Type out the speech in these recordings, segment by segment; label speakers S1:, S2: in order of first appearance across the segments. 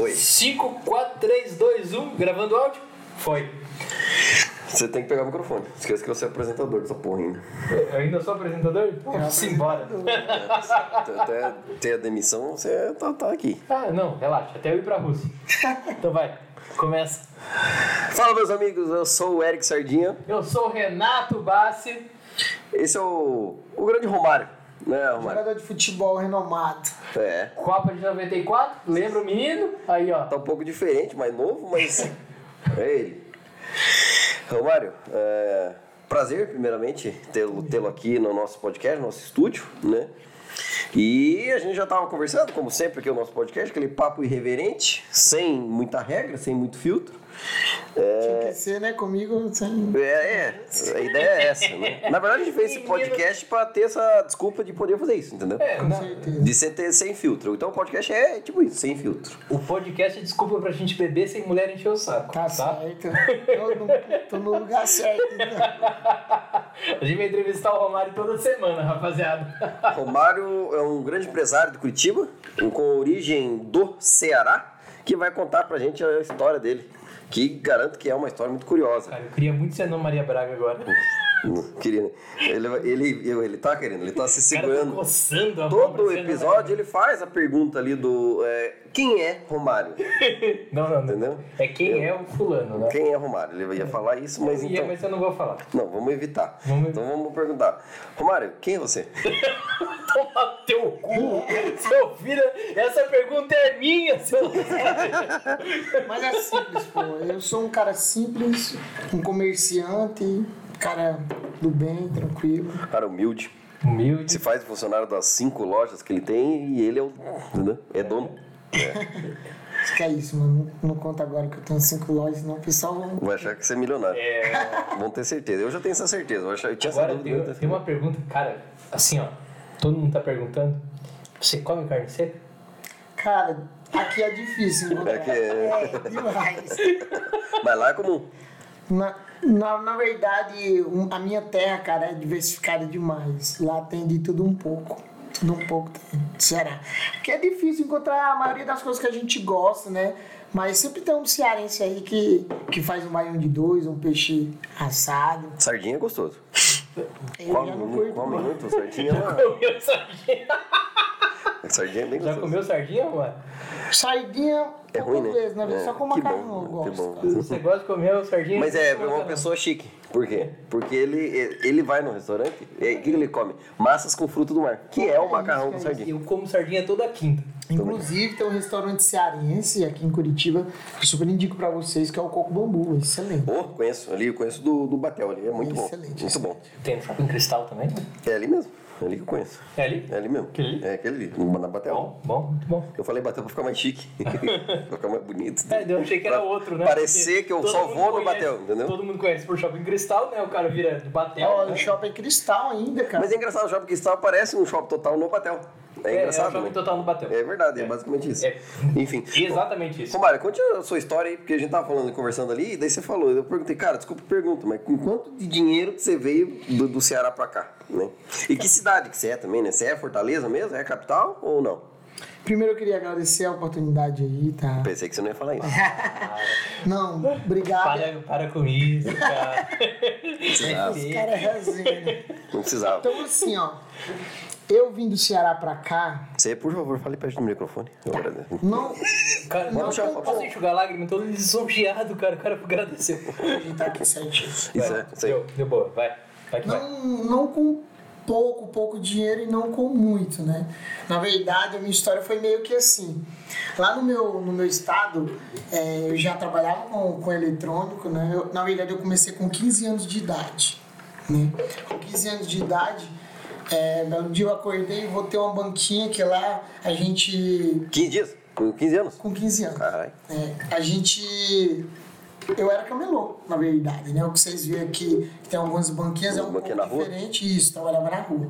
S1: Oi.
S2: 5, 4, 3, 2, 1, gravando áudio? Foi.
S1: Você tem que pegar o microfone. Esquece que você é apresentador dessa porra ainda.
S2: Eu ainda sou apresentador? Simbora.
S1: Até ter a demissão, você tá, tá aqui.
S2: Ah, não, relaxa, até eu ir pra Rússia. Então vai, começa.
S1: Fala, meus amigos. Eu sou o Eric Sardinha.
S2: Eu sou o Renato Bassi.
S1: Esse é o, o grande Romário. Né, Romário?
S3: Jogador de futebol renomado.
S1: É.
S2: Copa de 94, lembra o menino? Aí, ó.
S1: Tá um pouco diferente, mais novo, mas é ele. Romário, é, prazer, primeiramente, tê-lo tê-lo aqui no nosso podcast, no nosso estúdio, né? E a gente já tava conversando, como sempre, aqui no nosso podcast, aquele papo irreverente, sem muita regra, sem muito filtro.
S3: Tinha que ser, né? Comigo. sem-
S1: É, é, a ideia é essa, né? Na verdade, a gente fez esse podcast pra ter essa desculpa de poder fazer isso, entendeu?
S2: É,
S3: Com
S2: na-
S3: certeza.
S1: De ser ter sem filtro. Então o podcast é tipo isso, sem filtro.
S2: o podcast é desculpa pra gente beber sem mulher encher o saco.
S3: Tá certo. Eu não- tô no lugar certo. então.
S2: A gente vai entrevistar o Romário toda semana, rapaziada.
S1: Romário é um grande empresário de Curitiba, um com origem do Ceará, que vai contar pra gente a história dele. Que garanto que é uma história muito curiosa.
S2: Cara, eu queria muito ser não Maria Braga agora.
S1: Não Queria, né? ele, ele, eu- ele tá querendo, ele tá se
S2: O cara tá
S1: segurando.
S2: coçando a mão pra
S1: Todo
S2: ser Ana
S1: episódio ele faz a pergunta ali do é, quem é Romário?
S2: Maria. Não, não, não.
S1: Entendeu?
S2: É quem é o fulano, né?
S1: Quem é Romário? Ele ia falar isso,
S2: Eu
S1: mas
S2: ia,
S1: então.
S2: mas eu não vou falar.
S1: Não, vamos evitar.
S2: Vamos evitar.
S1: Então vamos perguntar. Romário, quem é você?
S2: Toma teu cu, seu filho. Essa pergunta é minha, seu.
S3: Mas é simples, pô. Eu sou um cara simples, um comerciante, um cara do bem, tranquilo.
S1: Um Cara humilde.
S2: Humilde.
S1: Se faz funcionário das cinco lojas que ele tem e ele é o. Entendeu? É dono.
S3: Acho que é isso, mano. Não conta agora que eu tenho cinco lojas, não. O pessoal não-
S1: Vai achar que você é milionário.
S2: É,
S1: Vão ter certeza. Eu já tenho essa certeza. Eu, achava, eu tinha
S2: agora
S1: essa
S2: tem,
S1: dúvida.
S2: tem uma pergunta, cara, assim ó, todo mundo tá perguntando. Você come carne seca?
S3: Cara, aqui é difícil encontrar.
S1: Aqui é-
S3: demais.
S1: Mas lá é comum.
S3: Na, na, na verdade, um- a minha terra, cara, é diversificada demais. Lá tem de tudo um pouco. Tudo um pouco tem. Ceará. Que é difícil encontrar a maioria das coisas que a gente gosta, né? Mas sempre tem um cearense aí que, que faz um baião de dois, um peixe assado.
S1: Sardinha é gostoso.
S3: Eu
S1: Come, né?
S3: já não curto.
S1: come
S3: não.
S1: muito. Sardinha, não.
S2: Comeu sardinha?
S1: sardinha é bem
S2: Já
S1: gostoso.
S2: comeu sardinha, mano?
S3: Sardinha,
S1: É ruim, né?
S3: poucas vezes, né?
S1: É,
S3: Só com
S1: que
S3: macarrão
S1: bom,
S3: eu
S1: que
S3: gosto.
S1: bom.
S3: cara.
S2: Você gosta de comer sardinha?
S1: Mas é uma pessoa chique. Por quê? Porque ele, ele vai no restaurante e o que ele come? Massas com fruto do mar, que é o macarrão com sardinha.
S2: Eu como sardinha toda quinta.
S3: Inclusive, tem um restaurante cearense aqui em Curitiba que eu super indico pra vocês, que é o Coco Bambu. Excelente.
S1: Pô, conheço ali, eu conheço do, do Batel ali, é muito bom.
S3: Excelente,
S1: Muito bom.
S2: Tem no shopping cristal também?
S1: É ali mesmo, é ali que eu conheço.
S2: É ali?
S1: É ali mesmo.
S2: Aquele ali?
S1: É aquele ali, no- na Batel.
S2: Bom, bom, muito bom.
S1: Eu falei Batel pra ficar mais chique, pra ficar mais bonito.
S2: É, eu achei que era
S1: Pra
S2: outro, né?
S1: Parecer
S2: Porque
S1: que eu
S2: todo
S1: só
S2: mundo
S1: vou no
S2: conhece-
S1: Batel, entendeu?
S2: Todo mundo conhece por shopping cristal, né? O cara vira do Batel.
S3: Ó,
S2: né?
S3: o shopping cristal ainda, cara.
S1: Mas é engraçado, o shopping cristal parece um shopping total no Batel. É,
S2: É,
S1: engraçado.
S2: é o shopping
S1: né?
S2: total no Batel.
S1: É verdade, é, basicamente isso.
S2: É.
S1: Enfim.
S2: Exatamente isso.
S1: Romário, conte a sua história aí, porque a gente tava falando e conversando ali, e daí você falou, eu perguntei, cara, desculpa a pergunta, mas com quanto de dinheiro que você veio do, do Ceará pra cá, né? E que cidade que você é também, né? Você é Fortaleza mesmo? É a capital ou não?
S3: Primeiro eu queria agradecer a oportunidade aí, tá?
S1: Pensei que você não ia falar isso.
S3: Não, obrigado.
S2: Para, para com isso, cara.
S1: Precisava.
S3: Os caras é resenha. né?
S1: Não precisava.
S3: Então assim, ó. Eu vim do Ceará pra cá,
S1: Você, por favor, fale perto do microfone. Eu agradeço.
S3: não.
S2: Cara,
S3: Não,
S2: não,
S1: puxar,
S2: eu
S1: pode
S2: posso
S1: puxar.
S2: enxugar a lágrima todo lisonjeado, cara. O cara agradeceu.
S3: Ele tá aqui certinho.
S1: Isso
S2: Vai,
S1: é, isso aí.
S2: Deu, deu boa, vai. Vai que vai.
S3: Não, não com pouco, pouco dinheiro e não com muito, né? Na verdade, a minha história foi meio que assim. Lá no meu, no meu estado, eh, eu já trabalhava com, com eletrônico, né? Eu, na verdade, eu comecei com 15 anos de idade, né? Com 15 anos de idade, eh, um dia eu acordei e vou ter uma banquinha que lá a gente...
S1: 15 dias? Com 15 anos?
S3: Com 15 anos.
S1: Caralho.
S3: É, a gente. Eu era camelô, na verdade, né? O que vocês veem aqui, que tem algumas banquinhas, é um
S1: Banquinha
S3: pouco
S1: na rua?
S3: diferente. Isso, trabalhava na rua.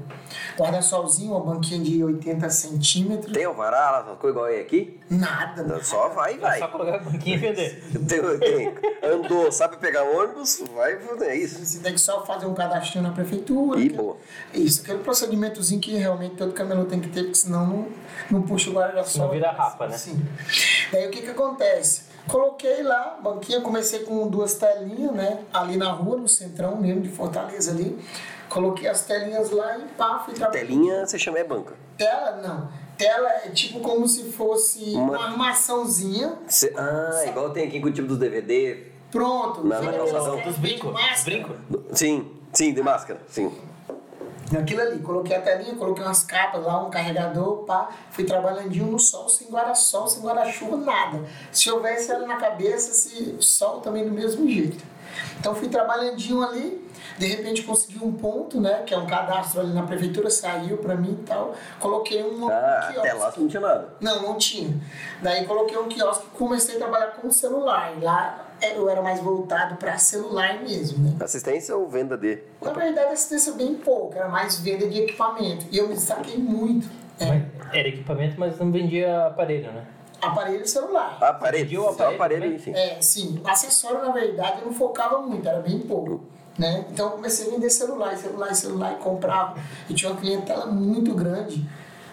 S3: Guarda-solzinho, uma banquinha de 80 centímetros.
S1: Tem alvará, lá, essas coisas igual aí aqui?
S3: Nada, né?
S1: Só vai,
S2: É
S1: vai.
S2: só colocar a banquinha e vender.
S1: Tem, tem. Andou, sabe pegar ônibus? Vai, é isso.
S3: Você tem que só fazer um cadastrinho na prefeitura.
S1: E
S3: aquele-
S1: boa.
S3: Isso, aquele procedimentozinho que realmente todo camelô tem que ter, porque senão não, não puxa o guarda-sol.
S2: Senão vira rapa, né?
S3: Sim. Daí o que que acontece? Coloquei lá, banquinha, comecei com duas telinhas, né? Ali na rua, no centrão mesmo de Fortaleza ali. Coloquei as telinhas lá e pá, fui trabalhando.
S1: Telinha, você chama é banca.
S3: Tela, não. Tela é tipo como se fosse
S1: Uma-
S3: uma, armaçãozinha.
S1: Você- ah, igual tem aqui com o tipo dos DVD.
S3: Pronto.
S1: Na- na
S3: Sabe
S1: é calçadão.
S3: aqueles
S2: Dos brincos,
S3: máscara?
S2: brinco.
S1: Sim, sim, de máscara, sim.
S3: Naquilo ali, coloquei a telinha, coloquei umas capas lá, um carregador, pá, fui trabalhandinho no sol, sem guarda-sol, sem guarda-chuva, nada. Se houvesse ela na cabeça, se o sol também do mesmo jeito. Então fui trabalhandinho ali, de repente consegui um ponto, né, que é um cadastro ali na prefeitura, saiu pra mim e tal, coloquei um
S1: Ah,
S3: quiosque.
S1: até lá não tinha nada.
S3: Não, não tinha. Daí coloquei um quiosque e comecei a trabalhar com celular. Lá eh, eu era mais voltado pra celular mesmo, né?
S1: Assistência ou venda de?
S3: Na verdade, a assistência bem pouca, era mais venda de equipamento. E eu me destaquei muito. É,
S2: Mas Era equipamento, mas não vendia aparelho, né?
S3: aparelho celular.
S1: Ah, parede.
S2: Pediu o
S1: Só
S2: aparelho
S1: aparelho,
S2: também?
S1: enfim.
S3: É, sim. Acessório, na verdade, eu não focava muito, era bem pouco. Né? Então, eu comecei a vender celular, celular, celular, e comprava. Eu tinha uma clientela muito grande.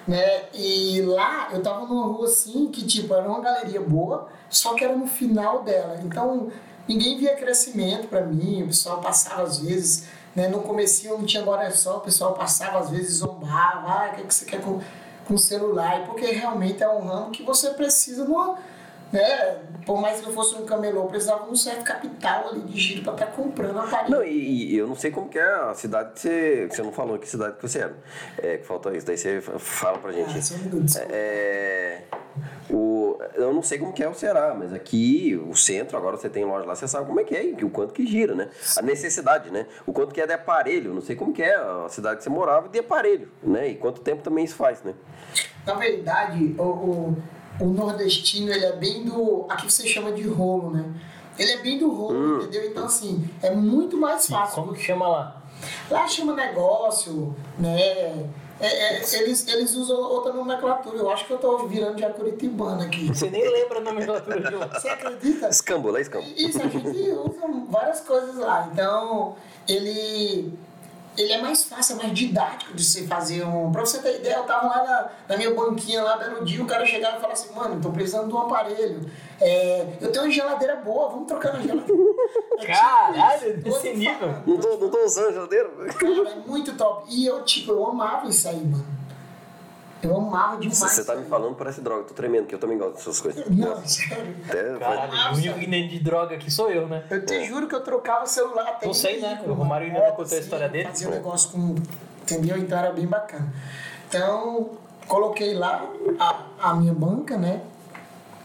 S3: Né? E lá, eu tava numa rua assim, que tipo, era uma galeria boa, só que era no final dela. Então, ninguém via crescimento pra mim, o pessoal passava às vezes, né? no comecinho não tinha guarda-sol, o pessoal passava às vezes, zombava, ah, o que, que você quer com, com celular? Porque realmente é um ramo que você precisa de uma né? Por mais que eu fosse um camelô, eu precisava de um certo capital ali de giro pra estar comprando a parede.
S1: Não, e, e eu não sei como que é a cidade que você. que Você não falou que cidade que você era. É, que falta isso. Daí você fa- fala pra gente.
S3: Ah, só um minuto, desculpa.
S1: É, o, eu não sei como que é o Ceará, mas aqui, o centro, agora você tem loja lá, você sabe como é que é, e o quanto que gira, né? A necessidade, né? O quanto que é de aparelho, não sei como que é a cidade que você morava de aparelho, né? E quanto tempo também isso faz, né?
S3: Na verdade, o, o, o nordestino, ele é bem do... Aqui você chama de rolo, né? Ele é bem do rolo, entendeu? Então, assim, é muito mais fácil.
S2: Como que chama lá?
S3: Lá chama negócio, né? É, é, eles, eles usam outra nomenclatura. Eu acho que eu tô virando já curitibano aqui.
S2: Você nem lembra a nomenclatura de um. lá.
S3: Você acredita?
S1: Escambo, lá é escambo.
S3: Isso, a gente usa várias coisas lá. Então, ele, ele é mais fácil, é mais didático de se fazer um. Pra você ter ideia, eu tava lá na, na minha banquinha lá, belo dia, o cara chegava e falava assim, mano, tô precisando de um aparelho. É, eu tenho uma geladeira boa, vamos trocar na geladeira. É tipo
S2: Caralho,
S3: isso.
S2: desse
S3: Tô te
S2: nível.
S3: falando.
S1: Não tô, não tô usando geladeira.
S3: Cara, é muito top. E eu, tipo, eu amava isso aí, mano. Eu amava demais.
S1: Você tá
S3: isso
S1: me
S3: aí.
S1: falando, parece droga, tô tremendo, que eu também gosto dessas coisas.
S3: Não, sério.
S1: Até-
S2: Caralho, o único que nem de droga aqui sou eu, né?
S3: Eu te juro que eu trocava celular até
S2: Não sei,
S3: de
S2: né?
S3: rico,
S2: O Romário ainda
S3: mano.
S2: não contou a história dele.
S3: Fazia um negócio com... Entendeu? Então era bem bacana. Então, coloquei lá a, a minha banca, né?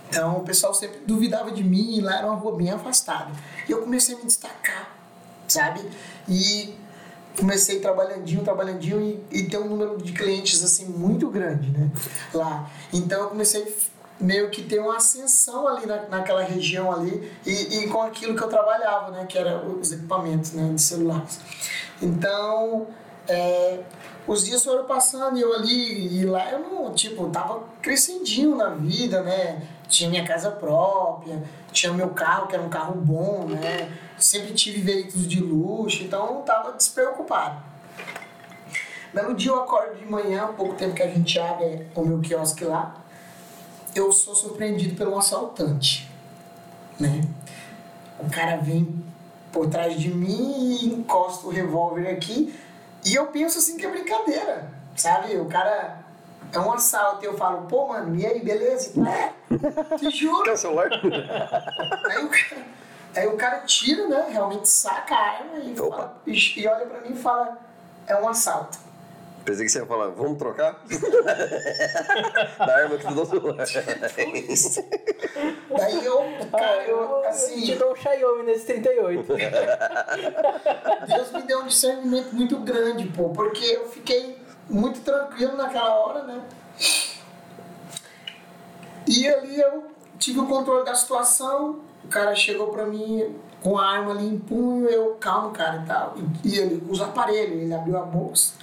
S3: Então, o pessoal sempre duvidava de mim e lá era uma rua bem afastada. E eu comecei a me destacar, sabe? E comecei trabalhandinho, trabalhandinho e, e ter um número de clientes, assim, muito grande, né? Lá. Então, eu comecei f- meio que ter uma ascensão ali na, naquela região ali e, e com aquilo que eu trabalhava, né? Que era os equipamentos, né? De celulares. Então, é, os dias foram passando e eu ali, e lá eu não, tipo, tava crescendinho na vida, né? Tinha minha casa própria, tinha meu carro, que era um carro bom, né? Sempre tive veículos de luxo, então eu não tava despreocupado. Belo dia eu acordo de manhã, pouco tempo que a gente abre é, o meu quiosque lá, eu sou surpreendido pelo assaltante, né? O cara vem por trás de mim e encosta o revólver aqui. E eu penso assim que é brincadeira, sabe? O cara é um assalto. E eu falo, pô, mano, e aí, beleza? E tal. Te juro.
S1: Quer o celular?
S3: Aí o cara, aí o cara tira, né? Realmente saca a arma e,
S1: Opa.
S3: fala- e- e olha pra mim e fala, é um assalto.
S1: Pensei que você ia falar, vamos trocar? da arma que tu dou o celular.
S3: Daí eu, cara, eu, assim...
S2: Ah, te dou um Xiaomi nesse 38.
S3: Deus me deu um discernimento muito grande, pô, porque eu fiquei muito tranquilo naquela hora, né? E ali eu tive o controle da situação, o cara chegou pra mim com a arma ali em punho, eu, calma, cara, e tal. E, e ele, os aparelhos, ele abriu a bolsa.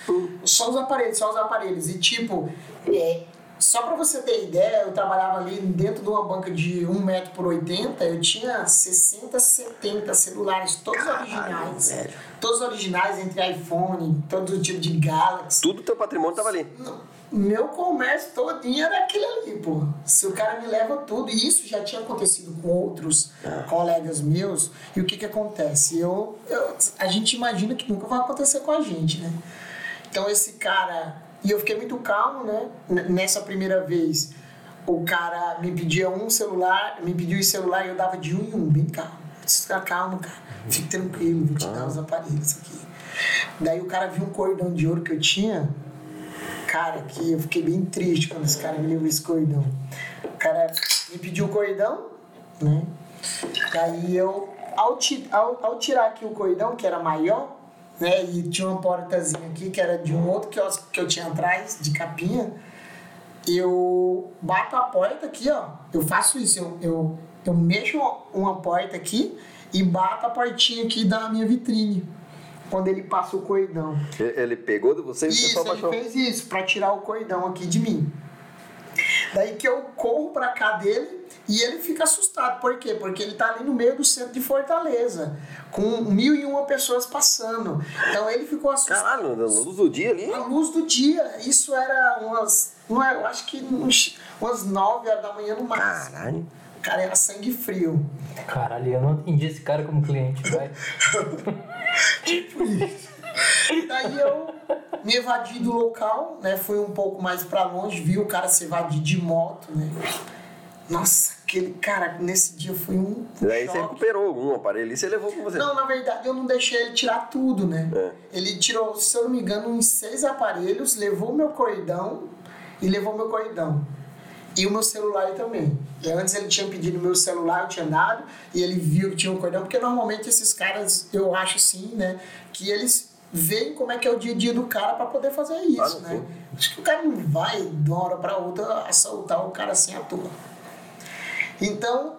S3: Só os aparelhos, só os aparelhos. E tipo, é, só pra você ter ideia, eu trabalhava ali dentro de uma banca de 1 metro por 80, eu tinha 60, 70 celulares, todos originais.
S1: velho.
S3: Todos originais, entre iPhone, todo tipo de Galaxy.
S1: Tudo teu patrimônio tava ali.
S3: Não, Meu comércio todinho era aquilo ali, pô. Se o cara me leva tudo, e isso já tinha acontecido com outros colegas meus, e o que que acontece? Eu, eu- a gente imagina que nunca vai acontecer com a gente, né? Então esse cara... E eu fiquei muito calmo, né? N- Nessa primeira vez, o cara me pedia um celular, me pediu o celular e eu dava de um em um, bem calmo. Eu disse, Fica calmo, cara. Fique tranquilo, vou te dar os aparelhos aqui. Daí o cara viu um cordão de ouro que eu tinha, Cara, que eu fiquei bem triste quando esse cara me levou esse cordão. O cara me pediu o cordão, né? Daí eu, ao, ti- ao- ao tirar aqui o cordão, que era maior, né? E tinha uma portazinha aqui, que era de um outro quiosque que eu tinha atrás, de capinha. Eu bato a porta aqui, ó. Eu faço isso, eu, eu, eu mexo uma porta aqui e bato a portinha aqui da minha vitrine. Quando ele passa o cordão.
S1: Ele ele pegou de você e você
S3: Isso,
S1: só
S3: ele
S1: baixou.
S3: fez isso pra tirar o cordão aqui de mim. Daí que eu corro pra cá dele e ele fica assustado. Por quê? Porque ele tá ali no meio do centro de Fortaleza, com mil e uma pessoas passando. Então ele ficou assustado.
S1: Caralho, na luz do dia ali.
S3: A luz do dia, isso era umas. Não é, eu acho que uns- umas 9 horas da manhã no máximo.
S1: Caralho.
S3: Cara, era sangue frio.
S2: Caralho, eu não atendi esse cara como cliente, vai.
S3: Daí eu me evadi do local, né? Fui um pouco mais pra longe, vi o cara se evadir de moto, né? Nossa, aquele cara, nesse dia foi um.
S1: Daí você
S3: choque.
S1: recuperou algum aparelho ali e você levou com você.
S3: Não, na verdade eu não deixei ele tirar tudo, né? Ele tirou, se eu não me engano, uns seis aparelhos, levou meu cordão e levou meu cordão. E o meu celular também. E antes ele tinha pedido meu celular, eu tinha dado, e ele viu que tinha um cordão, porque normalmente esses caras, eu acho assim, né? Que eles veem como é que é o dia a dia do cara pra poder fazer isso,
S1: Claro,
S3: né? Acho que o cara não vai de uma hora pra outra assaltar o cara assim à toa. Então,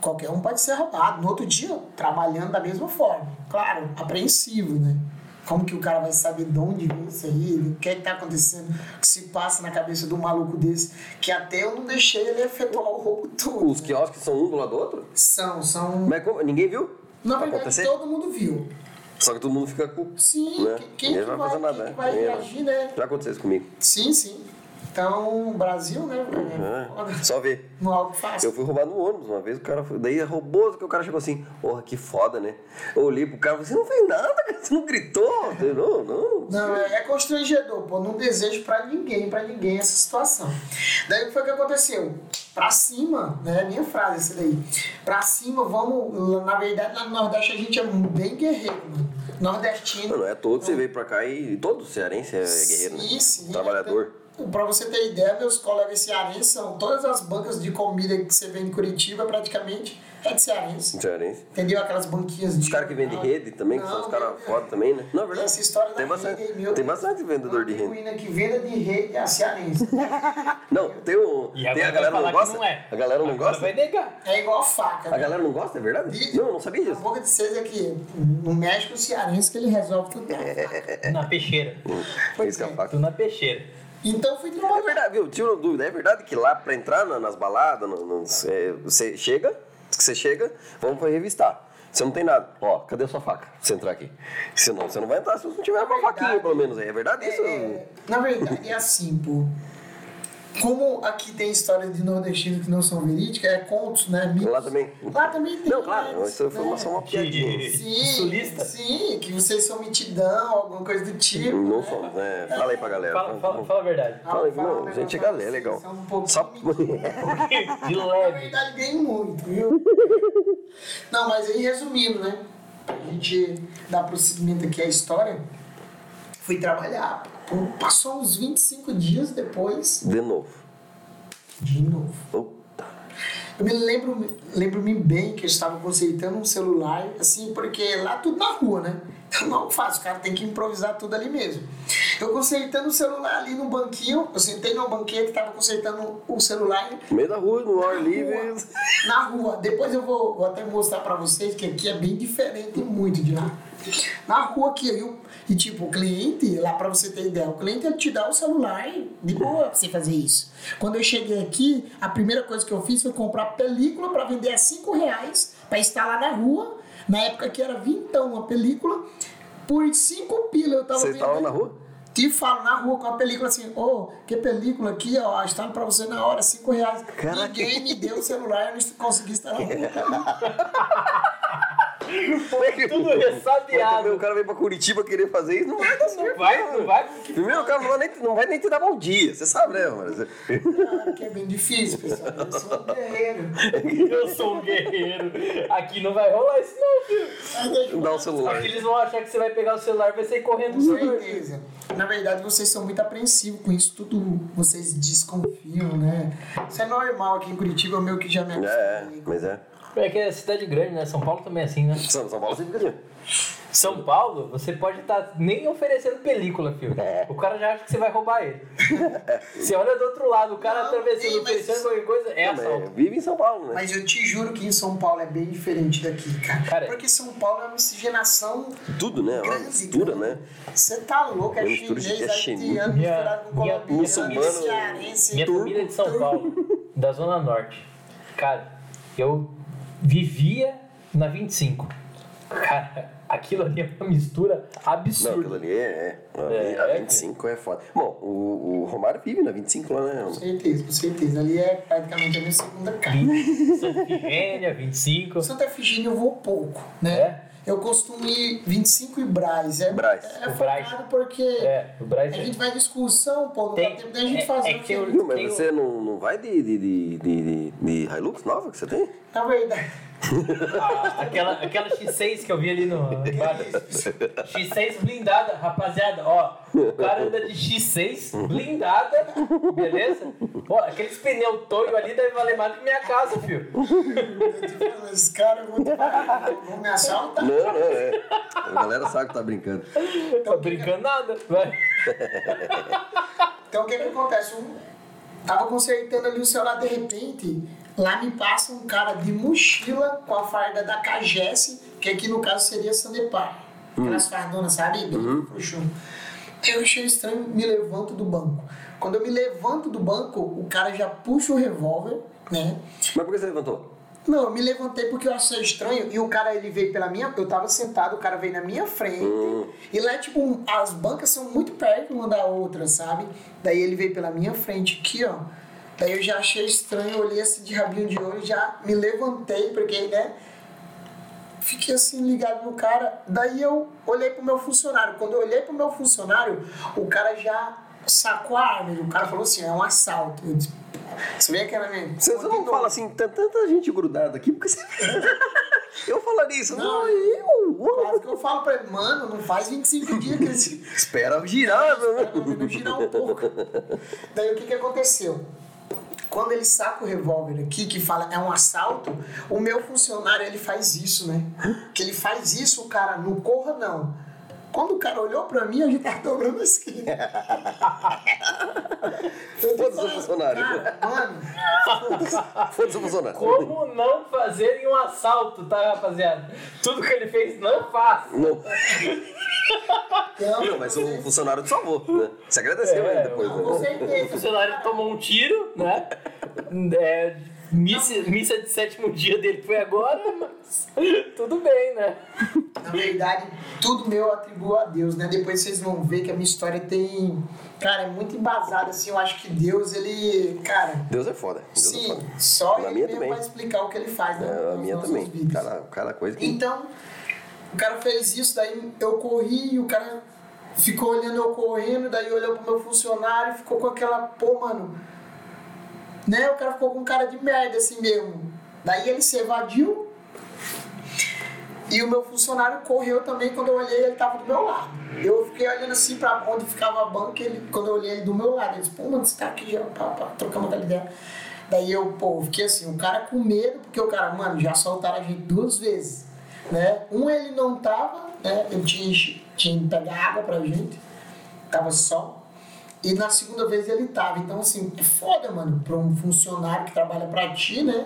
S3: qualquer um pode ser roubado. No outro dia, trabalhando da mesma forma. Claro, apreensivo, né? Como que o cara vai saber de onde vem isso aí? O que é que tá acontecendo? O que se passa na cabeça de um maluco desse? Que até eu não deixei ele efetuar o roubo todo.
S1: Os quiosques são um do lado do outro?
S3: São, são...
S1: Mas é como? Ninguém viu?
S3: Na verdade,
S1: Acontecer?
S3: todo mundo viu.
S1: Só que todo mundo fica com.
S3: Sim,
S1: né?
S3: que- quem, que vai,
S1: fazer nada,
S3: quem que
S1: né?
S3: vai
S1: Ninguém
S3: reagir, né?
S1: Já aconteceu isso comigo.
S3: Sim, sim. Então, Brasil, né?
S1: Ah,
S3: Olha,
S1: Só ver.
S3: Não é algo fácil.
S1: Eu fui roubar no ônibus uma vez, o cara foi. Daí é roubou, que o cara chegou assim, porra, que foda, né? Eu olhei pro cara, você não fez nada, cara, você não gritou. Eu falei, não, não.
S3: Não, é, é constrangedor, pô. Não desejo pra ninguém, pra ninguém essa situação. Daí o que foi que aconteceu? Pra cima, né? Minha frase essa daí. Pra cima, vamos. Na verdade, lá no Nordeste a gente é bem guerreiro, mano. Nordestino.
S1: Não, não é todo, você veio pra cá e todo cearense é guerreiro,
S3: Sim,
S1: né?
S3: sim.
S1: Trabalhador.
S3: Então, Pra você ter ideia, meus colegas cearenses são todas as bancas de comida que você vê em Curitiba, praticamente, é de cearense.
S1: Cearense.
S3: Entendeu? Aquelas banquinhas de.
S1: Os caras que vendem rede também, que são os
S3: Não,
S1: caras
S3: não.
S1: foda também, né? Não, é verdade.
S3: Essa história da
S1: tem bastante,
S3: rede aí, meu
S1: Tem
S3: Deus.
S1: bastante vendedor de rede.
S3: Uma que venda de rede é a cearense.
S1: Não, tem um.
S2: E
S1: Tem
S2: agora vai
S1: a galera
S2: falar
S1: não
S2: que
S1: gosta?
S2: não é.
S1: A galera não
S2: Agora
S1: gosta?
S2: Vai negar.
S3: É igual faca,
S1: A
S3: né?
S1: galera não gosta, é verdade?
S3: E-
S1: Não, eu não sabia
S3: A
S1: disso.
S3: boca de vocês é que no México, o cearense que ele resolve tudo.
S1: É.
S2: Na peixeira.
S1: Esse é o fato.
S2: Tu na peixeira.
S3: Então fui
S1: É
S3: trabalhar.
S1: verdade, viu? Tira uma dúvida. É verdade que lá pra entrar na- nas baladas, no- no- cê- você chega, diz que você chega, vamos pra revistar. Você não tem nada. Ó, cadê a sua faca? Pra você entrar aqui. Senão você não vai entrar se você não tiver uma faquinha, pelo menos. aí. É verdade isso?
S3: É, na verdade, é assim, pô. Como aqui tem histórias de nordestinos que não são verídicas, é contos, né? mitos.
S1: Lá também.
S3: Lá também tem.
S1: Não, claro,
S3: mas,
S1: isso é foi uma,
S3: né?
S1: só uma piadinha.
S3: Sim,
S2: Sulista?
S3: sim, que vocês são mitidão, alguma coisa do tipo.
S1: Não
S3: né?
S1: somos, né? Fala aí pra galera.
S2: Fala, fala, fala a verdade.
S1: Fala aí,
S3: Fala um
S1: não, gente,
S3: negócio
S1: a galera é
S3: assim,
S1: legal.
S3: são um pouquinho
S1: Só...
S2: De
S3: Na
S2: leve.
S3: verdade, ganho muito, viu? Não, mas aí resumindo, né? A gente dá prosseguimento aqui à história. Fui trabalhar. Pô, Passou uns 25 dias depois,
S1: De novo.
S3: de novo.
S1: Puta.
S3: Eu me lembro, lembro-me bem que eu estava consertando um celular, assim, porque lá tudo na rua, né? Então não fácil, o cara tem que improvisar tudo ali mesmo. Eu consertando o celular ali no banquinho, eu sentei no banqueiro e estava consertando o celular e
S1: No meio da rua, no ar livre.
S3: rua. Na rua. Depois eu vou, vou até mostrar pra vocês que aqui é bem diferente muito de lá. Na rua aqui, viu? E tipo, o cliente, lá pra você ter ideia, o cliente ele te dá o celular de boa pra você fazer isso. Quando eu cheguei aqui, a primeira coisa que eu fiz foi comprar película pra vender a 5 reais pra instalar na rua. Na época que era vintão uma película. Por 5 pila eu tava
S1: Você
S3: vendendo.
S1: estava na rua?
S3: te falam na rua com a película assim, ô, que película aqui, ó, instalo pra você na hora, cinco reais.
S4: Caraca.
S3: Ninguém me deu o celular, eu não consegui estar na rua.
S2: Tudo
S4: Mas também
S2: ressabiado.
S4: o cara vem pra Curitiba querer fazer isso, não vai dar certo.
S2: Não vai, não vai.
S4: Primeiro, o cara não vai nem, não vai nem te dar bom dia, você sabe, né, mano?
S3: Cara, que é bem difícil, pessoal. Eu sou um guerreiro.
S2: Eu sou um guerreiro. Aqui não vai rolar isso, não, filho.
S3: Mas deixa eu
S4: Dá o celular.
S2: Aqui eles vão achar que você vai pegar o celular e vai sair correndo
S3: Com
S2: do celular.
S3: certeza. Na verdade, vocês são muito apreensivos com isso tudo. Vocês desconfiam, né? Isso é normal aqui em Curitiba, eu meio que já me
S4: É,
S3: acostumei.
S4: mas é.
S2: É que é cidade grande, né? São Paulo também é assim, né?
S4: São, São Paulo sempre fica assim.
S2: São Paulo, você pode estar nem oferecendo película, filho.
S4: É.
S2: O cara já acha que você vai roubar ele. você olha do outro lado, o cara
S3: Não,
S2: atravessando,
S3: sim, mas-
S2: oferecendo qualquer coisa, é
S4: Mas
S2: assalto.
S4: Vive em São Paulo, né?
S3: Mas eu te juro que em São Paulo é bem diferente daqui, cara.
S2: Cara,
S3: Porque São Paulo é uma miscigenação
S4: Tudo, né? Uma
S3: grande.
S4: mistura, né?
S3: Você tá louco, é
S4: Uma mistura de-
S3: chinês,
S4: é chinês.
S3: haitiano,
S2: Minha-
S3: misturado com
S2: minha-
S3: colombiano,
S4: muçulmano,
S3: cearense.
S2: Minha
S3: turco.
S2: família é de São Paulo, da Zona Norte. Cara, eu vivia na 25. Cara, aquilo ali é uma mistura
S4: Não, aquilo
S2: absurda.
S4: ali é. é.
S2: É,
S4: a
S2: é.
S4: 25 é, foda. Bom, o, o Romário vive na 25 lá, né?
S3: Com certeza, com certeza. Ali é praticamente a minha segunda casa.
S2: Santa Efigênia, 25.
S3: Santa Efigênia eu vou pouco, né?
S2: É?
S3: Eu costumo ir 25 e Braz. É,
S4: Braz.
S3: é
S2: O
S3: focado
S2: Braz.
S3: porque
S2: É, o
S3: a
S2: Brasil.
S3: gente vai de excursão, pô, não
S2: Tem-
S3: dá tempo da gente
S2: é-
S3: fazer
S2: é
S3: o
S2: que eu-
S3: que-
S4: Não, mas
S2: tem
S4: você não, não vai de, de, de, de, de, de Hilux nova que você tem?
S3: Na verdade,
S2: Ah, aquela, aquela X6 que eu vi ali no. X6 blindada, rapaziada, ó. O cara anda de X6 blindada, beleza? Ó, aqueles pneu toio ali deve valer mais do que minha casa, filho.
S3: eu te falo, esses caras vão, vão me assaltar.
S4: Não, não, é. A galera sabe que tá brincando.
S2: Tô brincando nada. Vai.
S3: Então o que que acontece? Um, tava consertando ali o celular, de repente, lá me passa um cara de mochila com a farda da Cagesse, que aqui no caso seria Sandepar. Aquelas fardonas, sabe? Bem frouxão. Eu achei estranho, me levanto do banco. Quando eu me levanto do banco, o cara já puxa o revólver, né?
S4: Mas por que você levantou?
S3: Não, eu me levantei porque eu achei estranho. E o cara, ele veio pela minha. Eu tava sentado, o cara veio na minha frente. E lá, tipo, um- as bancas são muito perto uma da outra, sabe? Daí ele veio pela minha frente aqui, ó. Daí eu já achei estranho, eu olhei assim de rabinho de olho, já me levantei, porque, né? Fiquei assim ligado no cara. Daí eu olhei pro meu funcionário. Quando eu olhei pro meu funcionário, o cara já sacou a arma. E o cara falou assim: é um assalto. Eu disse, você vê aquela minha.
S4: Você, você não fala assim, tem tanta gente grudada aqui, porque você. eu falaria isso, não,
S3: Não.
S4: eu.
S3: Quase que eu falo pra ele, mano, não faz 25 dias que esse
S4: Espera girar,
S3: pelo
S4: né?
S3: menos girar um pouco. Daí o que, que aconteceu? Quando ele saca o revólver aqui, que fala é um assalto, o meu funcionário ele faz isso, né? Que ele faz isso, o cara, não corra não. Quando o cara olhou pra mim, a gente tava dobrando a esquina. Eu tô
S4: Foda-se o
S3: falando,
S4: funcionário.
S3: Cara, mano,
S4: Foda-se o funcionário.
S2: Como não fazer em um assalto, tá, rapaziada? Tudo que ele fez, não faça.
S4: Não,
S3: eu-
S4: não, mas o funcionário te salvou, né? Você agradeceu
S2: É,
S4: ainda depois,
S3: Não, com
S4: né?
S2: O
S3: certeza.
S2: funcionário tomou um tiro, né? É, missa, missa de sétimo dia dele foi agora, mas tudo bem, né?
S3: Na verdade, tudo meu eu atribuo a Deus, né? Depois vocês vão ver que a minha história tem. Cara, é muito embasada, assim. Eu acho que Deus, ele. Cara,
S4: Deus é foda. Deus é
S3: sim,
S4: foda.
S3: só
S4: Na
S3: ele
S4: minha
S3: mesmo
S4: também.
S3: vai explicar o que ele faz, né?
S4: É, a
S3: nas
S4: minha
S3: nossas
S4: também.
S3: vidas.
S4: Cara, cara, coisa que.
S3: Então, o cara fez isso, daí eu corri e o cara ficou olhando eu correndo, daí olhou pro meu funcionário e ficou com aquela, pô, mano. Né? O cara ficou com cara de merda assim mesmo. Daí ele se evadiu. E o meu funcionário correu também, quando eu olhei, ele tava do meu lado. Eu fiquei olhando assim pra onde ficava a banca, ele, quando eu olhei ele do meu lado, ele disse, pô, mano, você tá aqui já, pá, pá, trocamos aquela ideia. Daí eu, pô, fiquei assim, o cara com medo, porque o cara, mano, já soltaram a gente duas vezes, né? Um ele não tava, né, eu tinha, enchi- tinha que pegar água pra gente, tava sol. E na segunda vez ele tava. Então, assim, é foda, mano, pra um funcionário que trabalha pra ti, né?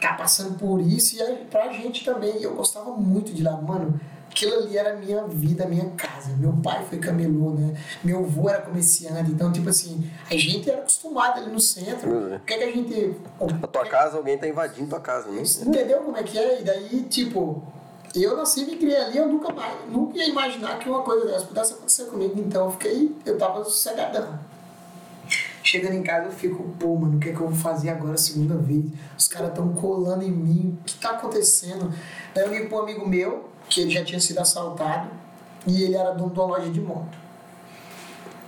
S3: Tá passando por isso e aí, pra gente também. E eu gostava muito de lá, mano. Aquilo ali era a minha vida, a minha casa. Meu pai foi camelô, né? Meu avô era comerciante. Então, tipo assim, a gente era acostumado ali no centro.
S4: Uhum.
S3: O que, é que a gente. é.
S4: A tua casa, alguém tá invadindo tua casa, né?
S3: Entendeu como é que é? E daí, tipo, Eu nasci e me criei ali, eu nunca, mais- nunca ia imaginar que uma coisa dessa pudesse acontecer comigo. Então eu fiquei, eu tava sossegadão. Chegando em casa eu fico, pô, mano, o que é que eu vou fazer agora a segunda vez? Os caras estão colando em mim, o que tá acontecendo? Daí eu ligo pra um amigo meu, que ele já tinha sido assaltado, e ele era dono de uma loja de moto.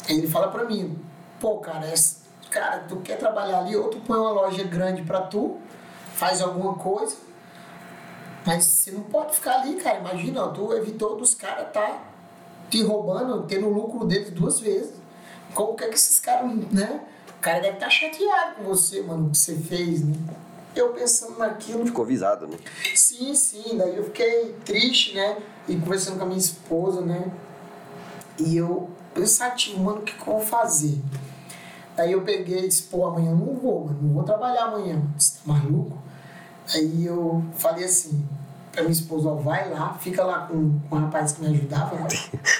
S3: Aí ele fala pra mim, pô, cara, essa- cara, tu quer trabalhar ali, ou tu põe uma loja grande pra tu, faz alguma coisa, mas você não pode ficar ali, cara. Imagina, ó, tu evitou dos caras tá te roubando, tendo lucro deles duas vezes. Como que é que esses caras, né? O cara deve estar chateado com você, mano, o que você fez, né? Eu pensando naquilo,
S4: Ficou visado, né?
S3: Sim, sim. Daí eu fiquei triste, né? E conversando com a minha esposa, né? E eu pensativo, mano, o que, que eu vou fazer? Daí eu peguei e disse, pô, amanhã eu não vou, mano, não vou trabalhar amanhã. Você tá maluco? Aí eu falei assim pra minha esposa, ó, vai lá, fica lá com, com o rapaz que me ajudava, né?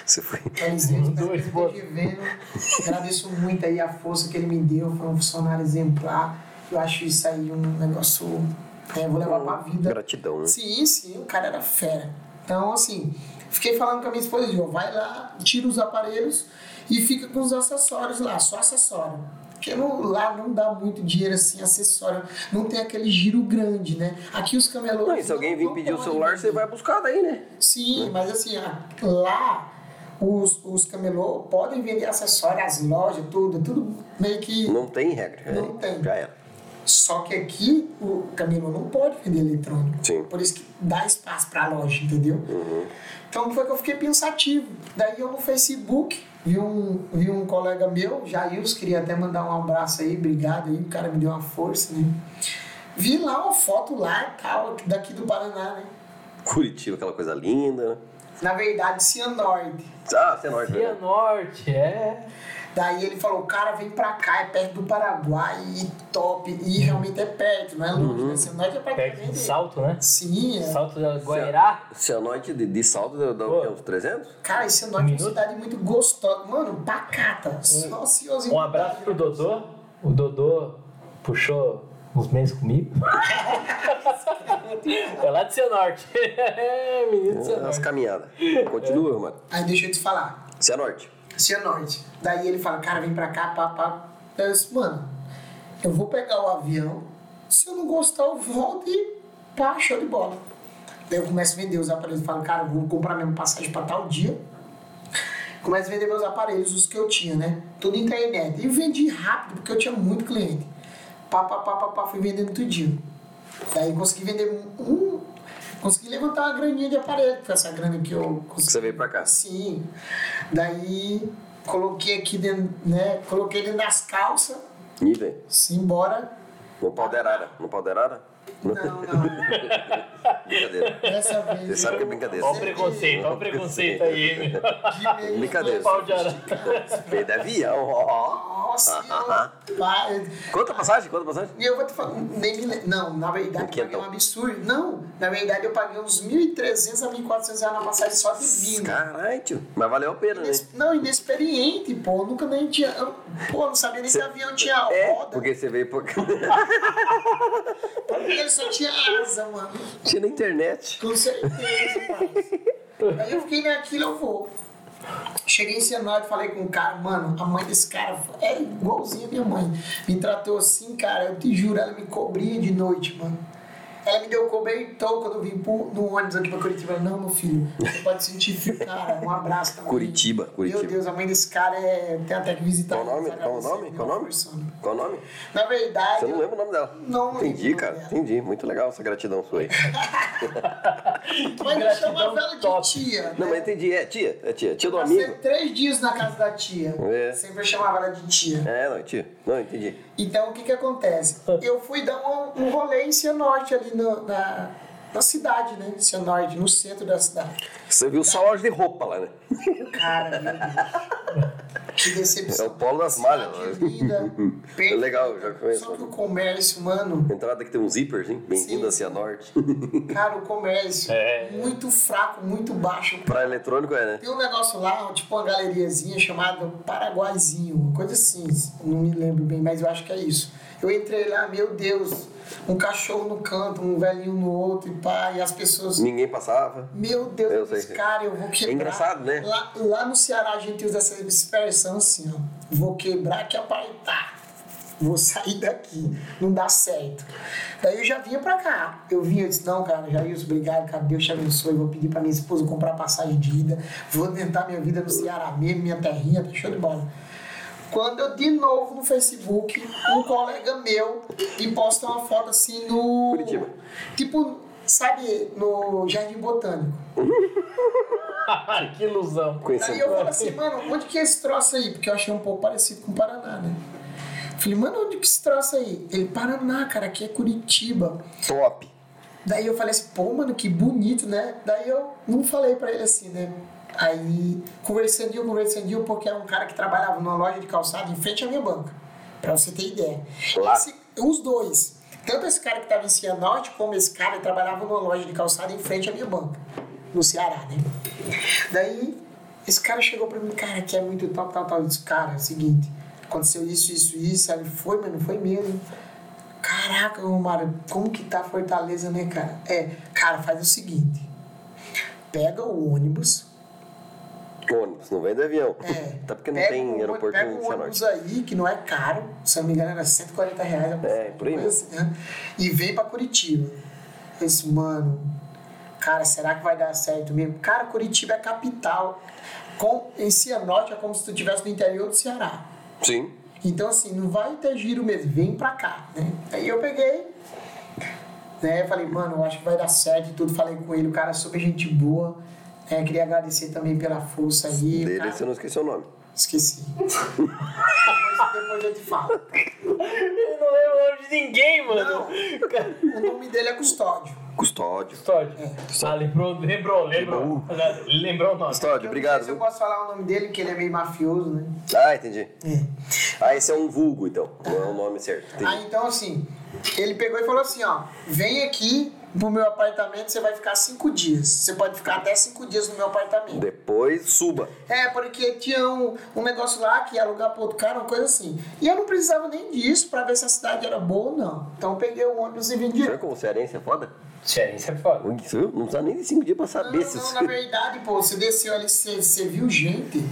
S4: Você foi.
S3: Felizmente,
S2: Mandou a esposa.
S3: vendo. Agradeço muito aí a força que ele me deu. Foi um funcionário exemplar. Eu acho isso aí um negócio. né, eu vou levar pra vida.
S4: Gratidão, né?
S3: Sim, sim, o cara era fera. Então, assim, fiquei falando com a minha esposa, João, vai lá, tira os aparelhos e fica com os acessórios lá, só acessório. Porque não- lá não dá muito dinheiro assim, acessório. Não tem aquele giro grande, né? Aqui os camelôs.
S4: Não, e se alguém vir
S3: não
S4: pedir o
S3: podem
S4: celular, você
S3: vender.
S4: vai buscar daí, né?
S3: Sim, mas assim, a- lá os, os camelô podem vender acessórios, as lojas, tudo, tudo meio que.
S4: Não tem regra. né?
S3: Não tem.
S4: Já era.
S3: Só que aqui o camelô não pode vender eletrônico.
S4: Sim.
S3: Por isso que dá espaço pra loja, entendeu? Então foi que eu fiquei pensativo. Daí eu no Facebook vi um, vi um colega meu, Jails, queria até mandar um abraço aí, obrigado aí, o cara me deu uma força, né? Vi lá uma foto lá e tal, daqui do Paraná, né?
S4: Curitiba, aquela coisa linda, né?
S3: Na verdade, Cianorte.
S4: Ah, você é nóis,
S2: Cia
S4: né?
S2: Norte, é.
S3: Daí ele falou, cara, vem pra cá, é perto do Paraguai, e top. E realmente é perto, não é longe, né? Você não é que é
S2: Perto de
S3: praticamente...
S2: Salto, né?
S3: Sim, é.
S2: Salto da Guairá.
S4: Se a noite é de, de saldo dá dá o quê? Uns 300?
S3: Cara, esse
S2: Um
S3: norte é uma
S2: Minuto.
S3: cidade muito gostosa. Mano, pacata. Só
S2: Um abraço pro Dodô. O Dodô puxou uns meses comigo. é lá de Cia Norte. É, menino de Cia
S4: As
S2: Norte.
S4: caminhadas. Continua, mano. é
S3: Aí deixa eu te falar.
S4: Se a noite.
S3: Cianorte. Daí ele fala, cara, vem pra cá, pá, pá. Eu disse, mano, eu vou pegar o avião. Se eu não gostar, eu volto e pá, show de bola. Daí eu começo a vender os aparelhos. Falo, cara, eu vou comprar mesmo passagem pra tal dia. Começo a vender meus aparelhos, os que eu tinha, né? Tudo internet. E vendi rápido, porque eu tinha muito cliente. Pá, pá, pá, pá, pá, fui vendendo tudinho. Daí consegui vender um- um... Consegui levantar uma graninha de aparelho, que foi essa grana que eu consegui.
S4: Você veio pra cá.
S3: Sim. Daí coloquei aqui dentro, né? Coloquei dentro das calças,
S4: Ih, velho.
S3: sim, embora.
S4: No pau da arara. No pau da arara?
S3: Não, não.
S4: Brincadeira.
S3: Dessa vez.
S4: Você sabe que é brincadeira.
S2: Olha o preconceito, olha o preconceito aí, meu.
S3: brincadeira.
S4: Brincadeira.
S2: Pau de arara.
S4: Veio de avião, ó. ó.
S3: Nossa,
S4: Ah,
S3: eu, pai,
S4: Quanta passagem? Quanta passagem?
S3: E eu vou te falar, nem me lembro. Não, na verdade
S4: Um
S3: eu paguei
S4: quentão.
S3: um absurdo. Não, na verdade eu paguei uns 1.300 a 1.400 reais na passagem só de vinda.
S4: Caralho, tio. Mas valeu a pena, né?
S3: Inex- Não, inexperiente, pô. Eu Nunca nem tinha. eu- Pô, eu não sabia nem se avião tinha
S4: É,
S3: roda.
S4: porque você veio por
S3: Ele só tinha asa, mano.
S4: Tinha na internet.
S3: Com certeza, parça. Aí eu fiquei naquilo, eu vou. Cheguei em Senado e falei com o cara, mano, a mãe desse cara é igualzinha a minha mãe. Me tratou assim, cara, eu te juro, ela me cobria de noite, mano. Ela me deu cobertor quando eu vim pro- no ônibus aqui pra Curitiba. Ela, Não, meu filho, você pode sentir frio, cara. Um abraço também.
S4: Curitiba, Curitiba.
S3: Meu Deus, a mãe desse cara é. Tem até que visitar.
S4: Qual o nome?
S3: Mas
S4: Qual o nome?
S3: agradecer,
S4: Qual o
S3: né,
S4: nome?
S3: persona.
S4: Qual o nome?
S3: Na verdade.
S4: Você não
S3: eu-
S4: lembra o nome dela?
S3: Não
S4: Entendi,
S3: lembro o
S4: cara.
S3: nome dela.
S4: Entendi. Muito legal essa gratidão sua aí.
S3: Mas eu
S2: Gratidão
S3: chamava ela de
S2: top.
S3: tia. né?
S4: Não, mas entendi. É tia. É tia. Tia do
S3: Passei
S4: amigo.
S3: três dias na casa da tia.
S4: É.
S3: Sempre eu chamava ela de tia.
S4: É, não, é tia. Não, entendi.
S3: Então, o que que acontece? Eu fui dar um, um rolê em Cianorte, ali no- na, na cidade, né? Cianorte, no centro da cidade.
S4: Você viu
S3: Tá.
S4: só loja de roupa lá, né?
S3: Cara, meu Deus. Que decepção.
S4: É o polo das malhas,
S3: Cidade
S4: né?
S3: linda, perfeita.
S4: legal, já conheço.
S3: Só que o comércio, mano...
S4: Entrada que tem um zíper, hein? Bem-vindo a Cianorte.
S3: Cara, o comércio muito fraco, muito baixo.
S4: pra eletrônico é, né?
S3: Tem um negócio lá, tipo uma galeriazinha chamada Paraguaizinho, uma coisa assim, não me lembro bem, mas eu acho que é isso. Eu entrei lá, meu Deus, um cachorro no canto, um velhinho no outro, e pá, e as pessoas.
S4: Ninguém passava.
S3: Meu
S4: Eu
S3: Deus,
S4: sei.
S3: esse cara, eu vou quebrar.
S4: engraçado, né?
S3: Lá, lá no Ceará a gente usa essa expressão assim, ó. Vou quebrar que apaitar. Vou sair daqui. Não dá certo. Daí eu já vinha pra cá. Eu vinha, eu disse, não, cara, Jailson, obrigado, cara, Deus te abençoe. Vou pedir pra minha esposa comprar passagem de ida. Vou tentar minha vida no Ceará mesmo, minha terrinha, tá show de bola. Quando eu, de novo, no Facebook, um colega meu me posta uma foto assim no...
S4: Curitiba.
S3: Tipo, sabe, no Jardim Botânico.
S2: que ilusão.
S3: Daí
S4: Conhecendo.
S3: eu falo assim, mano, onde que é esse troço aí? Porque eu achei um pouco parecido com o Paraná, né? Falei, mano, onde que é esse troço aí? Ele, Paraná, cara, aqui é Curitiba.
S4: Top.
S3: Daí eu falei assim, pô, mano, que bonito, né? Daí eu não falei pra ele assim, né? Aí, conversandinho, conversandinho, porque era um cara que trabalhava numa loja de calçado em frente à minha banca. Pra você ter ideia.
S4: Lá.
S3: Esse- os dois. Tanto esse cara que tava em Cianorte, como esse cara que trabalhava numa loja de calçado em frente à minha banca. No Ceará, né? Daí, esse cara chegou pra mim, cara, que é muito top, tal, tal. Eu disse, cara, é o seguinte, aconteceu isso, isso, isso. Aí ele foi, mas não foi mesmo. Caraca, Romário, como que tá Fortaleza, né, cara? É, cara, faz o seguinte. Pega o ônibus.
S4: Ônibus, não vem de avião.
S3: É,
S4: Tá porque não
S3: pega
S4: tem
S3: o ônibus-
S4: aeroporto
S3: Pega
S4: em
S3: o ônibus
S4: Cianorte.
S3: aí, que não é caro. Se eu não me engano, era 140 reais. alguma
S4: É, por aí
S3: coisa assim, né? E vem pra Curitiba. Eu disse, mano, cara, será que vai dar certo mesmo? Cara, Curitiba é capital. Com, em Cianorte é como se tu estivesse no interior do Ceará.
S4: Sim.
S3: Então, assim, não vai ter giro mesmo, vem pra cá, né? Aí eu peguei, né? Falei, mano, eu acho que vai dar certo e tudo. Falei com ele, o cara é super gente boa. né? queria agradecer também pela força aí.
S4: Dele
S3: cara-
S4: você não esqueceu o nome.
S3: Esqueci. depois, depois eu te falo.
S2: Eu não lembro o nome de ninguém, mano.
S3: Não. O nome dele é Custódio.
S4: Custódio.
S2: Custódio. Ah, lembrou, lembrou, lembrou. Lembrou o nome.
S4: Custódio, obrigado.
S3: Mas eu
S4: viu?
S3: posso falar o nome dele, porque ele é meio mafioso, né?
S4: Ah, entendi.
S3: É.
S4: Ah, esse é um vulgo, então. Não é o nome certo. Entendi.
S3: Aí então, assim, ele pegou e falou assim: ó, vem aqui pro meu apartamento, você vai ficar cinco dias. Você pode ficar até cinco dias no meu apartamento.
S4: Depois suba.
S3: É, porque tinha um, um negócio lá que ia alugar pro outro cara, uma coisa assim. E eu não precisava nem disso pra ver se a cidade era boa ou não. Então eu peguei o ônibus e vim
S4: Será
S3: direto.
S4: como cearense é foda?
S2: Sério, isso é foda.
S4: Ui, isso viu? Não precisa nem de cinco dias pra
S3: Não,
S4: saber se.
S3: não,
S1: assim.
S3: na verdade, pô, você desceu ali, você, você viu gente,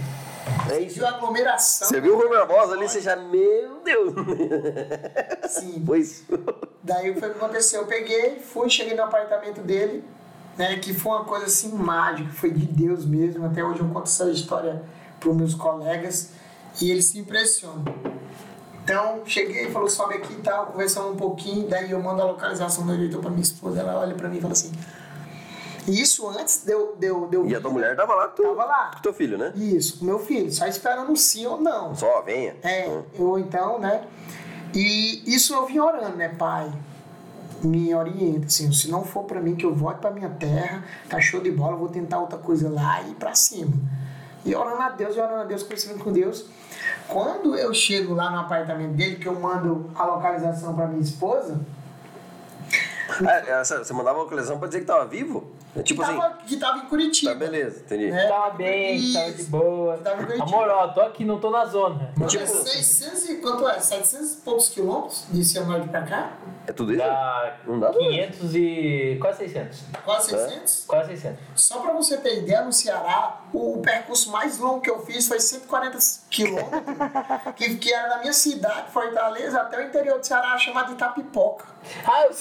S4: É
S3: você
S4: isso.
S3: viu aglomeração.
S4: Você viu o Rui Barbosa ali, você já. Meu Deus!
S3: Sim.
S4: Pois.
S3: Daí foi o que aconteceu. Eu peguei, fui, cheguei no apartamento dele, né? Que foi uma coisa assim mágica, foi de Deus mesmo. Até hoje eu conto essa história para os meus colegas e eles se impressionam. Então, cheguei, falou, sobe aqui e tal, conversamos um pouquinho, daí eu mando a localização do editor para minha esposa, ela olha para mim e fala assim. E isso antes deu. deu, deu
S4: E a tua mulher tava lá, tu.
S3: Tava lá.
S4: Com teu filho, né?
S3: Isso, com meu filho, só esperando um sim ou não.
S4: Só, venha.
S3: É,
S4: Hum.
S3: ou então, né? E isso eu vim orando, né, pai? Me orienta, assim, se não for pra mim que eu volte pra minha terra, tá show de bola, eu vou tentar outra coisa lá e ir pra cima. E orando a Deus, e orando a Deus, conhecendo com Deus. Quando eu chego lá no apartamento dele, que eu mando a localização pra minha esposa,
S4: Ah, essa- você mandava uma coleção pra dizer que tava vivo? É tipo
S3: que,
S4: assim.
S3: tava, que tava em Curitiba.
S4: Tá, beleza, entendi.
S3: né?
S2: Tava bem, tava de
S3: Isso.
S2: boa.
S3: Tava bem.
S2: Amor, ó, tô aqui, não tô na zona.
S3: Mano, é
S4: Tipo
S3: 600 e quanto é? 700 e poucos quilômetros de Cianorte pra cá?
S4: É tudo isso?
S2: Dá
S4: Não dá,
S2: 500 e... quase 600.
S3: Quase
S4: É.
S3: 600?
S2: Quase 600.
S3: Só para você ter ideia, no Ceará, o percurso mais longo que eu fiz foi 140 quilômetros, que, que era da minha cidade, Fortaleza, até o interior do Ceará, chamado Itapipoca.
S2: Ah, eu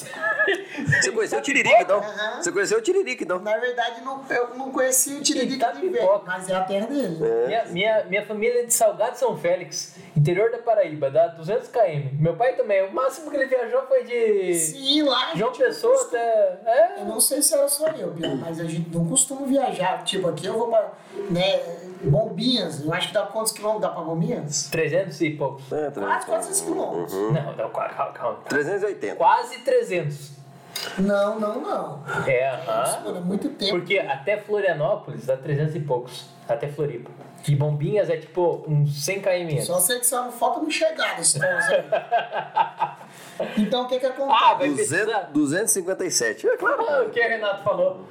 S4: Você conheceu o Tiririca, então?
S3: Aham.
S4: Você conheceu o Tiririca, então?
S3: Na verdade, não- eu não conhecia o Tiririca de
S2: Itapipoca.
S3: velho, mas é a terra dele.
S2: Minha, minha, minha família é de Salgado São Félix, interior da Paraíba, dá 200 km. Meu pai também, o máximo que ele viajou foi de
S3: Sim, lá...
S2: É. João
S3: tipo,
S2: Pessoa
S3: costuma-
S2: até.
S3: Eu
S2: É,
S3: não sei se era só eu, Bia, mas a gente não costuma viajar. Tipo, aqui eu vou pra, né, Bombinhas. Eu acho que dá quantos quilômetros? Dá pra Bombinhas?
S2: 300 e poucos.
S4: É,
S3: Quase 400 quilômetros.
S2: Não, não, calma, calma, calma.
S4: 380.
S2: Quase 300.
S3: Não, não, não.
S2: É,
S3: Isso,
S2: aham.
S3: mano, é muito tempo.
S2: Porque até Florianópolis dá 300 e poucos. Até Floripa. E Bombinhas é tipo uns 100 km.
S3: Só sei que só não falta me chegar nesse troço aí. Então o que que
S2: Ah,
S3: acontece?
S2: vai precisar.
S1: 200, 257. É claro.
S2: Ah, O que o Renato falou?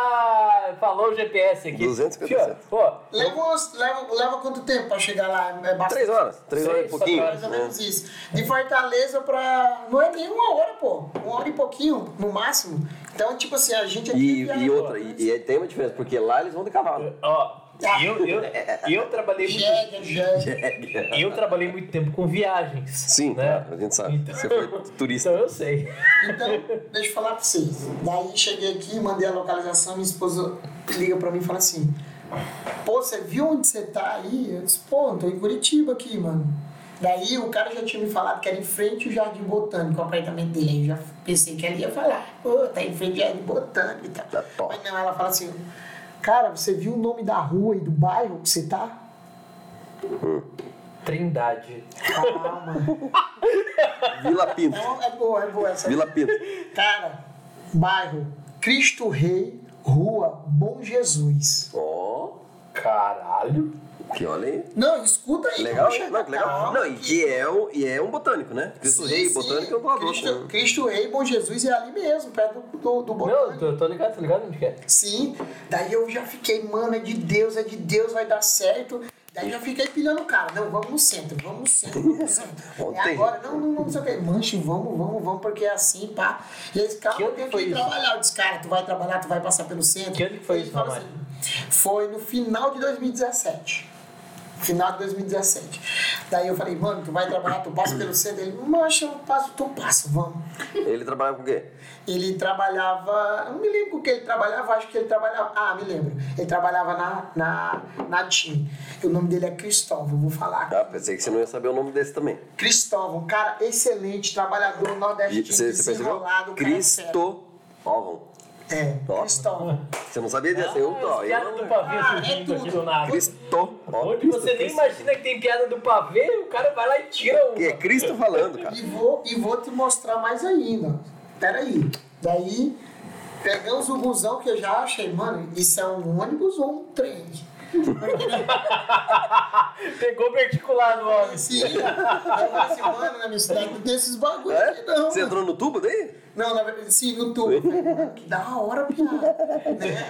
S2: Ah, falou o GPS aqui.
S1: 257.
S2: Fio, ó,
S3: Leva, umas- leva, leva quanto tempo pra chegar lá? É bastante.
S1: Três horas. Três horas e
S2: Três
S1: pouquinho.
S2: horas,
S3: Mais ou menos isso. De Fortaleza pra. Não é nem uma hora, pô. Uma hora e pouquinho, no máximo. Então, tipo assim, a gente
S1: É. E,
S3: viaja-
S1: e outra, e, e aí tem uma diferença, porque lá eles vão de cavalo.
S2: ó, eu, eu, eu trabalhei muito.
S3: Jegue, jegue.
S1: É.
S2: Eu trabalhei muito tempo com viagens. né?
S1: Sim, claro, a gente sabe. Você foi turista.
S2: Então eu sei.
S3: Então, deixa eu falar pra vocês. Daí cheguei aqui, mandei a localização, minha esposa liga pra mim e fala assim: Pô, você viu onde você tá aí? Eu disse, pô, tô em Curitiba aqui, mano. Daí o cara já tinha me falado que era em frente ao Jardim Botânico, o apartamento dele. Aí eu já pensei que ela ia falar, pô, tá em frente ao Jardim Botânico e tal.
S1: Tá top.
S3: Mas não, ela fala assim, cara, você viu o nome da rua e do bairro que você tá?
S2: Trindade.
S3: Calma.
S1: Vila Pinto.
S3: é, é boa, é boa essa.
S1: Vila Pinto.
S3: Cara, bairro Cristo Rei, Rua Bom Jesus.
S1: Ó,
S2: Caralho.
S1: que olha aí.
S3: Não, escuta aí.
S1: Legal,
S3: poxa,
S1: não, que legal.
S3: calma.
S1: Não, e que é um, e é um botânico, né? Cristo
S3: Sim,
S1: Rei
S3: sim.
S1: Botânico é um doador.
S3: Cristo,
S1: né?
S3: Cristo Rei, Bom Jesus é ali mesmo, perto do, do, do
S2: Não,
S3: Botânico.
S2: tô, tô ligado, tô ligado onde que é.
S3: Sim, daí eu já fiquei, mano, é de Deus, é de Deus, vai dar certo. Daí já fiquei pilhando o cara. Não, vamos no centro, vamos no centro, vamos no centro.
S1: Ontem.
S3: É agora, não, não, não, não sei o que. Mancho, vamos, vamos, vamos, porque é assim, pá. E esse cara
S2: Que
S3: eu
S2: ano
S3: tenho
S2: foi
S3: que ir
S2: isso?
S3: trabalhar. Eu disse, cara, tu vai trabalhar, tu vai passar pelo centro.
S2: Que ano que foi
S3: Ele
S2: isso,
S3: fala
S2: Ramalho?
S3: assim, Foi no final de 2017. Final de 2017. Daí eu falei, mano, tu vai trabalhar, tu passa pelo centro. Ele, mancha, eu passo, tu passa, vamos.
S1: Ele trabalhava com o quê?
S3: Ele trabalhava. eu Não me lembro com o que ele trabalhava, acho que ele trabalhava. Ah, me lembro. Ele trabalhava na, na, na TIM. O nome dele é Cristóvão, vou falar.
S1: Ah, pensei que você não ia saber o nome desse também.
S3: Cristóvão, um cara excelente, trabalhador
S1: E
S3: nordestino,
S1: Você, você percebeu?
S3: desenrolado, cara sério.
S1: Cristo. Ó,
S3: É,
S1: Ó.
S3: Cristóvão.
S1: você não sabia dessa? Eu, ó,
S2: As piadas Ah, do
S1: eu
S2: pavê
S3: Ah, é
S2: surgindo aqui
S3: tudo.
S2: do nada.
S1: Cristo. Ó,
S2: Onde você nem imagina que tem piada do pavê, o cara vai lá e tira
S1: que é
S2: uma.
S1: Cristo falando, cara.
S3: E vou, e vou te mostrar mais ainda. Peraí. Daí, pegamos o busão que eu já achei, mano, isso é um ônibus ou um trem? né,
S2: Pegou verticular no homem.
S3: Sim. Aí assim, eu falei assim, mano, na minha cidade não tem esses bagulho
S1: É?
S3: aqui, não.
S1: Você
S3: mano.
S1: entrou no tubo daí?
S3: Não, na verdade, sim, no tubo. Eu falei, mano, Que da hora, piada. Né?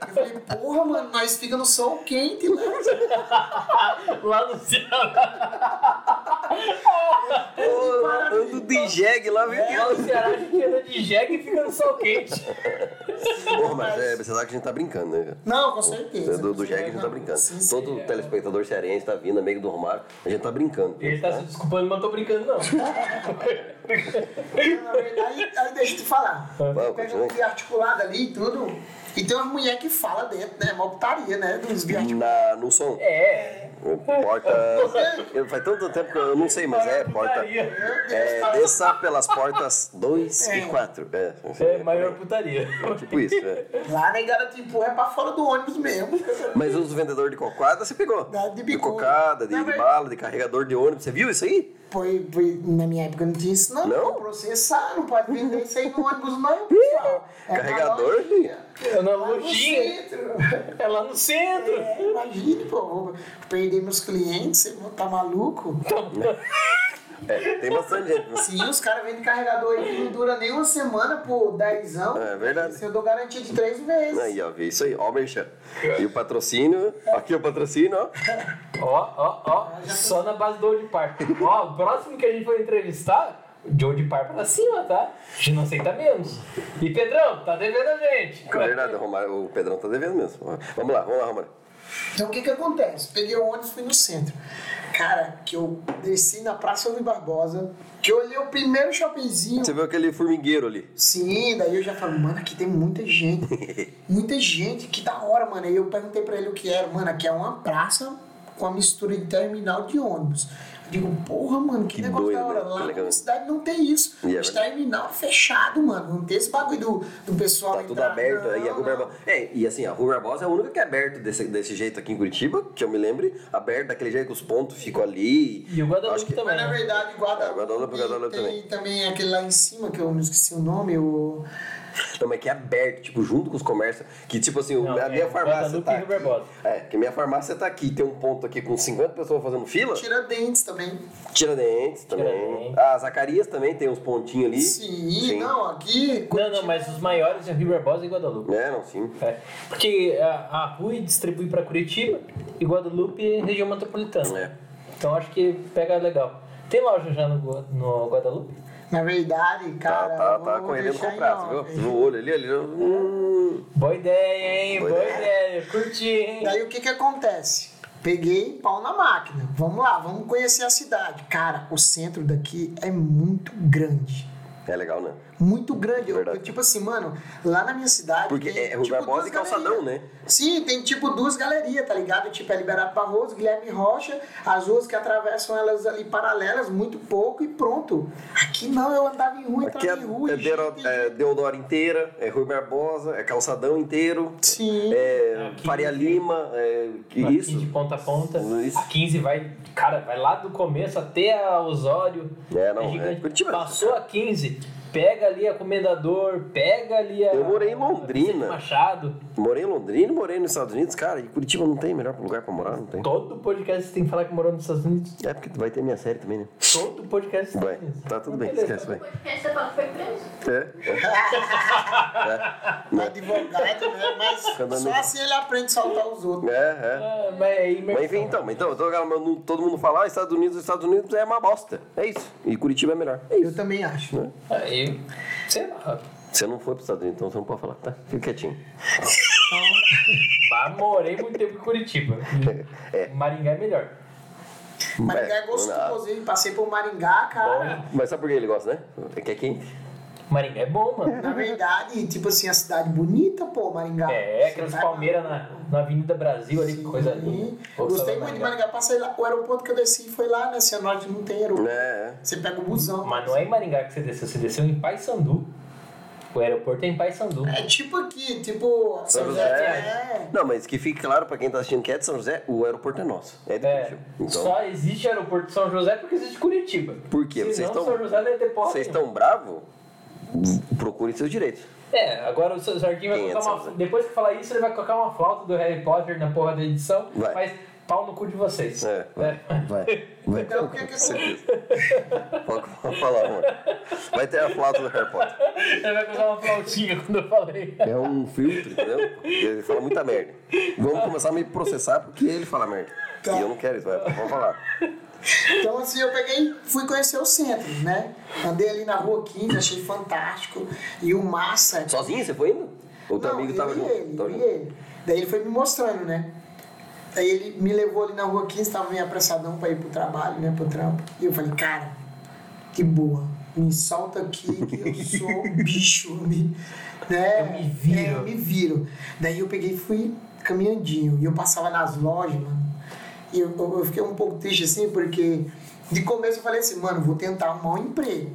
S3: Eu falei, porra, mano, nós fica no sol quente lá.
S2: Lá no Ceará.
S1: Pô, ando de jegue lá, viu?
S3: É,
S2: Lá no Ceará a gente anda de jegue e fica no sol quente.
S1: Porra, mas é, você sabe que a gente tá brincando, né? cara?
S3: Não, com
S1: É
S3: certeza.
S1: Do, do jegue a gente tá brincando.
S3: Sim, sim.
S1: Todo telespectador cearense tá vindo, amigo do Romário, a gente tá brincando.
S3: É.
S2: Ele tá se desculpando, mas não tô brincando, não.
S3: Aí, aí deixa eu te falar.
S1: Vamos,
S3: Pega
S1: continua.
S3: um biarticulado ali e tudo. E tem umas mulheres que falam dentro, né? Mó putaria, né? Dos biarticulados.
S1: Na, no som.
S2: É.
S1: Porta.
S3: É.
S1: Eu- Faz tanto tempo que eu não sei, mas é porta.
S2: Putaria.
S1: É, desça pelas portas 2 e 4. É,
S2: É maior putaria.
S1: Tipo isso, é.
S3: Lá, negada, te empurra é pra fora do ônibus mesmo.
S1: Mas os vendedores de cocada você pegou?
S3: Da- de
S1: de
S3: bicuda.
S1: cocada, de,
S3: Na
S1: de
S3: verdade-
S1: bala, de carregador de ônibus. Você viu isso aí?
S3: Foi, foi- na minha época não tinha isso, não.
S1: Não?
S3: Vou processar, não pode vender isso aí no ônibus, não, pessoal. É na
S1: Carregador,
S3: lojinha.
S2: É na
S3: Lá no
S2: lojinha.
S3: centro.
S2: É lá no centro.
S3: É, imagine, pô, vou perder meus clientes, você tá maluco?
S1: É, tem bastante gente. né?
S3: Sim, os caras vendem carregador aí que não dura nem uma semana, pô, dezão.
S1: É verdade.
S3: Isso eu dou garantia de três meses.
S1: Aí, ó, vê isso aí. Ó, o merchan. E o patrocínio. Aqui é o patrocínio, ó.
S2: Ó, ó, ó. Só na base do Old Par. Ó, o próximo que a gente for entrevistar, de Old Par pra cima, tá? A gente não aceita menos. E Pedrão, tá devendo a gente.
S1: É verdade, o, Romário, o Pedrão tá devendo mesmo. Vamos lá, vamos lá, Romário.
S3: Então o que que acontece? Peguei o ônibus, fui no centro. Cara, que eu desci na Praça Rui Barbosa, que eu olhei o primeiro shoppingzinho.
S1: Você viu aquele formigueiro ali?
S3: Sim, daí eu já falo, mano, aqui tem muita gente. muita gente, que da hora, mano. Aí eu perguntei pra ele o que era. Mano, aqui é uma praça com a mistura de terminal de ônibus. Eu digo, porra, mano, que,
S1: Que
S3: negócio
S1: doido,
S3: da hora.
S1: né?
S3: Lá
S1: Que
S3: na
S1: legal.
S3: minha cidade não tem isso.
S1: E é
S3: Os
S1: verdade.
S3: terminal fechado, mano. Não tem esse bagulho do, do pessoal
S1: Tá tudo
S3: entrar,
S1: aberto aí, a
S3: não,
S1: Rua
S3: não.
S1: Barbosa. É, e assim, a Rua Barbosa é a única que é aberta desse, desse jeito aqui em Curitiba, que eu me lembre, aberta daquele jeito que os pontos ficam ali.
S2: E o Guadalupe
S1: Acho que-
S2: também.
S3: Mas na
S2: né?
S3: verdade,
S1: É,
S3: Guadalupe,
S1: Guadalupe, Guadalupe
S3: tem também aquele lá em cima, que eu não esqueci o nome, o...
S1: Não, mas que é aberto, tipo, junto com os comércios. Que, tipo assim, o-
S2: Não,
S1: a
S2: é,
S1: minha farmácia
S2: Guadalupe
S1: tá
S2: e Rio Barbosa.
S1: aqui. É, que minha farmácia tá aqui. Tem um ponto aqui com 50 pessoas fazendo fila.
S3: Tira dentes também.
S1: Tiradentes também.
S2: Tiradentes.
S1: Ah, Zacarias também tem uns pontinhos ali.
S3: Sim, não, aqui.
S2: Não, não, mas os maiores é Rio Barbosa e Guadalupe.
S1: É, não, sim.
S2: É, Porque a, a Rui distribui para Curitiba e Guadalupe é região metropolitana.
S1: É.
S2: Então acho que pega legal. Tem loja já no, Gua- no Guadalupe?
S3: Na verdade,
S1: Tá,
S3: cara.
S1: tá,
S3: eu
S1: tá
S3: vou
S1: correndo
S3: deixar em
S1: comprar, você
S3: off.
S1: viu? No olho ali, ali. Hum,
S2: Boa ideia, hein?
S1: Boa
S2: Boa, ideia. Curti, hein?
S3: Daí o que que acontece? Peguei pau na máquina. Vamos lá, vamos conhecer a cidade. Cara, o centro daqui é muito grande.
S1: é legal, né?
S3: Muito grande. Eu-
S1: Verdade.
S3: eu, tipo assim, mano, lá na minha cidade.
S1: Porque
S3: tem, tipo,
S1: é Rui Barbosa
S3: duas
S1: e Calçadão,
S3: galerias.
S1: né?
S3: Sim, tem tipo duas galerias, tá ligado? Tipo, é Liberato Barroso, Guilherme Rocha, as ruas que atravessam elas ali paralelas, muito pouco e pronto. Aqui não, eu andava em rua,
S1: Aqui é,
S3: entrava em rua.
S1: é,
S3: e gente,
S1: Deodoro,
S3: tem
S1: é
S3: gente.
S1: Deodoro inteira, é Rui Barbosa, é Calçadão inteiro,
S3: Sim.
S1: é
S2: Aqui-
S1: Faria Lima, é que
S2: Aqui
S1: isso. é
S2: de ponta a ponta.
S1: Isso.
S2: A 15 vai, cara, vai lá do começo até a Osório.
S1: É, não,
S2: gigante.
S1: é Curitiba.
S2: Passou a 15, pega ali a Comendador, pega ali a.
S1: Eu morei em Londrina.
S2: a Machado.
S1: Morei em Londrina, morei nos Estados Unidos, cara, e Curitiba não tem melhor lugar pra morar, não tem.
S2: Todo podcast você tem que falar que morou nos Estados Unidos.
S1: É porque vai ter minha série também, né?
S2: Todo podcast nos
S1: Vai,
S2: Estados Unidos.
S1: tá tudo bem,
S2: Beleza.
S1: esquece, vai.
S5: podcast você fala que foi preso.
S1: É,
S3: Advogado, né?
S1: Cada
S3: Mas só
S1: amigo.
S3: assim ele aprende a soltar os outros.
S1: é, é.
S2: Ah, mas é
S1: Mas
S2: imersão.
S1: enfim, então, então todo, mundo- todo mundo fala, ah, Estados Unidos, Estados Unidos é uma bosta. É isso. E Curitiba é melhor. É
S3: Eu
S1: isso.
S3: também acho.
S2: Aí, Ah, sei lá.
S1: Você não foi pros Estados Unidos, então você não pode falar, tá? Fica quietinho.
S3: Então,
S2: Mas morei muito tempo em Curitiba. Maringá é melhor.
S3: Maringá
S1: É,
S3: é
S1: não.
S3: gostoso, hein? Passei por Maringá, cara.
S1: Mas sabe por que ele gosta, né? É que é quente.
S2: Maringá é bom, mano.
S3: Na verdade, tipo assim, a cidade bonita, pô, Maringá.
S2: É,
S3: Você
S2: aquelas
S3: vai lá.
S2: palmeiras na, na Avenida Brasil ali, que coisa
S3: Sim.
S2: linda.
S3: Gostei muito de Maringá. Passei lá. O aeroporto que eu desci foi lá, né? Se a norte não tem aeroporto.
S1: É,
S3: Você pega o busão.
S2: Mas não é em Maringá que você desceu, você desceu em Paysandu. O aeroporto é em Paysandu.
S3: É tipo aqui, tipo.
S1: São José. né?
S3: É.
S1: Não, mas que fique claro pra quem tá assistindo que é de São José, o aeroporto é nosso. É de
S2: É,
S1: Curitiba. Então,
S2: só existe aeroporto de São José porque existe Curitiba.
S1: Por quê?
S2: Senão,
S1: Vocês estão-
S2: São José não ia ter porra
S1: vocês
S2: nenhuma.
S1: estão bravos? Procurem seus direitos.
S2: É, agora o seu Sarquinho
S1: Quem
S2: vai
S1: é
S2: colocar
S1: de São
S2: uma.
S1: José?
S2: Depois que falar isso, ele vai colocar uma flauta do Harry Potter na porra da edição.
S1: Vai.
S2: Mas pau no cu de vocês.
S1: É, vai.
S2: É.
S1: Vai. Vai.
S3: Então, o que é que
S1: Com certeza. Pode pode falar, amor. Vai ter a flauta do Harry Potter.
S2: Ele vai colocar uma flautinha quando eu falei.
S1: É um filtro, entendeu? Ele fala muita merda. Vamos começar a me processar porque ele fala merda.
S3: Tá.
S1: E eu não quero isso, vai. Vamos falar.
S3: Então, assim, eu peguei fui conhecer o centro, né? Andei ali na rua 15, achei fantástico. E o massa.
S1: Sozinho você foi indo? Ou teu
S3: Não,
S1: amigo
S3: eu
S1: tava
S3: e
S1: junto?
S3: ele,
S1: Tava
S3: eu
S1: junto.
S3: e ele. Daí ele foi me mostrando, né? Daí ele me levou ali na rua 15, tava meio apressadão pra ir pro trabalho, né? Pro trampo. E eu falei, cara, que boa. Me solta aqui que eu sou um bicho. Me, né?
S2: Eu me viro.
S3: É, eu me viro. Daí eu peguei e fui caminhandinho. E eu passava nas lojas, mano. E eu, eu- eu fiquei um pouco triste assim, porque de começo eu falei assim, mano, vou tentar arrumar um emprego.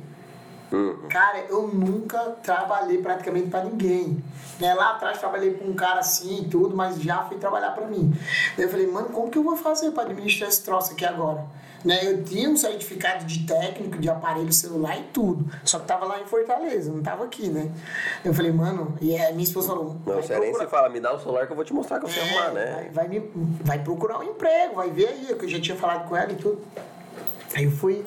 S3: Cara, eu nunca trabalhei praticamente pra ninguém. Né? Lá atrás trabalhei pra um cara assim e tudo, mas já fui trabalhar pra mim. Daí eu falei, mano, como que eu vou fazer pra administrar esse troço aqui agora? Né? Eu tinha um certificado de técnico, de aparelho celular e tudo. Só que tava lá em Fortaleza, não tava aqui, né? Eu falei, mano, e a minha esposa falou.
S1: Não,
S3: vai
S1: o cearense
S3: procurar- É,
S1: fala, me dá o celular que eu vou te mostrar que eu sei arrumar,
S3: vai,
S1: né?
S3: vai me, vai procurar um emprego, vai ver aí, que eu já tinha falado com ela e tudo. Aí eu fui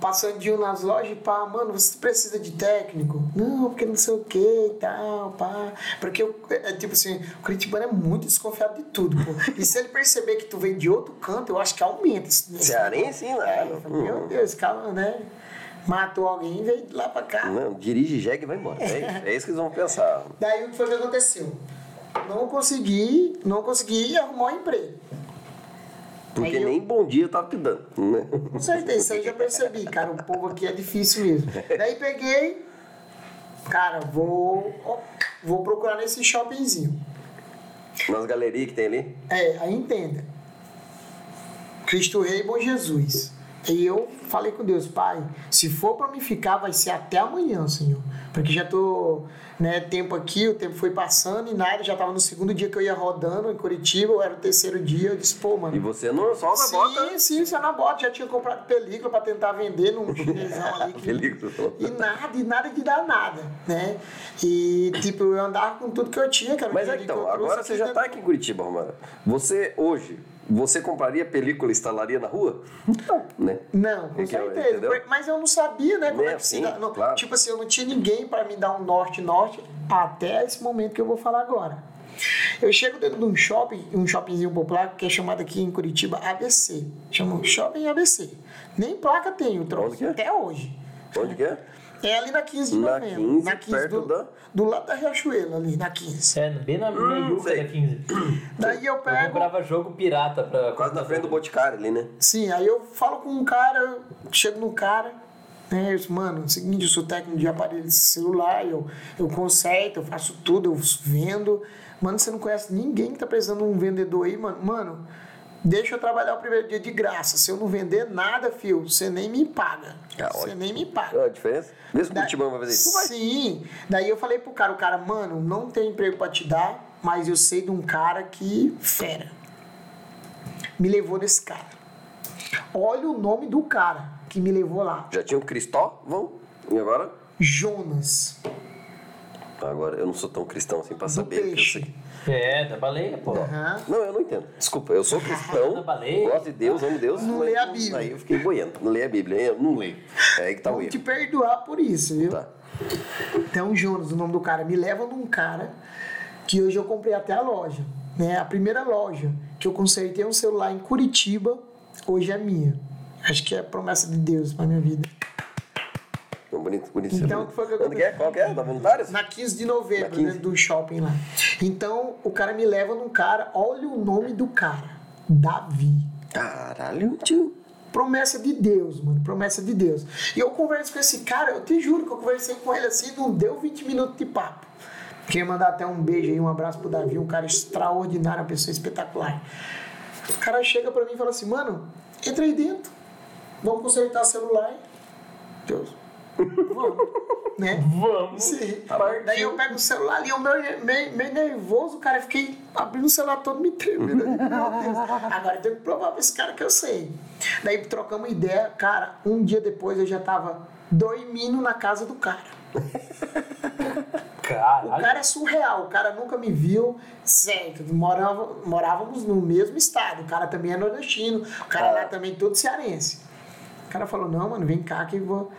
S3: passando de um nas lojas e pá, mano, você precisa de técnico? Não, porque não sei o que e tal, pá. Porque, eu, é, tipo assim, o Curitibano é muito desconfiado de tudo, pô. E se ele perceber que tu vem de outro canto, eu acho que aumenta. esse- esse-
S1: Cearense, Hum. hein,
S3: É,
S1: Lalo?
S3: eu falei, meu Deus, esse cara, né? Matou alguém e veio de lá pra cá.
S1: Não, dirige, jegue e vai embora. É isso, é isso que eles vão pensar.
S3: Daí o que foi que aconteceu? Não consegui, não consegui arrumar um emprego.
S1: Porque
S3: Aí eu-
S1: nem bom dia eu tava te dando, né?
S3: Com certeza, isso aí eu já percebi, cara. O povo aqui é difícil mesmo. Daí peguei, cara, vou, vou procurar nesse shoppingzinho.
S1: Nas galerias que tem ali.
S3: É, aí entenda. Cristo Rei e Bom Jesus. E eu falei com Deus, pai, se for para me ficar, vai ser até amanhã, Senhor. Porque já tô, né, tempo aqui, o tempo foi passando e nada, já tava no segundo dia que eu ia rodando em Curitiba, era o terceiro dia, eu disse, pô, mano.
S1: E você não solta a
S3: sim,
S1: bota.
S3: sim, só na bota. Já tinha comprado película para tentar vender num chinesão ali. que-
S1: Película, falou.
S3: E nada, e nada de dar nada, né? E, tipo, eu andava com tudo que eu tinha, cara.
S1: Mas
S3: o
S1: é
S3: dinheiro que
S1: então,
S3: eu trouxe, assim, né?
S1: agora
S3: eu
S1: você
S3: quis
S1: já
S3: dar-
S1: tá aqui em Curitiba, Romano. Você, hoje, você compraria película e instalaria na rua? Não, né?
S3: Não, com
S1: É que eu-
S3: certeza.
S1: entendeu?
S3: Porque- Mas eu não sabia, né? Como
S1: É,
S3: é que se
S1: sim,
S3: dá. não,
S1: claro.
S3: Tipo assim, eu não tinha ninguém para me dar um norte-norte até esse momento que eu vou falar agora. Eu chego dentro de um shopping, um shoppingzinho popular, que é chamado aqui em Curitiba ABC. Chama Shopping ABC. Nem placa tem o
S1: Onde que
S3: troço,
S1: é?
S3: até hoje.
S1: Onde que é?
S3: É ali na 15 de
S1: Na
S3: novembro.
S1: 15,
S3: do,
S1: perto da-
S3: do lado da Riachuelo, ali, na 15.
S2: É, bem na meiuca
S1: Hum, sei.
S2: da 15.
S3: Daí eu
S2: Eu
S3: pego.
S2: comprava jogo pirata pra.
S1: Quase na frente do Boticário ali, né?
S3: Sim, aí eu falo com um cara, eu chego num cara, né? Eu disse, mano, é o seguinte, eu sou técnico de aparelho de celular, eu, eu conserto, eu faço tudo, eu vendo. Mano, você não conhece ninguém que tá precisando de um vendedor aí, mano. Mano, deixa eu trabalhar o primeiro dia de graça. Se eu não vender nada, fio, você nem me paga.
S1: Ah,
S3: Você
S1: olha.
S3: nem me paga.
S1: Olha a diferença. Mesmo que o
S3: Da-
S1: Timão vai fazer isso. Vai.
S3: Sim. Daí eu falei pro cara, o cara, mano, não tem emprego pra te dar, mas eu sei de um cara que fera. Me levou nesse cara. Olha o nome do cara que me levou lá.
S1: Já tinha o Cristóvão. E agora?
S3: Jonas,
S1: Agora, eu não sou tão cristão assim pra
S3: do
S1: saber. porque eu sei.
S3: peixe.
S2: É, da baleia, pô.
S3: Aham.
S1: Não, eu não entendo. Desculpa, eu sou cristão,
S2: Da baleia.
S1: gosto de Deus, amo Deus.
S3: Ah, Não
S1: mas
S3: lê a Bíblia.
S1: Aí eu fiquei boiando. Não lê a Bíblia, eu não leio. É aí que tá o
S3: Vou te
S1: erro.
S3: perdoar por isso, viu?
S1: Tá.
S3: Então, Jonas, o nome do cara, me leva num cara que hoje eu comprei até a loja, né? A primeira loja que eu consertei um celular em Curitiba, hoje é minha. Acho que é promessa de Deus pra minha vida.
S1: Então, bonito, bonito.
S3: Então,
S1: bonito.
S3: foi o que eu
S1: Onde que é? Qual que é? Da Voluntários?
S3: Na 15 de novembro,
S1: Na 15.
S3: dentro do shopping lá. Então, o cara me leva num cara, olha o nome do cara: Davi.
S1: Caralho, tio.
S3: Promessa de Deus, mano. Promessa de Deus. E eu converso com esse cara, eu te juro que eu conversei com ele assim, não deu 20 minutos de papo. Queria mandar até um beijo aí, um abraço pro Davi, um cara extraordinário, uma pessoa espetacular. O cara chega pra mim e fala assim, mano, entra aí dentro. Vamos consertar o celular. Deus. Vamos. né?
S2: Vamos. Tá
S3: Sim. Daí eu pego o celular ali, eu meio, meio, meio nervoso, cara, fiquei abrindo o celular todo me tremendo. Meu Deus, agora eu tenho que provar pra esse cara que eu sei. Daí trocamos ideia, cara, um dia depois eu já tava dormindo na casa do cara. O
S2: Caralho.
S3: cara é surreal, o cara nunca me viu, certo, morava, morávamos no mesmo estado, o cara também é nordestino, o cara lá também é todo cearense. O cara falou, não, mano, vem cá que eu vou...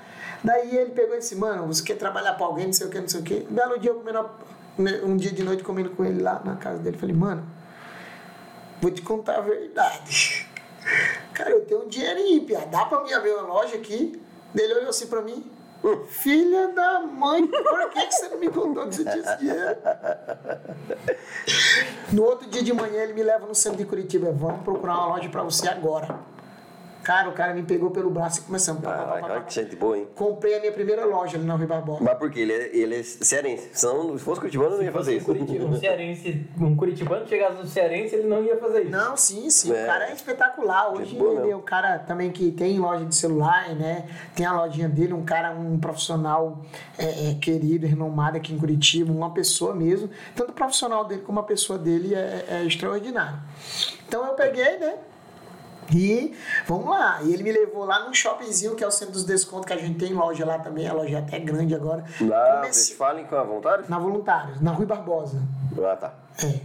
S3: Daí ele pegou e disse, mano, você quer trabalhar pra alguém, não sei o que, não sei o que. Belo dia, eu comendo, né, um dia de noite comendo com ele lá na casa dele, falei, mano, vou te contar a verdade. Cara, eu tenho um dinheirinho, pia. Dá pra mim abrir uma loja aqui? Daí Ele olhou assim pra mim. Filha da mãe, por que, que você não me contou que você tinha esse dinheiro? No outro dia de manhã, ele me leva no centro de Curitiba. Vamos procurar uma loja pra você agora. Cara, o cara me pegou pelo braço e começamos. Pá, pá, pá,
S1: Caralho,
S3: pá,
S1: olha
S3: pá.
S1: Ah, que gente boa, hein?
S3: Comprei a minha primeira loja ali na Rui Barbosa.
S1: Mas por quê? Ele é, ele é cearense. Senão, se fosse curitibano, eu não ia fazer
S2: Um
S1: isso.
S2: curiti- Um cearense, um curitibano chegasse no cearense, ele não ia fazer isso.
S3: Não, sim, sim.
S1: É.
S3: O cara é espetacular. Hoje
S1: boa
S3: ele é
S1: mesmo.
S3: um cara também que tem loja de celular, né? Tem a lojinha dele, um cara, um profissional é, é, querido, renomado aqui em Curitiba, uma pessoa mesmo. Tanto o profissional dele como a pessoa dele é, é extraordinário. Então eu peguei, né? E vamos lá. E ele me levou lá num shoppingzinho que é o centro dos descontos, que a gente tem loja lá também, a loja é até grande agora.
S1: Lá,
S3: Comecei-
S1: vocês falem com a vontade?
S3: Na Voluntários, na Rui Barbosa.
S1: Ah, tá.
S3: É.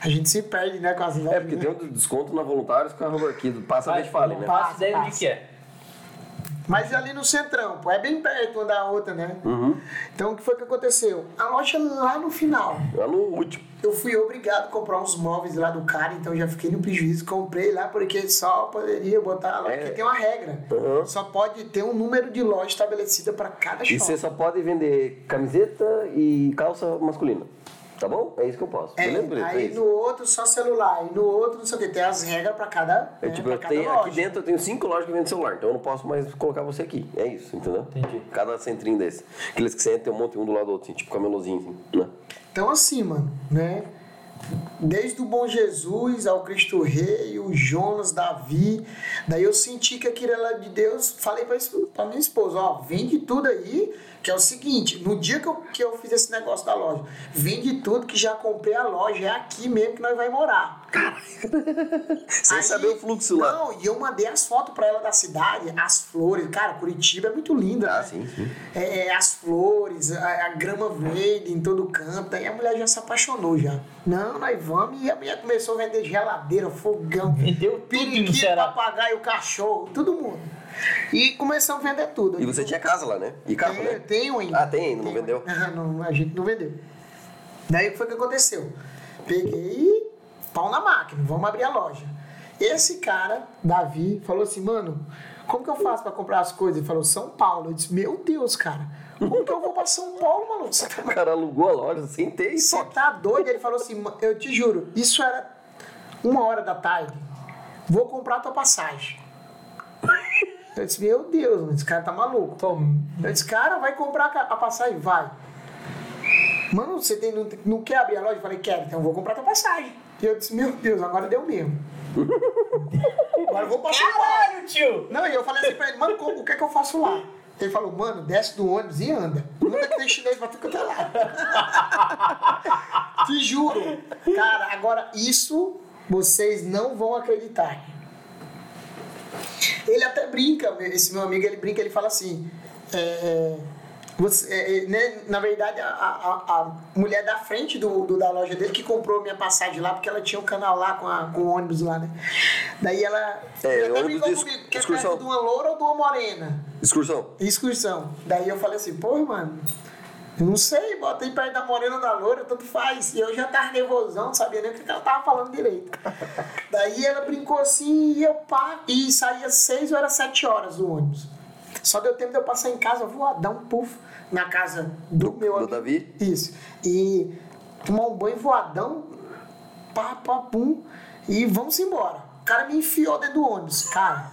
S3: A gente se perde, né, com as lojas.
S1: É, porque
S3: né?
S1: tem um desconto na Voluntários com a Robert Kido. Passa a
S2: Vai,
S1: gente fale,
S2: não
S1: né?
S2: faço ideia
S3: Passa,
S2: do que que é.
S3: Mas ali no centrão, pô, é bem perto uma da outra, né?
S1: Uhum.
S3: Então o que foi que aconteceu? A loja lá no final.
S1: Lá no último.
S3: Eu fui obrigado a comprar uns móveis lá do cara, então já fiquei no prejuízo. Comprei lá porque só poderia botar lá,
S1: É.
S3: porque tem uma regra.
S1: Uhum.
S3: Só pode ter um número de loja estabelecida para cada
S1: E você
S3: shopping.
S1: só pode vender camiseta e calça masculina. Tá bom? É isso que eu posso.
S3: É,
S1: beleza, beleza? é
S3: aí
S1: isso.
S3: no outro só celular, e no outro não sei o que, tem as regras para cada,
S1: Eu,
S3: né,
S1: tipo,
S3: pra
S1: eu
S3: cada
S1: tenho,
S3: loja.
S1: aqui dentro eu tenho cinco lojas que vendem celular, então eu não posso mais colocar você aqui. É isso, entendeu?
S2: Entendi.
S1: Cada centrinho desse. Aqueles que você entra tem um monte um do lado do outro, assim, tipo camelôzinho, assim, né?
S3: Então assim, mano, né? Desde o Bom Jesus ao Cristo Rei, o Jonas, Davi. Daí eu senti que aquilo era de Deus. Falei pra, isso- pra minha esposa: ó, vende tudo aí, que é o seguinte: no dia que eu, que eu fiz esse negócio da loja, vende tudo que já comprei a loja, é aqui mesmo que nós vamos morar.
S4: Sem
S3: Aí-
S4: saber o fluxo lá.
S3: Não, e eu mandei as fotos pra ela da cidade, as flores. Cara, Curitiba é muito linda.
S4: Ah,
S3: né?
S4: sim, sim.
S3: É, é, as flores, a, a grama verde em todo canto. Aí a mulher já se apaixonou já. Não, nós vamos. E a mulher começou a vender geladeira, fogão,
S2: Vendeu tudo no
S3: periquito,
S2: Ceará.
S3: papagaio, cachorro, todo mundo. E começamos a vender tudo.
S4: E você tinha casa lá, né? E carro,
S3: Tem, um-
S4: né?
S3: tenho ainda.
S4: Ah, tem ainda, não
S3: Tenho
S4: vendeu?
S3: Ah, não, a gente não vendeu. Daí o que foi que aconteceu? Peguei pau na máquina, vamos abrir a loja. Esse cara, Davi, falou assim, mano, como que eu faço pra comprar as coisas? Ele falou, São Paulo. Eu disse, meu Deus, cara, como que eu vou pra São Paulo, maluco? Você tá,
S4: O cara alugou a loja sem ter
S3: você
S4: estoque.
S3: tá doido? Ele falou assim, "Ma- eu te juro, isso era uma hora da tarde. Vou comprar tua passagem. Eu disse, meu Deus, mano, esse cara tá maluco.
S2: Tom,
S3: Eu disse, cara, vai comprar a ca- a passagem? Vai. Mano, você tem, não, tem- não quer abrir a loja? Eu falei, quero, então eu vou comprar tua passagem. E eu disse, meu Deus, agora deu mesmo. agora eu vou passar lá.
S2: Caralho, tio!
S3: Não, e eu falei assim pra ele, mano, como- o que é que eu faço lá? Ele falou, mano, desce do ônibus e anda. Anda que tem chinês pra tu cantar lá. Te juro. Cara, agora isso vocês não vão acreditar. Ele até brinca, esse meu amigo, ele brinca, ele fala assim. é, é, você- é, é, né, na verdade, a, a- a mulher da frente do, do- da loja dele que comprou minha passagem lá, porque ela tinha um canal lá com, a- com o ônibus lá, né? Daí ela.
S4: É,
S3: ele até
S4: ônibus
S3: brincou
S4: de ex-
S3: comigo, quer
S4: excursão.
S3: perto de uma loura ou de uma morena?
S4: Excursão.
S3: Excursão. Daí eu falei assim, pô, mano, eu não sei, bota aí perto da morena ou da loura, tanto faz. E eu já tava nervosão, não sabia nem o que ela tava falando direito. Daí ela brincou assim e eu pá, e saía seis ou era sete horas do ônibus. Só deu tempo de eu passar em casa, voar, dar um puff na casa do, meu
S4: do
S3: amigo.
S4: Davi?
S3: Isso. E tomar um banho voadão, pá, pá, pum, e vamos embora. O cara me enfiou dentro do ônibus, cara.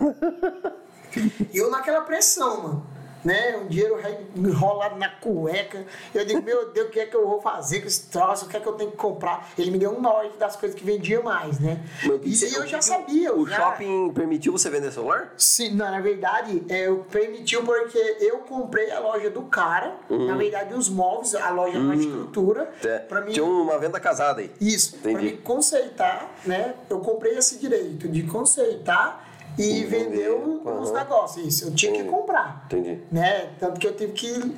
S3: E eu naquela pressão, mano. Né? Um dinheiro re- enrolado na cueca. Eu digo, meu Deus, o que é que eu vou fazer com esse troço? O que é que eu tenho que comprar? Ele me deu um norte das coisas que vendia mais, né?
S4: Mas o que
S3: e
S4: que- o
S3: eu
S4: que
S3: já
S4: que
S3: sabia. eu
S4: O
S3: já-
S4: shopping permitiu você vender celular?
S3: Sim, não, na verdade, é, eu permitiu porque eu comprei a loja do cara.
S4: Hum.
S3: Na verdade, os móveis, a loja com a estrutura.
S4: É.
S3: Pra mim,
S4: Hum. Tinha uma venda casada aí.
S3: isso, para
S4: Entendi.
S3: me conceitar, né? Eu comprei esse direito de conceitar e,
S4: E vender,
S3: vender o- os
S4: aham.
S3: negócios. Isso, eu tinha que
S4: Entendi.
S3: comprar.
S4: Entendi.
S3: Né? Tanto que eu tive que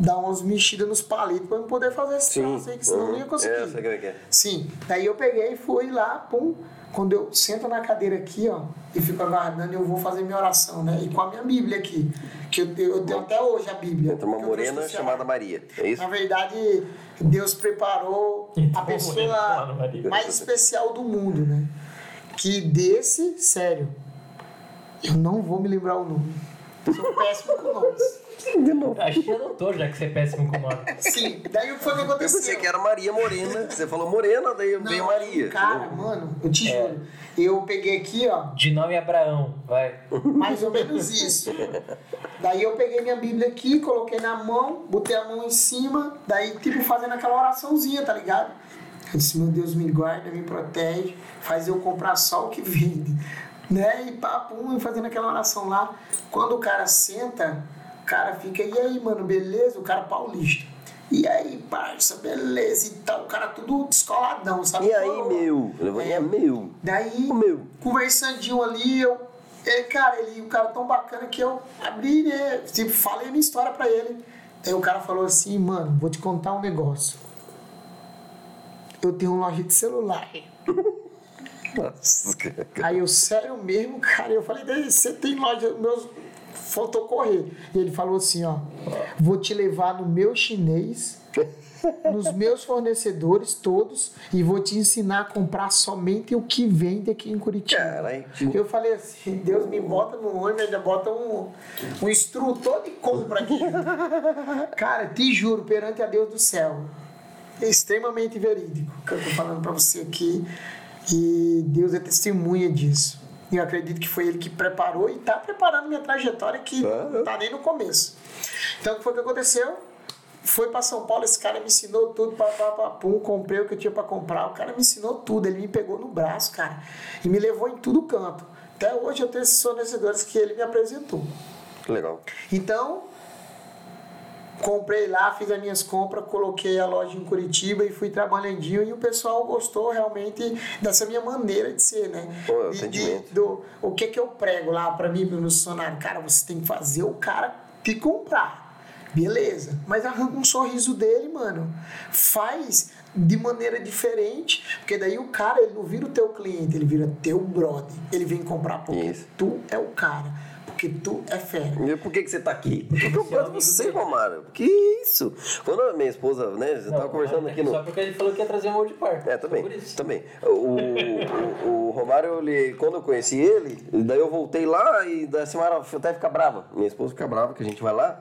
S3: dar umas mexidas nos palitos para poder fazer esse troço aí, que senão eu não ia
S4: Uhum.
S3: conseguir.
S4: É, eu sei como é que é.
S3: Sim. Daí eu peguei e fui lá, pum. Quando eu sento na cadeira aqui, ó, e fico aguardando, eu vou fazer minha oração, né? E com a minha Bíblia aqui, que eu, eu tenho até hoje a Bíblia.
S4: Entra uma
S3: que eu trouxe Ah,
S4: morena
S3: do Ceará.
S4: chamada Maria. É isso?
S3: Na verdade, Deus preparou
S2: Então,
S3: a
S2: então,
S3: pessoa
S2: Maria.
S3: mais especial do mundo, né? Que desse, sério, eu não vou me lembrar o nome. Sou péssimo com nomes.
S2: Acho que eu não tô, já que você é péssimo com nome.
S3: Sim, daí o que foi que
S4: Eu
S3: aconteceu?
S4: pensei que era Maria Morena. Você falou Morena, daí eu veio
S3: Não,
S4: Maria.
S3: Cara,
S4: entendeu?
S3: mano, eu te juro. Eu peguei aqui, ó,
S2: De nome é Abraão, vai.
S3: mais ou menos isso. Daí eu peguei minha Bíblia aqui, coloquei na mão, botei a mão em cima, daí tipo fazendo aquela oraçãozinha, tá ligado? Eu disse, meu Deus, me guarda, me protege, faz eu comprar só o que vende. Né? E papum, e fazendo aquela oração lá. Quando o cara senta, o cara fica, e aí, mano, beleza? O cara paulista. E aí, parça, beleza e tal. O cara tudo descoladão, sabe?
S4: E aí,
S3: Coroa.
S4: meu? Levanta é. meu.
S3: Daí,
S4: O meu.
S3: conversandinho ali, eu. é, cara, ele, um cara tão bacana que eu abri, né? Tipo, falei minha história pra ele. Aí o cara falou assim, mano, vou te contar um negócio. Eu tenho uma loja de celular.
S4: Nossa, cara.
S3: Aí eu, sério mesmo, cara? Eu falei, daí você tem loja, meus. Faltou correr. E ele falou assim, ó. Vou te levar no meu chinês, nos meus fornecedores todos, e vou te ensinar a comprar somente o que vende aqui em Curitiba.
S4: Caralho.
S3: Eu falei assim, Deus me bota no ônibus, ainda bota um, um instrutor de compra aqui. Cara, te juro, perante a Deus do céu, é extremamente verídico o que eu tô falando pra você aqui. E Deus é testemunha disso. E eu acredito que foi ele que preparou e tá preparando minha trajetória que
S4: Claro.
S3: não tá nem no começo. Então, o que foi que aconteceu? Foi pra São Paulo, esse cara me ensinou tudo, papapapum, comprei o que eu tinha pra comprar. O cara me ensinou tudo, ele me pegou no braço, cara, e me levou em tudo canto. Até hoje eu tenho esses fornecedores que ele me apresentou.
S1: Legal.
S3: Então, comprei lá, fiz as minhas compras, coloquei a loja em Curitiba e fui trabalhandinho e o pessoal gostou realmente dessa minha maneira de ser, né?
S1: Pô, é o
S3: De- de-
S1: atendimento.
S3: do, o que que eu prego lá pra mim, pro meu funcionário? Cara, você tem que fazer o cara te comprar. Beleza, mas arranca um sorriso dele, mano. Faz de maneira diferente, porque daí o cara ele não vira o teu cliente, ele vira teu brother. Ele vem comprar porque
S1: Isso.
S3: tu é o cara, porque tu é fera.
S1: E por que, que você tá aqui? Porque eu gosto de você, Romário. Que isso? Quando a minha esposa, né, eu tava conversando aqui no.
S2: é Só porque ele falou que ia trazer um Old Park.
S1: É,
S2: Por
S1: também.
S2: isso.
S1: também. O, o, o Romário, ele, quando eu conheci ele, daí eu voltei lá e da Simara até fica brava. Minha esposa fica brava que a gente vai lá.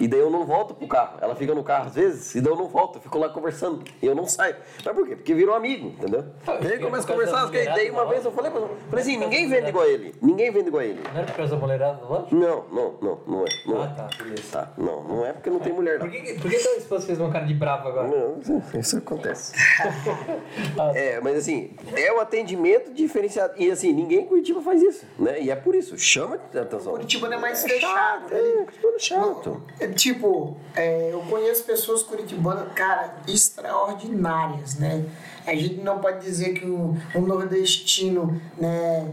S1: E daí eu não volto pro carro. Ela fica no carro às vezes, e daí eu não volto, eu fico lá conversando. E eu não saio. Mas por quê? Porque virou amigo, entendeu?
S2: Ah,
S1: E aí começa a
S2: por causa da
S1: conversar, e daí
S2: mulherada,
S1: uma
S2: não.
S1: vez eu falei, pra- falei assim, ninguém vende igual a ele. Ninguém vende igual a ele.
S2: Não era por causa da mulherada do lanche?
S1: Não, não, não, não é. Não
S2: Ah,
S1: é.
S2: tá, beleza.
S1: Tá, não, não é porque não tem mulher, não.
S2: Por que, que- por que teu esposo fez uma cara de bravo agora?
S1: Não, isso acontece.
S2: Ah.
S1: é, mas assim, é o atendimento diferenciado. E assim, ninguém em Curitiba faz isso, né? E é por isso, chama a atenção.
S3: Curitiba não é mais
S1: chato,
S3: fechado,
S1: é,
S3: ele-
S1: Curitiba é chato.
S3: É, Tipo, é, eu conheço pessoas curitibanas, cara, extraordinárias, né? A gente não pode dizer que o, o nordestino, né,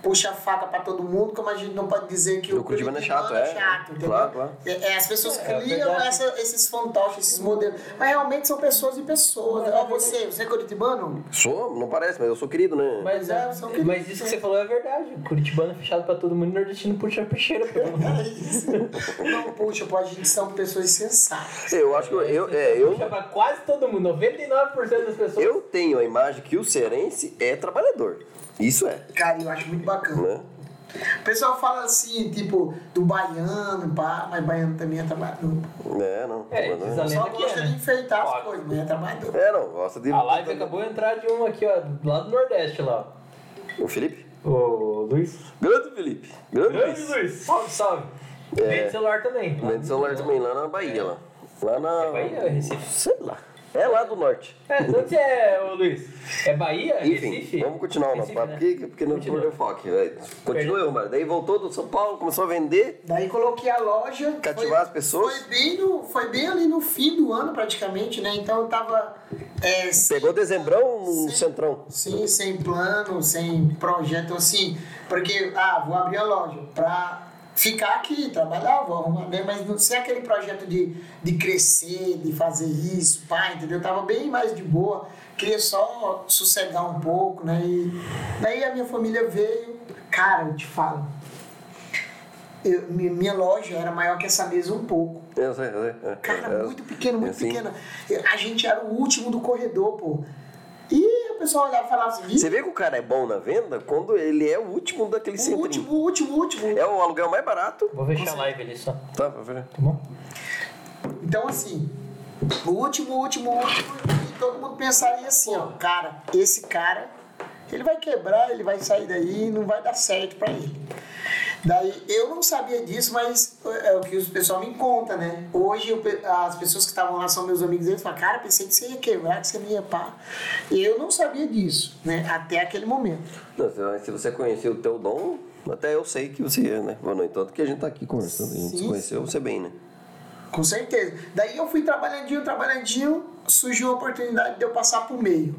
S3: puxa a faca pra todo mundo, como a gente não pode dizer que
S1: O
S3: o,
S1: curitibano é
S3: curitibano
S1: chato, é.
S3: entendeu?
S1: Claro, claro.
S3: É, é, as pessoas
S2: É, é
S3: criam
S2: verdade.
S3: essa- esses fantoches, esses modelos, mas realmente são pessoas e pessoas. Ó, você, você é curitibano?
S1: Sou, não parece, mas eu sou querido, né?
S2: Mas,
S3: É,
S2: é,
S3: são queridos,
S2: mas isso que
S3: né?
S2: você falou é verdade. O Curitibano é fechado pra todo mundo e o nordestino puxa a peixeira pra todo mundo.
S3: É isso. Não, puxa, pô, a gente são pessoas sensatas.
S1: Eu acho que eu, eu, é, eu,
S2: Puxa pra quase todo mundo. 99% das pessoas.
S1: eu tenho a imagem que o cearense é trabalhador. Isso é,
S3: Cara, eu acho muito bacana.
S1: né?
S3: O pessoal fala assim, tipo, do baiano, pá, mas baiano também é trabalhador.
S1: É, não.
S2: É, diz a
S1: não.
S3: O
S2: lenda
S3: pessoal
S2: que é,
S3: gosta de
S2: né?
S3: enfeitar
S2: Ó,
S3: as coisas, mas é trabalhador.
S1: É, não, gosta de.
S2: A live acabou de entrar de um aqui, ó, lá do Nordeste, lá.
S1: O Felipe?
S2: ó. Ô, Luiz.
S1: Grande Felipe. Grande Luiz.
S2: Luiz. Salve, salve. Vende celular também.
S1: Vende celular também lá na Bahia, lá. Lá na.
S2: É Bahia ou é Recife?
S1: Sei lá. É lá do norte.
S2: É, de onde você é, ô Luiz? É Bahia?
S1: Enfim,
S2: Recife?
S1: vamos continuar o nosso
S2: Recife,
S1: papo
S2: né?
S1: aqui, porque não
S2: Continua.
S1: perdeu o foco. velho. Continua, Romário. Daí voltou do São Paulo, começou a vender.
S3: Daí coloquei a loja.
S1: Cativar
S3: foi-
S1: as pessoas?
S3: Foi bem, no, foi bem ali no fim do ano, praticamente, né? Então eu tava. é, sem-
S1: Pegou dezembrão no
S3: Sim.
S1: centrão.
S3: Sim, sem plano, sem projeto assim. Porque, ah, vou abrir a loja pra ficar aqui, trabalhar, vou arrumar bem, mas não sem aquele projeto de, de crescer, de fazer isso, pá, entendeu? Eu tava bem mais de boa, queria só sossegar um pouco, né? E daí a minha família veio, cara, eu te falo. eu- mi- minha loja era maior que essa mesa um pouco.
S1: Eu sei, eu sei. É,
S3: Cara,
S1: é,
S3: muito pequena, muito
S1: assim.
S3: pequena. A gente era o último do corredor, pô. E o pessoal olhava e falava assim,
S1: Você vê que o cara é bom na venda quando ele é o último daquele
S3: O
S1: centrinho.
S3: último, o último, o último.
S1: É o aluguel mais barato.
S2: Vou fechar a live ali só.
S1: Tá, pra ver.
S2: Tá bom?
S3: Então, assim, o último, o último, o último, e todo mundo pensaria assim, ó, cara, esse cara, ele vai quebrar, ele vai sair daí, não vai dar certo pra ele. Daí, eu não sabia disso, mas é o que o pessoal me conta, né? Hoje, eu pe- as pessoas que estavam lá são meus amigos, eles falam, cara, pensei que você ia quebrar, que você não ia pá. E eu não sabia disso, né? Até aquele momento.
S1: Não, se- se você conheceu o teu dom, até eu sei que você é, né? No entanto, que a gente tá aqui conversando. A gente
S3: Sim.
S1: se conheceu, você bem, né?
S3: Com certeza. Daí eu fui trabalhandinho, trabalhandinho, surgiu a oportunidade de eu passar pro meio.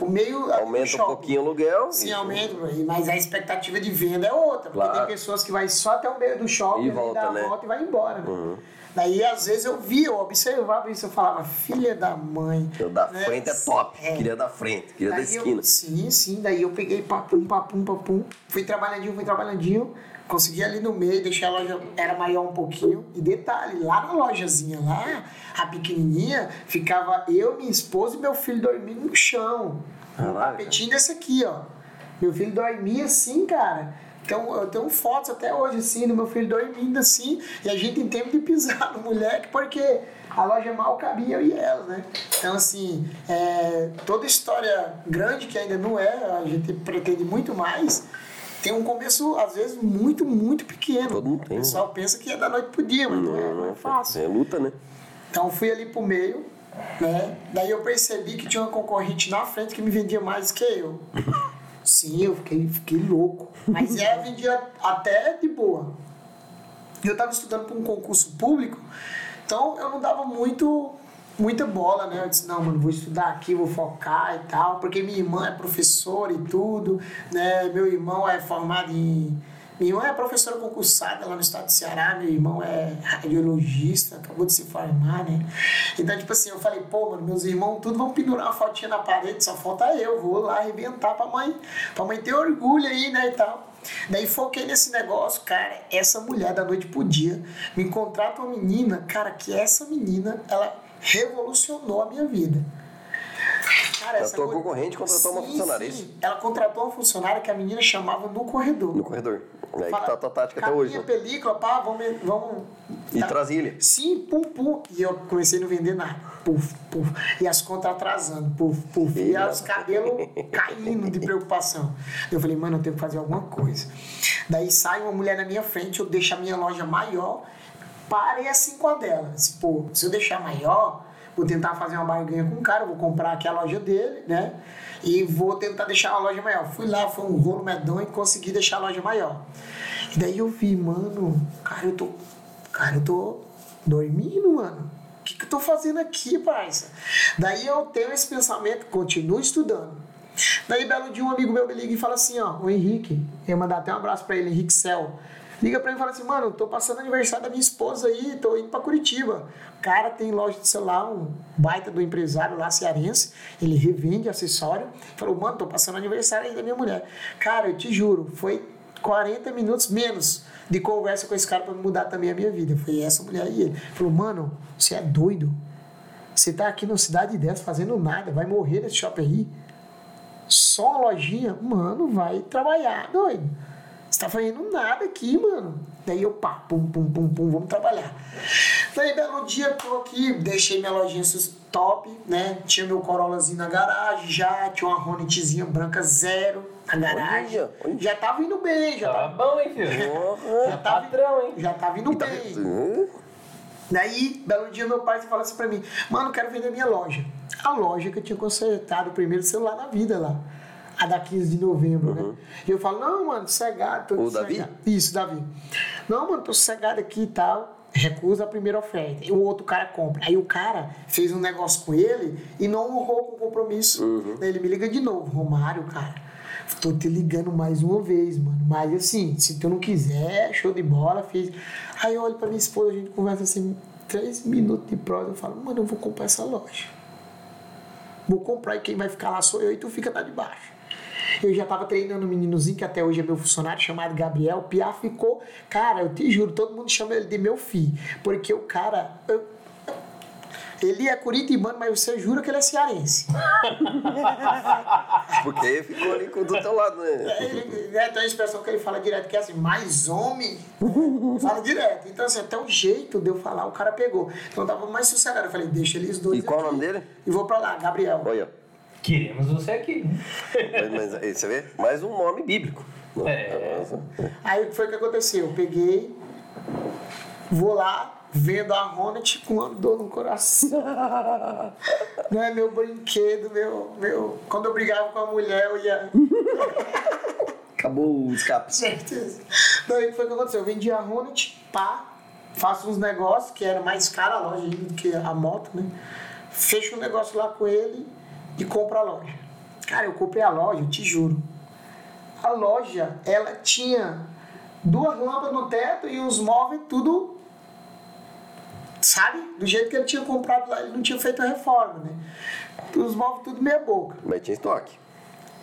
S3: O meio ali no
S1: Aumenta um
S3: Tá, shopping.
S1: pouquinho o aluguel.
S3: Sim,
S1: isso.
S3: aumenta, mas a expectativa de venda é outra. Porque
S1: Claro.
S3: tem pessoas que vai só até o meio do shopping,
S1: E
S3: ali
S1: volta,
S3: dá a
S1: né? Uhum.
S3: volta e vai embora. né? Daí, às vezes, eu via, eu observava isso, eu falava, filha da mãe.
S1: Eu da
S3: né?
S1: frente é top.
S3: É.
S1: Queria da frente, queria da
S3: Daí eu-
S1: esquina.
S3: sim, sim. Daí eu peguei papum, papum, papum. Fui trabalhandinho, fui trabalhandinho. Consegui ali no meio, deixei a loja, era maior um pouquinho. E detalhe, lá na lojazinha, lá, a pequenininha, ficava eu, minha esposa e meu filho dormindo no chão. Um
S1: Caraca.
S3: tapetinho desse aqui, ó. Meu filho dormia assim, cara. Então, eu tenho fotos até hoje, assim, do meu filho dormindo assim. E a gente tem tempo de pisar no moleque, porque a loja é mal cabia eu e ela, né? Então, assim, é, toda história grande, que ainda não é, a gente pretende muito mais, tem um começo, às vezes, muito, muito pequeno.
S1: Todo mundo tem, né?
S3: O pessoal pensa que é da noite pro dia, mas não é, não é fácil.
S1: É luta, né?
S3: Então fui ali pro meio, né? Daí eu percebi que tinha uma concorrente na frente que me vendia mais que eu. Sim, eu fiquei, fiquei louco. Mas ela vendia até de boa. E eu tava estudando para um concurso público, então eu não dava muito muita bola, né? Eu disse, não, mano, vou estudar aqui, vou focar e tal, porque minha irmã é professora e tudo, né? Meu irmão é formado em. Minha irmã é professora concursada lá no estado do Ceará, meu irmão é radiologista, acabou de se formar, né? Então, tipo assim, eu falei, pô, mano, meus irmãos tudo vão pendurar uma fotinha na parede, só falta eu, vou lá arrebentar pra mãe, pra mãe ter orgulho aí, né, e tal. Daí foquei nesse negócio, cara, essa mulher da noite pro dia me contrata uma menina, cara, que essa menina, ela revolucionou a minha vida. Cara,
S4: A tua concorrente contratou uma funcionária, é isso?
S3: Ela contratou uma funcionária que a menina chamava no corredor.
S4: no corredor. É aí que
S3: Fala,
S4: tá a tua tática até
S3: "Capinha,
S4: hoje, né?
S3: película, pá, vamos... vamos
S4: E
S3: tá-
S4: Brasília.
S3: Sim, pum, pum. E eu comecei a não vender nada. Puf, puf. E as contas atrasando, puf, puf. E
S4: Filha
S3: os
S4: da-
S3: cabelos caindo de preocupação. Eu falei, mano, eu tenho que fazer alguma coisa. Daí sai uma mulher na minha frente, eu deixo a minha loja maior, parei assim com a dela. Disse, Pô, se eu deixar maior, vou tentar fazer uma barganha com o cara, vou comprar aqui a loja dele, né? E vou tentar deixar a loja maior. Fui lá, foi um rolo medonho e consegui deixar a loja maior. E daí eu vi, mano, cara, eu tô. Cara, eu tô dormindo, mano. O que, que eu tô fazendo aqui, parça? Daí eu tenho esse pensamento, continuo estudando. Daí, belo dia, um amigo meu me liga e fala assim, ó, o Henrique, eu ia mandar até um abraço pra ele, Henrique Cel. Liga pra ele e fala assim, mano, tô passando aniversário da minha esposa aí, tô indo pra Curitiba. O cara tem loja de celular, um baita do empresário lá, cearense, ele revende acessório. Falou, mano, tô passando aniversário aí da minha mulher. Cara, eu te juro, foi 40 minutos menos de conversa com esse cara pra mudar também a minha vida. Foi essa mulher aí. Ele falou, mano, você é doido. Você tá aqui na cidade dessa fazendo nada, vai morrer nesse shopping aí. Só uma lojinha, mano, vai trabalhar, doido. Você tá fazendo nada aqui, mano. Daí eu, pá, pum, pum, pum, pum, vamos trabalhar. Daí, belo dia, tô aqui, deixei minha lojinha sus- top, né? Tinha meu Corollazinho na garagem já, tinha uma Hornetzinha branca zero na garagem.
S4: Olha, olha.
S3: Já tava indo bem, já
S2: Tá
S3: tava
S2: bom, hein, filho?
S4: Porra.
S3: já tá tava,
S2: Patrão, hein?
S3: já tava indo
S4: E tá-
S3: bem.
S4: Hum,
S3: Daí, belo dia, meu pai fala assim pra mim: Mano, eu quero vender minha loja. A loja que eu tinha consertado o primeiro celular na vida lá. A da 15 de novembro, né? E eu falo: Não, mano, sossegado. tô
S4: Uhum. O Davi?
S3: sossegado." Isso, Davi. Não, mano, tô sossegado aqui e tal. Recusa a primeira oferta. E o outro cara compra. Aí o cara fez um negócio com ele e não honrou com o compromisso. Daí Ele me liga de novo: Romário, cara. Tô te ligando mais uma vez, mano. Mas assim, se tu não quiser, show de bola, fiz. Aí eu olho pra minha esposa, a gente conversa assim, três minutos de prosa, eu falo, mano, eu vou comprar essa loja. Vou comprar e quem vai ficar lá sou eu e tu fica lá de baixo. Eu já tava treinando um meninozinho que até hoje é meu funcionário, chamado Gabriel. O Piá ficou. Cara, eu te juro, todo mundo chama ele de meu filho. Porque o cara. eu- ele é curitibano, mas você jura que ele é cearense.
S4: Porque ficou ali com- do teu lado, né?
S3: Ele, né, tem uma expressão que ele fala direto, que é assim, mais homem. fala direto. Então, assim, até o jeito de eu falar, o cara pegou. Então, eu tava mais sossegado. Eu falei, deixa eles dois
S4: E qual o
S3: aqui.
S4: nome dele?
S3: E vou pra lá, Gabriel.
S4: Olha,
S2: Queremos você aqui. né?
S4: mas, mas aí você vê? Mais um nome bíblico.
S2: É.
S3: Aí, o que foi que aconteceu? Eu peguei, vou lá, vendo a Hornet com uma dor no coração. Não é meu brinquedo, meu, meu... Quando eu brigava com a mulher, eu ia...
S4: Acabou o escape.
S3: certeza. Daí foi o que aconteceu. Eu vendi a Hornet, pá, faço uns negócios, que era mais cara a loja ainda do que a moto, né? Fecho um negócio lá com ele e compro a loja. Cara, eu comprei a loja, eu te juro. A loja, ela tinha duas lâmpadas no teto e uns móveis tudo sabe? Do jeito que ele tinha comprado lá, ele não tinha feito a reforma, né? Os móveis tudo meia boca.
S4: Mas tinha estoque.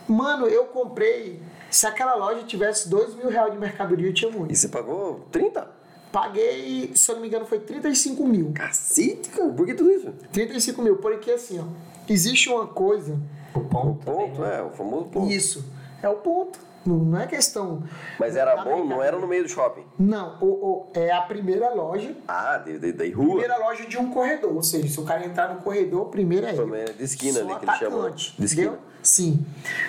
S3: Mano, eu comprei. Se aquela loja tivesse dois mil reais de mercadoria, eu tinha muito.
S4: E você pagou 30?
S3: Paguei, se eu não me engano, foi 35 mil.
S4: Cacete, cara. Por que tudo isso?
S3: 35 mil, porque assim, ó. Existe uma coisa.
S2: O ponto. né?
S4: Ponto, é. O famoso ponto.
S3: Isso. É o ponto. Não, não é questão.
S4: Mas era
S3: da
S4: bom, não
S3: brincadeira.
S4: era no meio do shopping.
S3: Não, o- o- é a primeira loja.
S4: Ah, de, de, de rua.
S3: Primeira loja de um corredor, ou seja, se o cara entrar no corredor, primeiro é ele.
S4: Também é de esquina
S3: Sou
S4: ali que ele chama, né?
S3: atacante,
S4: De
S3: entendeu?
S4: esquina.
S3: Sim.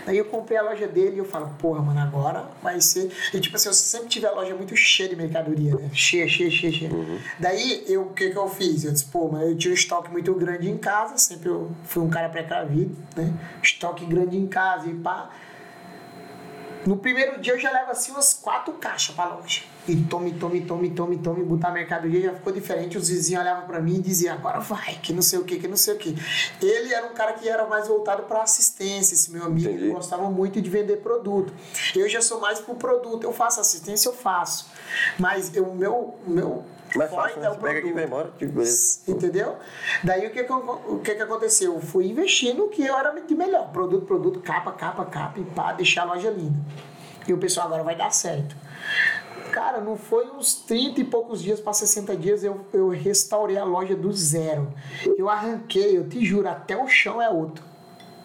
S3: Aí eu comprei a loja dele e eu falo, porra, mano, agora vai ser. E tipo assim, eu sempre tive a loja muito cheia de mercadoria, né? Cheia, cheia, cheia, cheia.
S4: Uhum.
S3: Daí, eu- o que que eu fiz? Eu disse, pô, mano, eu tinha um estoque muito grande em casa, sempre eu fui um cara precavido, né? Estoque grande em casa e pá. No primeiro dia eu já levo assim umas quatro caixas pra loja. E tome, tome, tome, tome, tome, botar mercadoria já ficou diferente. Os vizinhos olhavam pra mim e diziam, agora vai, que não sei o que, que não sei o que. Ele era um cara que era mais voltado pra assistência, esse meu amigo,
S4: Entendi.
S3: ele gostava muito de vender produto. Eu já sou mais pro produto, eu faço assistência, eu faço. Mas eu- o meu, o meu é
S4: Mais
S3: foco
S4: fácil, né? Você pega aqui e vai embora. Tipo, beleza.
S3: Entendeu? Daí o que que, eu- o que que aconteceu? Eu fui investindo o que eu era de melhor. Produto, produto, capa, capa, capa, e pá, deixar a loja linda. E o pessoal agora vai dar certo. Cara, não foi uns 30 e poucos dias para 60 dias eu, eu restaurei a loja do zero. Eu arranquei, eu te juro, até o chão é outro.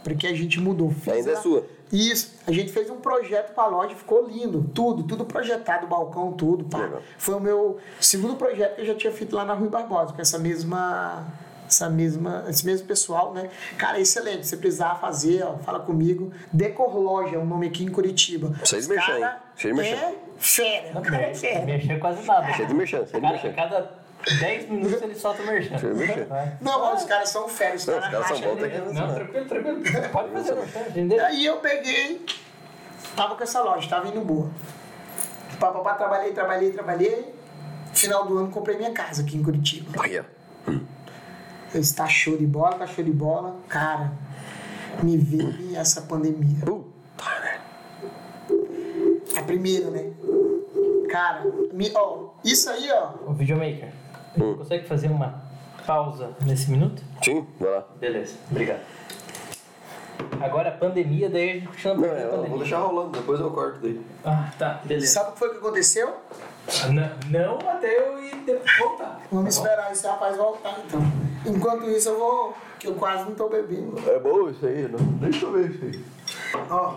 S3: Porque a gente mudou. Fiz
S4: Ainda é
S3: ela-
S4: sua.
S3: Isso. A gente fez um projeto pra loja, ficou lindo. Tudo, tudo projetado, balcão, tudo. Pá.
S4: Legal.
S3: Foi o meu segundo projeto que eu já tinha feito lá na Rui Barbosa, com essa mesma. Essa mesma, esse mesmo pessoal, né? Cara, excelente. Se precisar fazer, ó, fala comigo. Decor Loja é um nome aqui em Curitiba.
S4: Vocês
S3: Os
S4: mexem,
S3: cara
S4: hein? Vocês mexem.
S3: É fera. O cara é fera.
S2: Mexer quase nada.
S4: Cheio de merchan, cheio de
S2: Cara, a
S4: merchan.
S2: cada 10 minutos ele solta o merchan.
S4: Cheio de merchan.
S2: Vai.
S3: Não, mas os caras são fera. Os
S4: Não,
S3: caras
S4: os caras são
S3: racham
S4: bons, tem que
S2: Não,
S4: relacionar.
S2: tranquilo, tranquilo. Pode fazer o merchan, entendeu?
S3: Aí eu peguei, tava com essa loja, tava indo boa. Papapá, trabalhei, trabalhei, trabalhei. Final do ano comprei minha casa aqui em Curitiba.
S4: Aí, ó.
S3: Eu disse, tá show de bola, tá show de bola. Cara, me veio essa pandemia.
S4: Puta, né?
S3: A primeira, né? Cara, me- ó, isso aí, ó.
S2: O videomaker, ele consegue fazer uma pausa nesse minuto?
S4: Sim, vai lá.
S2: Beleza, obrigado. Agora a pandemia, daí a gente continua
S4: Não, é,
S2: perto da
S4: eu
S2: pandemia.
S4: vou deixar rolando, depois eu corto daí.
S2: Ah, tá, beleza.
S3: Sabe o que foi que aconteceu?
S2: Não, não até eu ir depois voltar.
S3: Vamos esperar esse rapaz voltar, então. Enquanto isso, eu vou. que eu quase não tô bebendo.
S4: É bom isso aí, não? Deixa eu ver isso aí.
S3: Ó,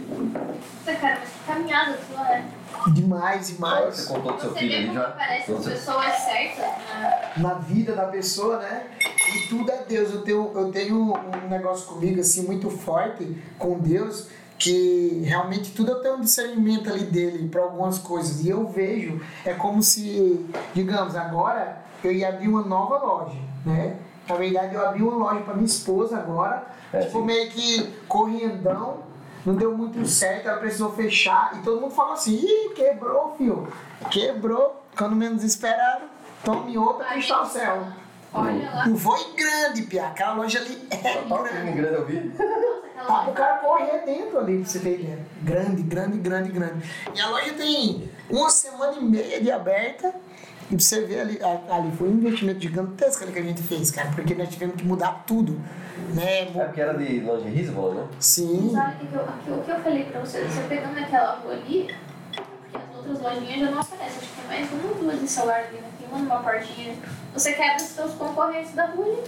S5: Nossa, cara, mas que caminhada sua, né?
S3: demais, demais.
S4: contou
S5: Você vê como aparece as pessoas certas na
S3: na vida da pessoa, né? E tudo é Deus. Eu tenho, eu tenho um negócio comigo, assim, muito forte com Deus, que realmente tudo eu tenho um discernimento ali dele para algumas coisas. E eu vejo, é como se, digamos, agora eu ia abrir uma nova loja, né? Na verdade, eu abri uma loja para minha esposa agora, tipo, meio que correndão. Não deu muito certo, ela precisou fechar. E todo mundo falou assim: ih, quebrou, filho. Quebrou. Quando menos esperaram, tome outra que está o céu.
S5: Olha lá,
S3: Não foi grande, Pia. Aquela loja ali é grande.
S4: grande eu vi.
S5: nossa, aquela
S3: Tá pro
S5: lá.
S3: cara correr dentro ali, pra você ter ideia. Grande, grande, grande, grande. E a loja tem uma semana e meia de aberta. E pra você ver ali, a- ali foi um investimento gigantesco ali que a gente fez, cara. Porque nós tivemos que mudar tudo. Né?
S4: É porque era de lingerie, você falou, né?
S3: Sim.
S5: Sabe o que, que eu- o que- o que eu falei pra você? Você pegando aquela rua ali, porque as outras lojinhas já não aparecem. Acho que tem mais uma ou duas de celular ali, né? tem uma numa portinha. Você quebra os seus concorrentes da rua ali.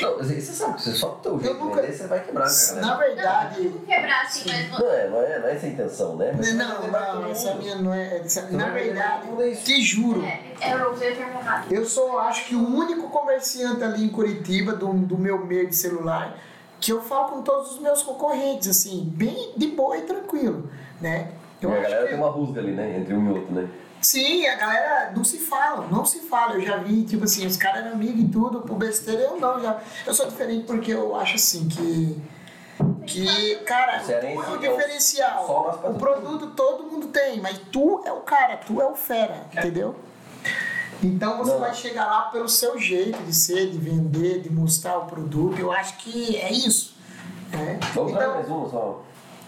S4: Não, você sabe que você só do teu
S3: jeito nunca- vender,
S4: né? você vai quebrar, né,
S3: Na verdade.
S5: Não quebrar assim, mas
S4: Não é, não é, não é essa a intenção, né? Mas
S3: Não, não, essa minha não é. essa- na verdade, te juro.
S5: é, é, eu usei o termo errado.
S3: Eu só acho que o único comerciante ali em Curitiba, do, do meu meio de celular, que eu falo com todos os meus concorrentes, assim, bem de boa e tranquilo, né? Eu
S4: a
S3: acho
S4: galera
S3: que-
S4: tem uma rusga ali, né? Entre um e outro, né?
S3: Sim, a galera não se fala, não se fala. Eu já vi, tipo assim, os caras eram amigos e tudo, por besteira eu não. Já, eu sou diferente porque eu acho assim que. Que, cara, tu é
S4: Cearense é
S3: o
S4: o sol nas
S3: diferencial. O
S4: patas.
S3: produto todo mundo tem, mas tu é o cara, tu é o fera, entendeu? Então você
S4: Não.
S3: vai chegar lá pelo seu jeito de ser, de vender, de mostrar o produto. Eu acho que é isso. né?
S4: Vamos lá,
S3: Então,
S4: mais uma só.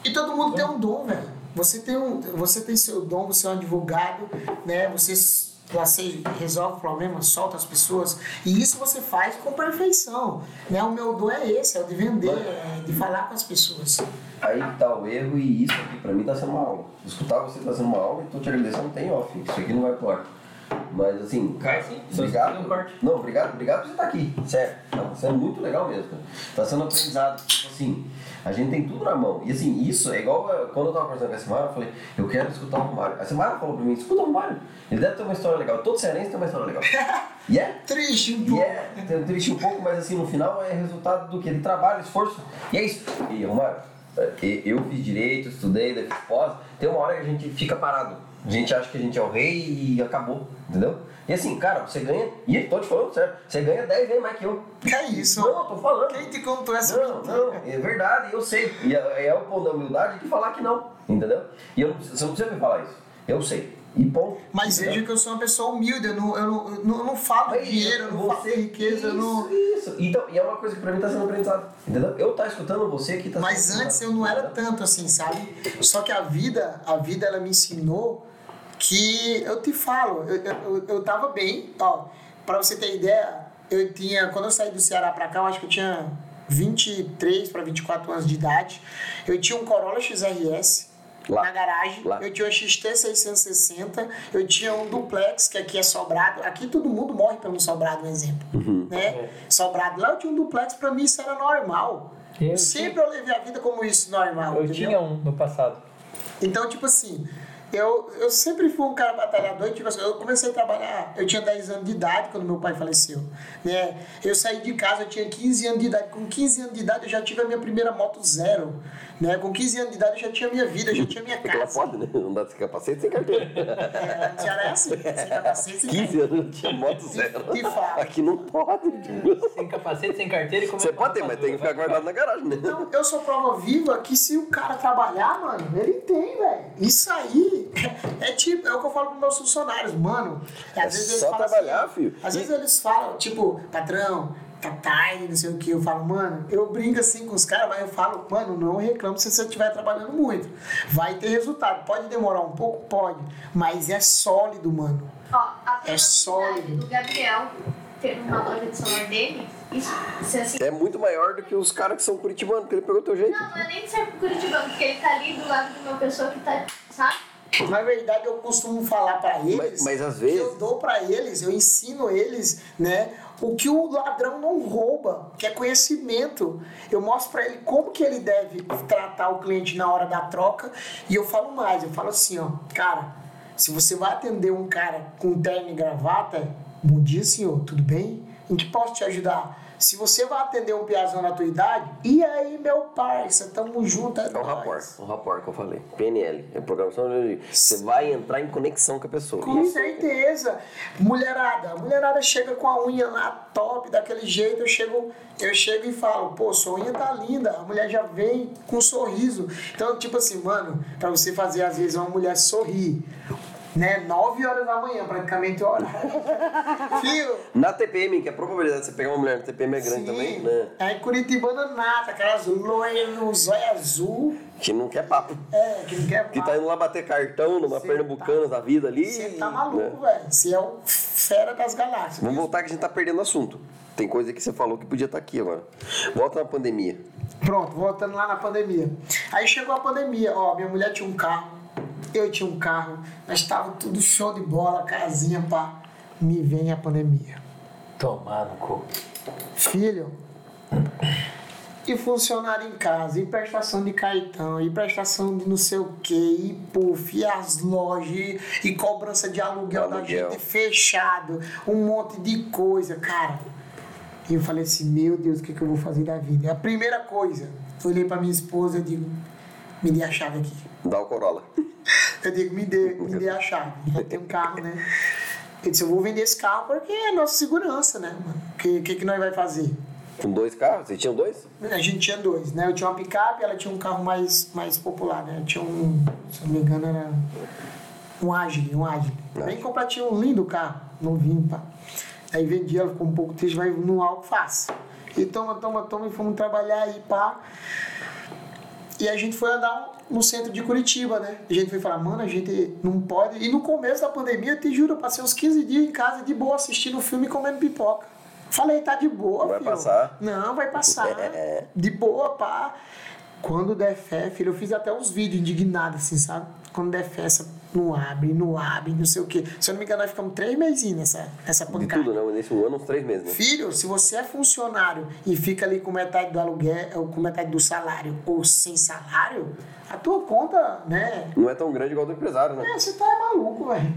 S3: e todo mundo tem um dom, velho. Você tem, um, você tem seu dom, você é um advogado, né? Você, s- você resolve problemas, solta as pessoas. E isso você faz com perfeição. Né? O meu dom é esse, é o de vender, é de falar com as pessoas.
S4: Aí que tá o erro e isso aqui pra mim tá sendo uma aula. Escutar você tá sendo uma aula e tô te agradecendo, tem off. Isso aqui não vai pro ar. Mas assim, cara,
S2: sim, só
S4: obrigado.
S2: escolhi um corte.
S4: Não, obrigado, obrigado por você estar aqui. Sério, tá sendo muito legal mesmo. cara. Tá sendo aprendizado. Tipo assim, a gente tem tudo na mão. E assim, isso é igual eh, quando eu tava conversando com a Simara, eu falei, eu quero escutar o Romário. A Simara falou pra mim, escuta o Romário. Ele deve ter uma história legal. Todo cearense tem uma história legal. E é?
S3: Triste um
S4: E
S3: pouco.
S4: é tem- triste um pouco, mas assim, no final é resultado do que? De trabalho, esforço. E é isso. E, Romário, e- eu fiz direito, estudei, daí fiz pós. Tem uma hora que a gente fica parado. A gente acha que a gente é o rei e acabou, entendeu? E assim, cara, você ganha. E tô te falando sério, você ganha 10 vezes mais que eu.
S3: É isso.
S4: Não, eu tô falando.
S3: Quem te contou essa
S4: Não, não, é verdade, eu sei. E é, é o pão da humildade de falar que não, entendeu? E eu não, você não precisa me falar isso. Eu sei. E ponto.
S3: Mas
S4: entendeu?
S3: veja que eu sou uma pessoa humilde, eu não, eu não, eu não, eu não falo
S4: Aí,
S3: dinheiro, eu não falo
S4: você-
S3: riqueza, eu não.
S4: Isso, isso. Então, e é uma coisa que pra mim tá sendo aprendizado. Entendeu? Eu tá escutando você aqui, tá
S3: Mas
S4: sendo
S3: antes eu
S4: aprendizado,
S3: não era
S4: entendeu?
S3: tanto assim, sabe? Só que a vida, a vida ela me ensinou que eu te falo, eu, eu, eu- eu tava bem, ó. Pra você ter ideia, eu tinha, quando eu saí do Ceará pra cá, eu acho que eu tinha 23 para 24 anos de idade. Eu tinha um Corolla XRS
S4: Lá.
S3: na garagem,
S4: Lá.
S3: eu tinha um XT 660, eu tinha um duplex, que aqui é sobrado. Aqui todo mundo morre pelo sobrado, um exemplo.
S4: Uhum.
S3: Né? Sobrado. Lá eu tinha um duplex, pra mim isso era normal.
S2: Eu
S3: Sempre eu levei a vida como isso normal.
S2: Eu
S3: entendeu?
S2: tinha um no passado.
S3: Então, tipo assim, eu, eu sempre fui um cara batalhador. Tipo assim, eu comecei a trabalhar, eu tinha 10 anos de idade quando meu pai faleceu. Né? Eu saí de casa, eu tinha 15 anos de idade. Com 15 anos de idade, eu já tive a minha primeira moto zero. Né? Com 15 anos de idade, eu já tinha minha vida, eu já tinha minha
S4: Porque ela
S3: casa.
S4: pode, né? Não dá sem capacete, sem carteira.
S3: É, no Ceará é assim, sem capacete, sem
S4: 15 anos eu tinha moto zero.
S3: tá De fato.
S4: Aqui não pode. tipo.
S2: Sem capacete, sem carteira e como é
S4: Você pode ter, mas tem que ficar guardado na garagem, né?
S3: Então, eu sou prova viva que se o cara trabalhar, mano, ele tem, velho. Isso aí é tipo, é o que eu falo pros meus funcionários, mano. Às
S4: É
S3: vezes eles
S4: só
S3: falam assim,
S4: trabalhar, filho.
S3: Às
S4: E-
S3: vezes eles falam, tipo, patrão, tá tarde, não sei o que. Eu falo, mano, eu brinco assim com os caras, mas eu falo, mano, não reclamo se você estiver trabalhando muito. Vai ter resultado. Pode demorar um pouco? Pode. Mas é sólido, mano.
S5: Ó, a
S3: É
S5: probabilidade
S3: sólido.
S5: do Gabriel ter uma loja de celular dele, isso, se assim,
S4: É muito maior do que os caras que são curitibanos, porque ele pegou teu jeito.
S5: Não, não é nem de ser curitibano, porque ele tá ali do lado de uma pessoa que tá, sabe?
S3: Na verdade, eu costumo falar pra eles.
S4: Mas- mas às
S3: que
S4: vezes-
S3: eu dou pra eles, eu ensino eles, né? O que o ladrão não rouba, que é conhecimento. Eu mostro pra ele como que ele deve tratar o cliente na hora da troca. E eu falo mais, eu falo assim, ó, cara, se você vai atender um cara com terno e gravata, bom dia, senhor, tudo bem? Em que posso te ajudar? Se você vai atender um piazão na tua idade, e aí, meu parça, tamo junto, é,
S4: É o
S3: nóis.
S4: rapport, o rapport que eu falei. PNL, é programação. de- Você vai entrar em conexão com a pessoa.
S3: Com
S4: Isso.
S3: certeza. Mulherada, a mulherada chega com a unha lá top, daquele jeito, eu chego, eu chego e falo, pô, sua unha tá linda. A mulher já vem com um sorriso. Então, tipo assim, mano, pra você fazer às vezes uma mulher sorrir, né? 9 horas da manhã, praticamente hora. Fio,
S4: Na TPM, que a probabilidade de você pegar uma mulher na TPM é grande
S3: sim.
S4: também, né?
S3: Aí Curitibana nata, aquelas loiras no zóio azul.
S4: Que não quer papo.
S3: É, que não quer
S4: Que
S3: falar.
S4: tá indo lá bater cartão numa
S3: Cê
S4: Pernambucanas da vida ali.
S3: Você tá
S4: né?
S3: maluco, velho. Você é o fera das galáxias.
S4: Vamos voltar que a gente tá perdendo assunto. Tem coisa que você falou que podia estar aqui agora. Volta na pandemia.
S3: Pronto, voltando lá na pandemia. Aí chegou a pandemia, ó, minha mulher tinha um carro, eu tinha um carro, nós tava tudo show de bola, casinha, pá. Me vem a pandemia.
S2: Tomar no cu.
S3: Filho, e funcionário em casa, e prestação de cartão, e prestação de não sei o que, e puff, e as lojas, e, e cobrança de aluguel,
S4: Aluguel.
S3: da gente fechado, um monte de coisa, cara. E eu falei assim, meu Deus, o que, que eu vou fazer da vida? A primeira coisa, eu olhei pra minha esposa e digo, me dê a chave aqui.
S4: Dá o Corolla.
S3: Eu digo, me dê, me dê a chave. Já tem um carro, né? Eu disse, eu vou vender esse carro porque é a nossa segurança, né, mano? O que, que, que nós vai fazer?
S4: Com dois carros? Vocês tinham dois?
S3: A gente tinha dois, né? Eu tinha uma picape, ela tinha um carro mais, mais popular, né? Eu tinha um, se eu não me engano, era um Agile, um Agile. Bem completinho, um lindo carro, novinho, pá. Aí vendi, ela ficou um pouco triste, vai no algo fácil. E toma, toma, toma, e fomos trabalhar aí, pá. E a gente foi andar no centro de Curitiba, né? A gente foi falar, mano, a gente não pode. E no começo da pandemia, eu te juro, eu passei uns 15 dias em casa de boa assistindo filme e comendo pipoca. Falei, tá de boa,
S4: Vai
S3: filho.
S4: passar.
S3: Não, vai passar.
S4: É.
S3: De boa, pá. Quando der fé, filho, eu fiz até uns vídeos indignados, assim, sabe? quando der festa, não abre, não abre, não sei o quê. Se eu não me engano, nós ficamos três meses nessa, nessa
S4: De
S3: pancada.
S4: tudo, né? Nesse um ano, uns três meses, né?
S3: Filho, se você é funcionário e fica ali com metade do aluguel, ou com metade do salário, ou sem salário, a tua conta, né?
S4: Não é tão grande igual do empresário, né?
S3: É, você tá maluco, velho.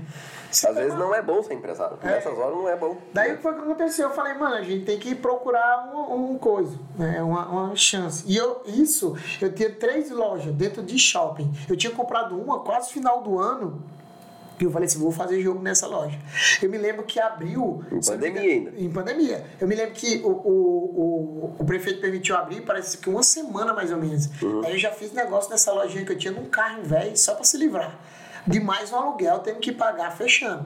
S3: Você
S4: Às
S3: tá
S4: vezes
S3: maluco.
S4: não é bom ser empresário. Nessas horas não é bom.
S3: Daí o que foi que aconteceu? Eu falei, mano, a gente tem que procurar um, um coisa, né? uma, uma chance. E eu, isso, eu tinha três lojas dentro de shopping. Eu tinha comprado uma quase no final do ano. E eu falei assim, vou fazer jogo nessa loja. Eu me lembro que abriu...
S4: Em
S3: se eu não me
S4: pandemia
S3: engano- Em pandemia. Eu me lembro que o, o, o, o prefeito permitiu abrir, parece que uma semana mais ou menos.
S4: Uhum.
S3: Aí eu já fiz negócio nessa lojinha que eu tinha num carro velho, só pra se livrar. De mais um aluguel, tendo que pagar fechando.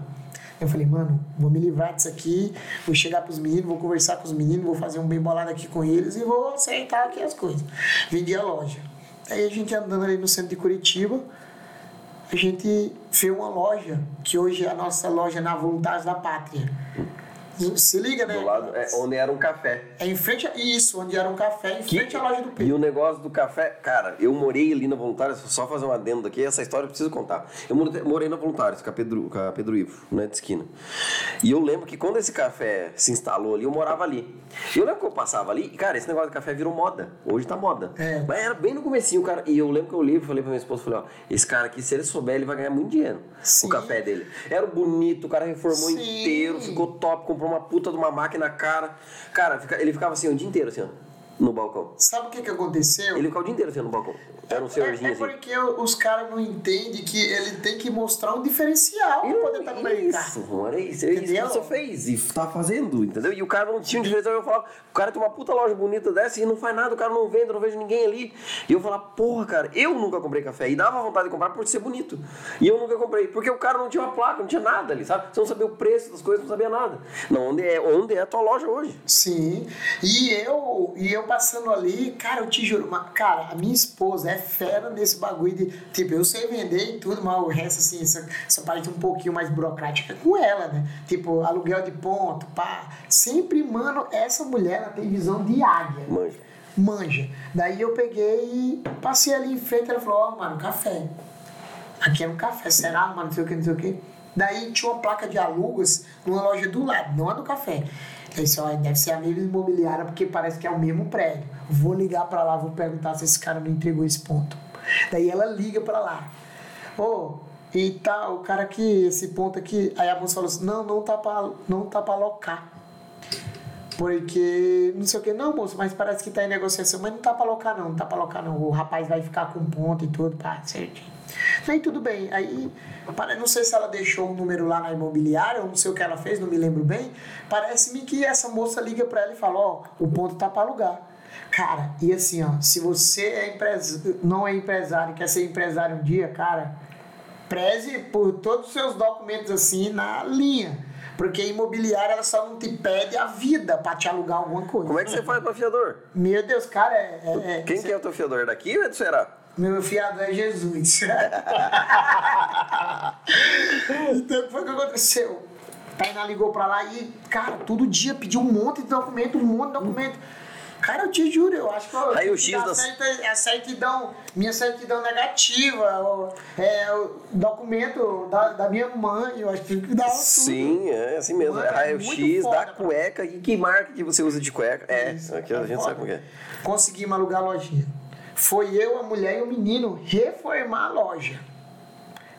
S3: Eu falei, mano, vou me livrar disso aqui, vou chegar pros meninos, vou conversar com os meninos, vou fazer um bem bolado aqui com eles e vou aceitar aqui as coisas. Vendi a loja. Aí a gente andando ali no centro de Curitiba, a gente fez uma loja, que hoje é a nossa loja na Voluntários da Pátria. Se liga, né?
S4: Do lado, é, onde era um café.
S3: É em frente a isso, onde era um café, em frente à loja do
S4: E
S3: Pedro.
S4: o negócio do café, cara, eu morei ali na Voluntários, só fazer um adendo aqui, essa história eu preciso contar. Eu more- morei na Voluntários com a Pedro, com a Pedro Ivo, né, de esquina. E eu lembro que quando esse café se instalou ali, eu morava ali. E eu lembro que eu passava ali, e, cara, esse negócio de café virou moda. Hoje tá moda.
S3: É.
S4: Mas era bem no comecinho, cara. E eu lembro que eu li e falei pra minha esposa, falei, ó, esse cara aqui, se ele souber, ele vai ganhar muito dinheiro.
S3: Sim.
S4: O café dele. Era bonito, o cara reformou
S3: Sim.
S4: inteiro, ficou top, comprou uma puta de uma máquina cara. Cara, fica- ele ficava assim o dia inteiro, assim, ó, no balcão.
S3: Sabe o que, que aconteceu?
S4: Ele ficava o dia inteiro sendo no balcão. Era um
S3: É,
S4: senhorzinho
S3: é
S4: assim.
S3: porque os caras não entendem que ele tem que mostrar um diferencial pra poder estar tá no mercado.
S4: é isso, mano, era isso, era isso que
S3: Entendeu?
S4: você fez e tá fazendo, entendeu? E o cara não tinha um diferencial, eu falava, o cara tem uma puta loja bonita dessa e não faz nada, o cara não vende, eu não vejo ninguém ali. E eu falava, porra, cara, eu nunca comprei café e dava vontade de comprar por ser bonito. E eu nunca comprei, porque o cara não tinha uma placa, não tinha nada ali, sabe? Você não sabia o preço das coisas, não sabia nada. Não, onde é, onde é a tua loja hoje?
S3: Sim. E eu, e eu passando ali, cara, eu te juro, mas, cara, a minha esposa é fera nesse bagulho de. Tipo, eu sei vender e tudo, mas o resto, assim, essa, essa parte um pouquinho mais burocrática é com ela, né? Tipo, aluguel de ponto, pá. Sempre, mano, essa mulher ela tem visão de águia
S4: Manja.
S3: manja. Daí eu peguei e passei ali em frente, ela falou, ó, mano, café. Aqui era um café, será, mano, não sei o que, não sei o que. Daí tinha uma placa de alugas numa loja do lado, não a do café. Eu disse, ó, deve ser a mesma imobiliária, porque parece que é o mesmo prédio. Vou ligar pra lá, vou perguntar se esse cara não entregou esse ponto. Daí ela liga pra lá. Ô, e tal, o cara aqui, esse ponto aqui. Aí a moça falou assim, não, não tá pra, não tá pra alocar. Porque, não sei o que, não, moço, mas parece que tá em negociação, mas não tá pra alocar, não, não tá pra alocar, não. O rapaz vai ficar com ponto e tudo, tá certinho. Aí tudo bem, aí, para- não sei se ela deixou o número lá na imobiliária, ou não sei o que ela fez, não me lembro bem. Parece-me que essa moça liga pra ela e fala: Ó, o ponto tá pra alugar. Cara, e assim, ó, se você é empres... não é empresário, quer ser empresário um dia, cara, preze por todos os seus documentos assim na linha. Porque a imobiliária ela só não te pede a vida pra te alugar alguma coisa.
S4: Como é que você faz pra fiador?
S3: Meu Deus, cara, é. é- é-
S4: Quem que é o teu fiador? Daqui ou é do Ceará?
S3: Meu fiado é Jesus. então o que foi o que aconteceu. Tainá ligou pra lá e, cara, todo dia pediu um monte de documento, um monte de documento. Cara, eu te juro, eu acho que eu
S4: Aí o
S3: eu
S4: X
S3: tive a
S4: das-
S3: certa- a certidão, minha certidão negativa, o, é, o documento da, da minha mãe, eu acho que tive que dar tudo.
S4: Sim, é assim mesmo.
S3: Mano,
S4: É
S3: é muito
S4: raio-x
S3: foda,
S4: da
S3: cara.
S4: cueca. E que marca que você usa de cueca? É, aqui a gente
S3: Foda.
S4: sabe como que é.
S3: Conseguimos alugar a lojinha. Foi eu, a mulher e o menino reformar a loja.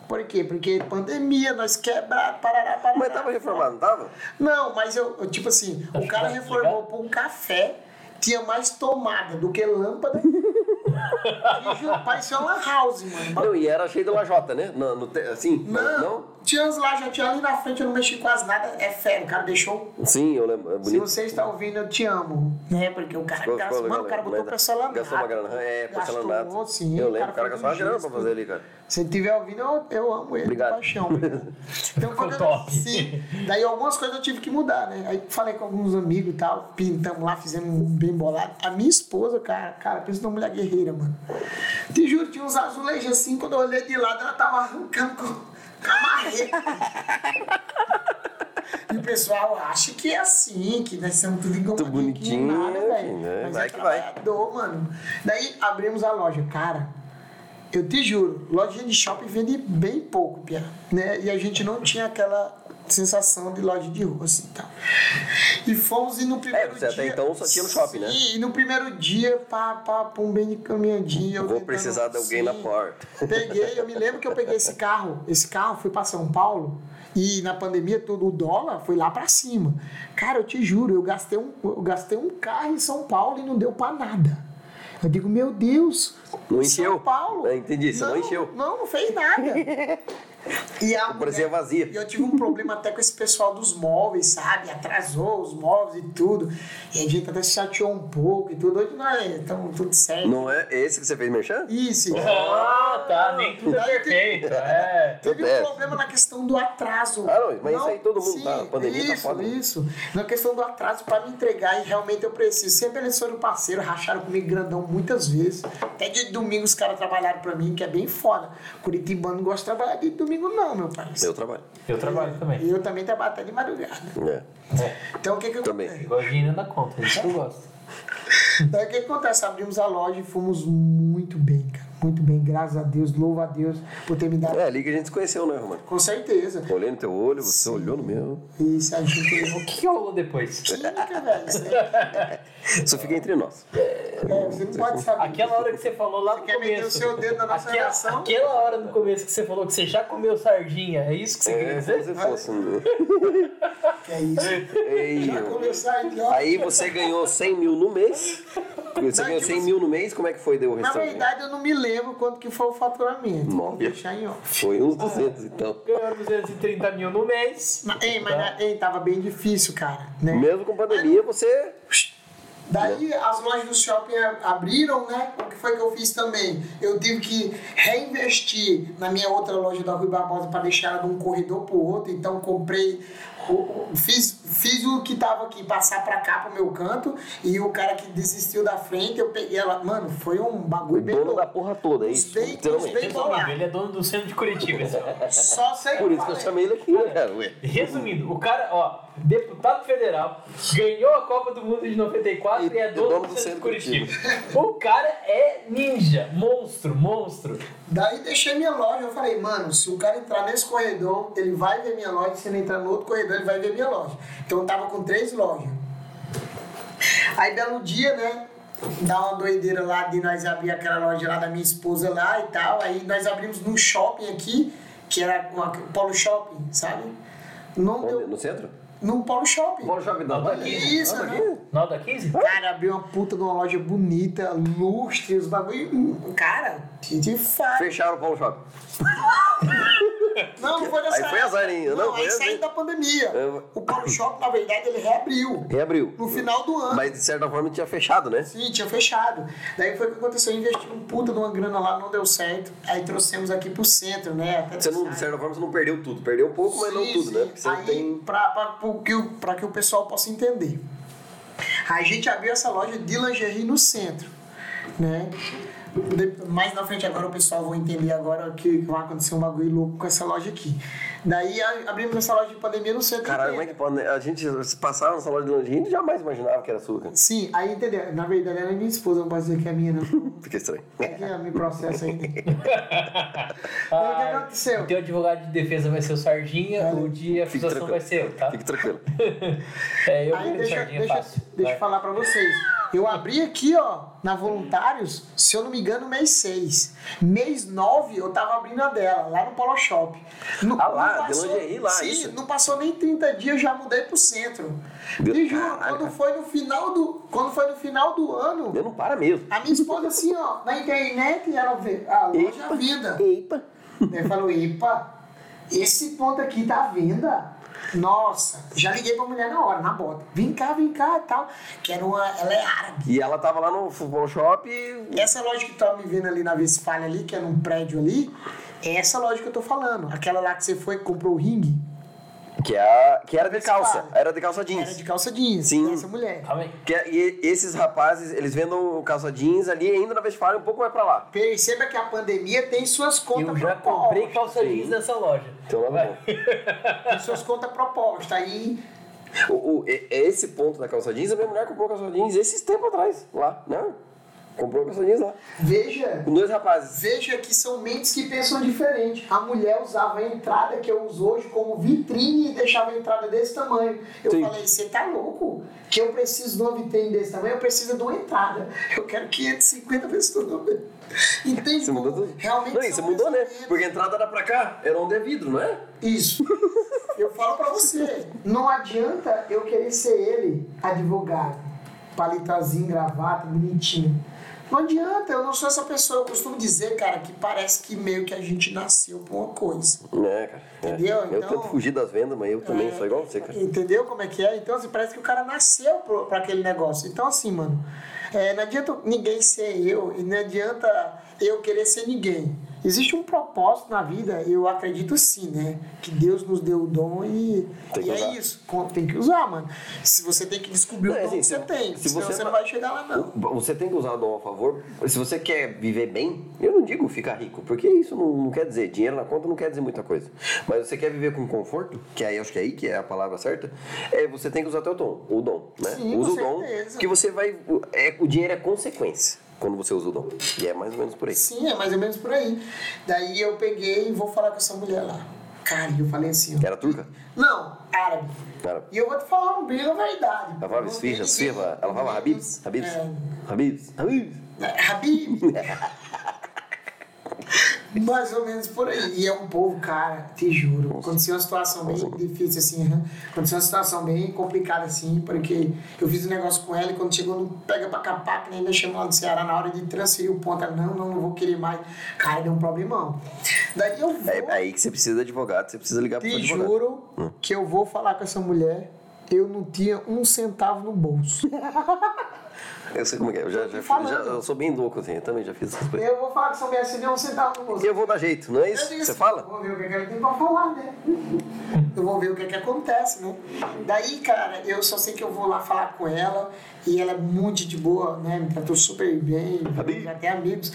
S3: Por quê? Porque pandemia, nós quebrados, parará, parará.
S4: Mas tava reformado, não tava?
S3: Não, mas eu, eu, tipo assim, o cara reformou por um café, tinha mais tomada do que lâmpada. e ju- parecia uma house, mano.
S4: Não, e era cheio de lajota, né? No, no te- assim?
S3: Não,
S4: não?
S3: tinha uns lá, já tinha ali na frente, eu não mexi quase nada. É fera, o cara deixou
S4: Sim, eu lembro. É
S3: Se
S4: bonito.
S3: você está ouvindo, eu te amo. Né? Porque o cara,
S4: Ficou-
S3: cara-
S4: ficou legal,
S3: mano, o cara
S4: né?
S3: botou
S4: Mas
S3: porcelanato.
S4: Gastou uma grana. É, porcelanato.
S3: Gastou, sim.
S4: eu lembro, o cara
S3: fez
S4: gastou uma
S3: um
S4: grana pra
S3: gesto.
S4: fazer ali, cara.
S3: Se ele estiver ouvindo, eu, eu amo ele.
S4: Obrigado.
S3: de Paixão. então, quando eu,
S2: top.
S3: sim, daí algumas coisas eu tive que mudar, né? Aí falei com alguns amigos e tal, pintamos lá, fizemos um bem bolado. A minha esposa, cara, cara, pensa numa mulher guerreira, mano. Te juro, tinha uns azulejos assim, quando eu olhei de lado, ela tava arrancando com com a marreta. E o pessoal acha que é assim, que nós somos tudo igual.
S4: Tudo bonitinho,
S3: nada, velho.
S4: né?
S3: Mas
S4: Vai
S3: é
S4: que vai.
S3: trabalhador, mano. Daí abrimos a loja, cara. Eu te juro, lojinha de shopping vende bem pouco, Pia. Né? E a gente não tinha aquela sensação de loja de rua, assim, tal. E fomos e no primeiro
S4: É, você
S3: dia...
S4: até então só tinha no shopping, né?
S3: Sim, e no primeiro dia, pá, pá, pum, bem de caminhadinha. eu
S4: Vou
S3: tentando-
S4: precisar de alguém na
S3: Sim.
S4: porta.
S3: Peguei, eu me lembro que eu peguei esse carro, esse carro, fui para São Paulo e na pandemia tudo, o dólar foi lá para cima. Cara, eu te juro, eu gastei, um, eu gastei um carro em São Paulo e não deu para nada. Eu digo, meu Deus, São
S4: Não encheu?
S3: Paulo.
S4: É, entendi, você não encheu.
S3: Não, não fez nada. E a
S4: Parecia
S3: mulher-
S4: vazia.
S3: E eu tive um problema até com esse pessoal dos móveis, sabe? Atrasou os móveis e tudo. E a gente até se chateou um pouco e tudo. Hoje nós estamos tudo certo.
S4: Não é esse que você fez merchan?
S3: Isso.
S2: Ah, tá, nem tudo é
S3: Daí tem-
S2: perfeito. É.
S3: Teve
S4: Acontece.
S3: um problema na questão do atraso.
S4: Ah, não, mas isso aí todo mundo tá, a pandemia tá
S3: isso,
S4: foda, né?
S3: Isso, Na questão do atraso para me entregar e realmente eu preciso. Sempre eles foram parceiro, racharam comigo grandão muitas vezes. Até de domingo os caras trabalharam para mim, que é bem foda. Curitibano não gosta de trabalhar de domingo não, meu pai.
S4: Eu trabalho.
S2: Eu trabalho também.
S3: E eu também trabalho até de madrugada.
S4: É.
S3: Então o que que
S4: Também.
S3: acontece?
S2: Gordinho ainda conta, isso que eu gosto.
S3: Então, o que acontece? Abrimos a loja e fomos muito bem, cara. Muito bem, graças a Deus, louva a Deus por ter me dado.
S4: É ali que a gente se conheceu, né, Romano?
S3: Com certeza.
S4: Olhei no teu olho, você olhou no meu.
S3: Isso, a gente levou
S2: O que, que rolou depois?
S3: química, velho. Isso é
S4: Isso fica entre nós.
S3: É, você é não pode saber.
S2: Aquela hora que você falou lá no
S3: quer meter
S2: começo.
S3: o seu dedo na nossa
S2: aquela,
S3: relação?
S2: aquela hora no começo que você falou que você já comeu sardinha, é isso que você queria
S4: É,
S2: dizer?
S4: como se fosse um...
S3: Que é isso?
S4: Ei,
S3: Vai
S4: eu-
S3: começar aí, ó.
S4: Aí você ganhou 100 mil no mês. Você ganhou 100 mil no mês, como é que foi deu o
S3: Na
S4: restaurante?
S3: verdade, eu não me lembro quanto que foi o faturamento.
S4: Nossa.
S3: Vou deixar em off.
S4: Foi uns 200, então.
S2: Ganhou 230 mil no mês.
S3: Mas, ei, mas né, ei, tava bem difícil, cara. Né?
S4: Mesmo com pandemia, você...
S3: Daí as lojas do shopping a- abriram, né? O que foi que eu fiz também? Eu tive que reinvestir na minha outra loja da Rui Barbosa para deixar ela de um corredor para o outro. Então comprei, o- o- fiz, fiz o que tava aqui passar para cá pro meu canto e o cara que desistiu da frente, eu peguei ela. Mano, foi um bagulho bem
S4: Dono
S3: louco.
S4: da porra toda, é
S3: Os
S4: isso?
S3: bem- os
S4: Literalmente.
S3: bem- Vamos lá.
S2: Resumindo, ele é dono do centro de Curitiba. esse homem.
S3: Só sei
S4: Por isso que eu
S3: falei.
S4: chamei ele aqui, né, cara? Ué.
S2: Resumindo, o cara, ó, deputado federal, ganhou a Copa do Mundo de 94 e, é dono, do centro de Curitiba. O cara é ninja, monstro, monstro.
S3: Daí deixei minha loja, eu falei, mano, se o cara entrar nesse corredor, ele vai ver minha loja, se ele entrar no outro corredor, ele vai ver minha loja. Então eu tava com três lojas. Aí belo dia, né? Dá uma doideira lá de nós abrir aquela loja lá da minha esposa lá e tal. Aí nós abrimos num shopping aqui, que era uma- o Polo Shopping, sabe? Não
S4: Onde?
S3: deu,
S4: No centro?
S3: num Polo Shopping.
S4: Bora jogar da
S2: Olha
S4: Bahia.
S3: Isso, né?
S2: Não, da 15?
S3: Cara, abriu uma puta de uma loja bonita, lustre, os bagulho. Hum, Cara, que de fato.
S4: Fecharam o Paulo Shopping.
S3: Não, não foi dessa
S4: Aí foi azar, hein? Eu
S3: Não,
S4: não
S3: aí
S4: conheço, hein?
S3: saiu da pandemia.
S4: Eu-
S3: O Polo Shop, na verdade, ele reabriu
S4: Reabriu.
S3: no final do ano.
S4: Mas de certa forma tinha fechado, né?
S3: Sim, tinha fechado. Daí foi o que aconteceu. Eu investi um puta de uma grana lá, não deu certo. Aí trouxemos aqui pro centro, né? Até
S4: Você não, de certa forma, você não perdeu tudo. Perdeu um pouco, mas não
S3: Sim,
S4: tudo, né?
S3: sim.
S4: Porque você
S3: Aí,
S4: tem.
S3: pra, pra- pro que o- pra que o pessoal possa entender. A gente abriu essa loja de lingerie no centro, né? De- Mais na frente agora o pessoal vai entender agora que vai acontecer um bagulho louco com essa loja aqui. Daí a- abrimos essa loja de pandemia no centro.
S4: Caralho,
S3: inteiro.
S4: como é que pode. né? A gente se passava nessa loja de lingerie, a gente jamais imaginava que era sua, cara.
S3: Sim, aí entendeu. Na verdade, ela é minha esposa, não posso dizer que é minha, não.
S4: Fica estranho.
S3: É que ela me processa ainda. Então, o que aconteceu?
S2: Ah, O teu advogado de defesa vai ser o Sardinha, o de
S4: Fique
S2: acusação
S4: tranquilo.
S2: vai ser eu, tá?
S4: Fique tranquilo.
S2: É, eu
S3: Aí
S2: quero
S3: deixa,
S2: Sardinha
S3: deixa,
S2: fácil.
S3: deixa eu
S2: Vai.
S3: falar pra vocês. Eu abri aqui, ó, na Voluntários, se eu não me engano, mês 6. Mês 9 eu tava abrindo a dela, lá no Polo Shop. Não,
S4: Ah, lá, de lingerie lá,
S3: sim,
S4: isso.
S3: não passou nem 30 dias, eu já mudei pro centro.
S4: Meu
S3: e juro,
S4: caralho,
S3: quando
S4: cara.
S3: foi no final do. Quando foi no final do ano,
S4: Eu não para mesmo.
S3: a minha esposa assim, ó, na internet, ela vê. é A loja à venda.
S4: Eipa.
S3: Ele falou, epa, esse ponto aqui tá à venda. Nossa, já liguei pra mulher na hora, na bota. Vem cá, vem cá e tal. Que era uma. Ela é árabe.
S4: E ela tava lá no futebol shop e.
S3: Essa loja que tu tá me vendo ali na Westfalia ali, que é num prédio ali, é essa loja que eu tô falando. Aquela lá que você foi e comprou o ringue,
S4: Que, é a... que era de calça.
S3: Fala.
S4: Era de calça
S3: era
S4: jeans.
S3: de calça jeans.
S4: Sim.
S3: Essa mulher.
S2: Calma aí.
S4: Que é- E esses rapazes, eles vendam calça jeans ali ainda na Westfalia, um pouco mais pra lá.
S3: Perceba que a pandemia tem suas contas
S2: Eu já
S3: propostas.
S2: comprei calça jeans nessa loja.
S4: Então lá
S2: Vai.
S4: vai.
S3: Tem suas contas propostas. Aí
S4: O, o, e- esse ponto da calça jeans, a minha mulher comprou calça jeans esses tempos atrás, lá, né? Comprou o calçadinhos lá.
S3: Veja,
S4: Com dois rapazes.
S3: veja que são mentes que pensam diferente. A mulher usava a entrada que eu uso hoje como vitrine e deixava a entrada desse tamanho. Eu
S4: Sim.
S3: falei, você tá louco? Que eu preciso de uma vitrine desse tamanho, eu preciso de uma entrada. Eu quero 550 pessoas. no meu. Entende?
S4: Você mudou
S3: como
S4: tudo?
S3: Realmente
S4: Não, isso
S3: são
S4: mudou, né?
S3: pensamentos.
S4: Porque a entrada era pra cá, era onde é vidro, não é?
S3: Isso. Eu falo pra você, não adianta eu querer ser ele, advogado, palitazinho, gravata, bonitinho. Não adianta, eu não sou essa pessoa. Eu costumo dizer, cara, que parece que meio que a gente nasceu pra uma coisa.
S4: É, cara. É.
S3: Entendeu?
S4: Eu
S3: Então-
S4: tento fugir das vendas, mas eu também
S3: É.
S4: sou igual você, cara.
S3: Entendeu como é que é? Então, assim, parece que o cara nasceu pro- pra aquele negócio. Então, assim, mano, é, não adianta ninguém ser eu e não adianta eu querer ser ninguém. Existe um propósito na vida, eu acredito sim, né? Que Deus nos deu o dom e,
S4: Tem que
S3: e é
S4: usar.
S3: isso. Com- Tem que usar, mano. Se você tem que descobrir
S4: Não,
S3: o
S4: é
S3: dom
S4: assim,
S3: que
S4: se-
S3: você tem,
S4: se
S3: senão
S4: você
S3: você não
S4: vai-
S3: vai chegar lá, não.
S4: Você tem que usar o dom a favor. Se você quer viver bem, eu não digo ficar rico, porque isso não, não quer dizer. Dinheiro na conta não quer dizer muita coisa. Mas você quer viver com conforto, que aí acho que é aí que é a palavra certa, é, você tem que usar teu dom, o dom, né?
S3: Sim, com
S4: usa o dom,
S3: certeza.
S4: que você vai. o- É, o dinheiro é consequência quando você usa o dom. E é mais ou menos por aí.
S3: Sim, é mais ou menos por aí. Daí eu peguei e vou falar com essa mulher lá. Cara, e eu falei assim, ó.
S4: Era turca?
S3: Não, árabe.
S4: Cara,
S3: E eu vou te falar um brilho, a verdade.
S4: ela falava esfirra, esfirra, ela falava habibs, habibs, habibs, habibs.
S3: É, Habib. Mais ou menos por aí. E é um povo, cara, te juro. Aconteceu uma situação bem difícil, assim. né? Aconteceu uma situação bem complicada, assim, porque eu fiz um negócio com ela e quando chegou no pega pra capar, que nem ainda chamou lá do Ceará, na hora de transferir o ponto, ela, não, não, não vou querer mais. Cara, deu um problemão. Daí eu vou.
S4: É aí que você precisa de advogado, você precisa ligar pro seu
S3: Te
S4: advogado.
S3: juro que eu vou falar com essa mulher. Eu não tinha um centavo no bolso.
S4: Eu sei como é que é, eu já, já,
S3: falando.
S4: já- eu sou bem louco assim, eu também já fiz essas coisas.
S3: Eu vou falar com essa mulher, se der um centavo no bolso.
S4: Eu vou dar jeito, não é
S3: Eu
S4: isso?
S3: digo
S4: Você
S3: assim,
S4: fala?
S3: Vou ver o que, é que ela tem pra falar, né? Eu vou ver o que, é que acontece, né? Daí, cara, eu só sei que eu vou lá falar com ela e ela é muito de boa, né? Me tratou super bem,
S4: Amigo.
S3: até amigos.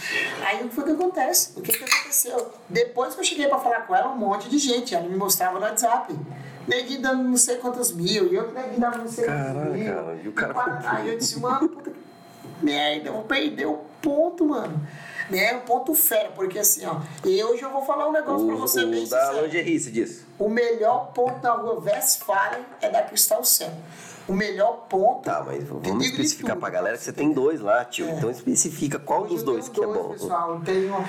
S3: Aí o que foi que acontece? O que, que aconteceu? Depois que eu cheguei pra falar com ela, um monte de gente, ela me mostrava no WhatsApp. Neguinho dando não sei quantos mil, e outro neguinho dava não sei
S4: Caralho,
S3: quantos mil.
S4: cara, e o cara
S3: Paraná.
S4: comprou.
S3: Aí eu disse, mano, puta que merda, eu Né, vou perder o ponto, mano. Né? O ponto fera, porque assim, ó. E hoje eu vou falar um negócio pra você
S4: o
S3: bem
S4: da
S3: sincero.
S4: lingerie, se diz.
S3: O melhor ponto da rua Westfalen é da Cristal Céu. O melhor ponto.
S4: Tá, mas
S3: Te
S4: vamos
S3: digo de
S4: especificar
S3: tudo, É.
S4: pra galera que você tem dois lá, tio. Então especifica qual
S3: Hoje
S4: dos
S3: eu tenho
S4: dois que é bom.
S3: Pessoal. Tem, um-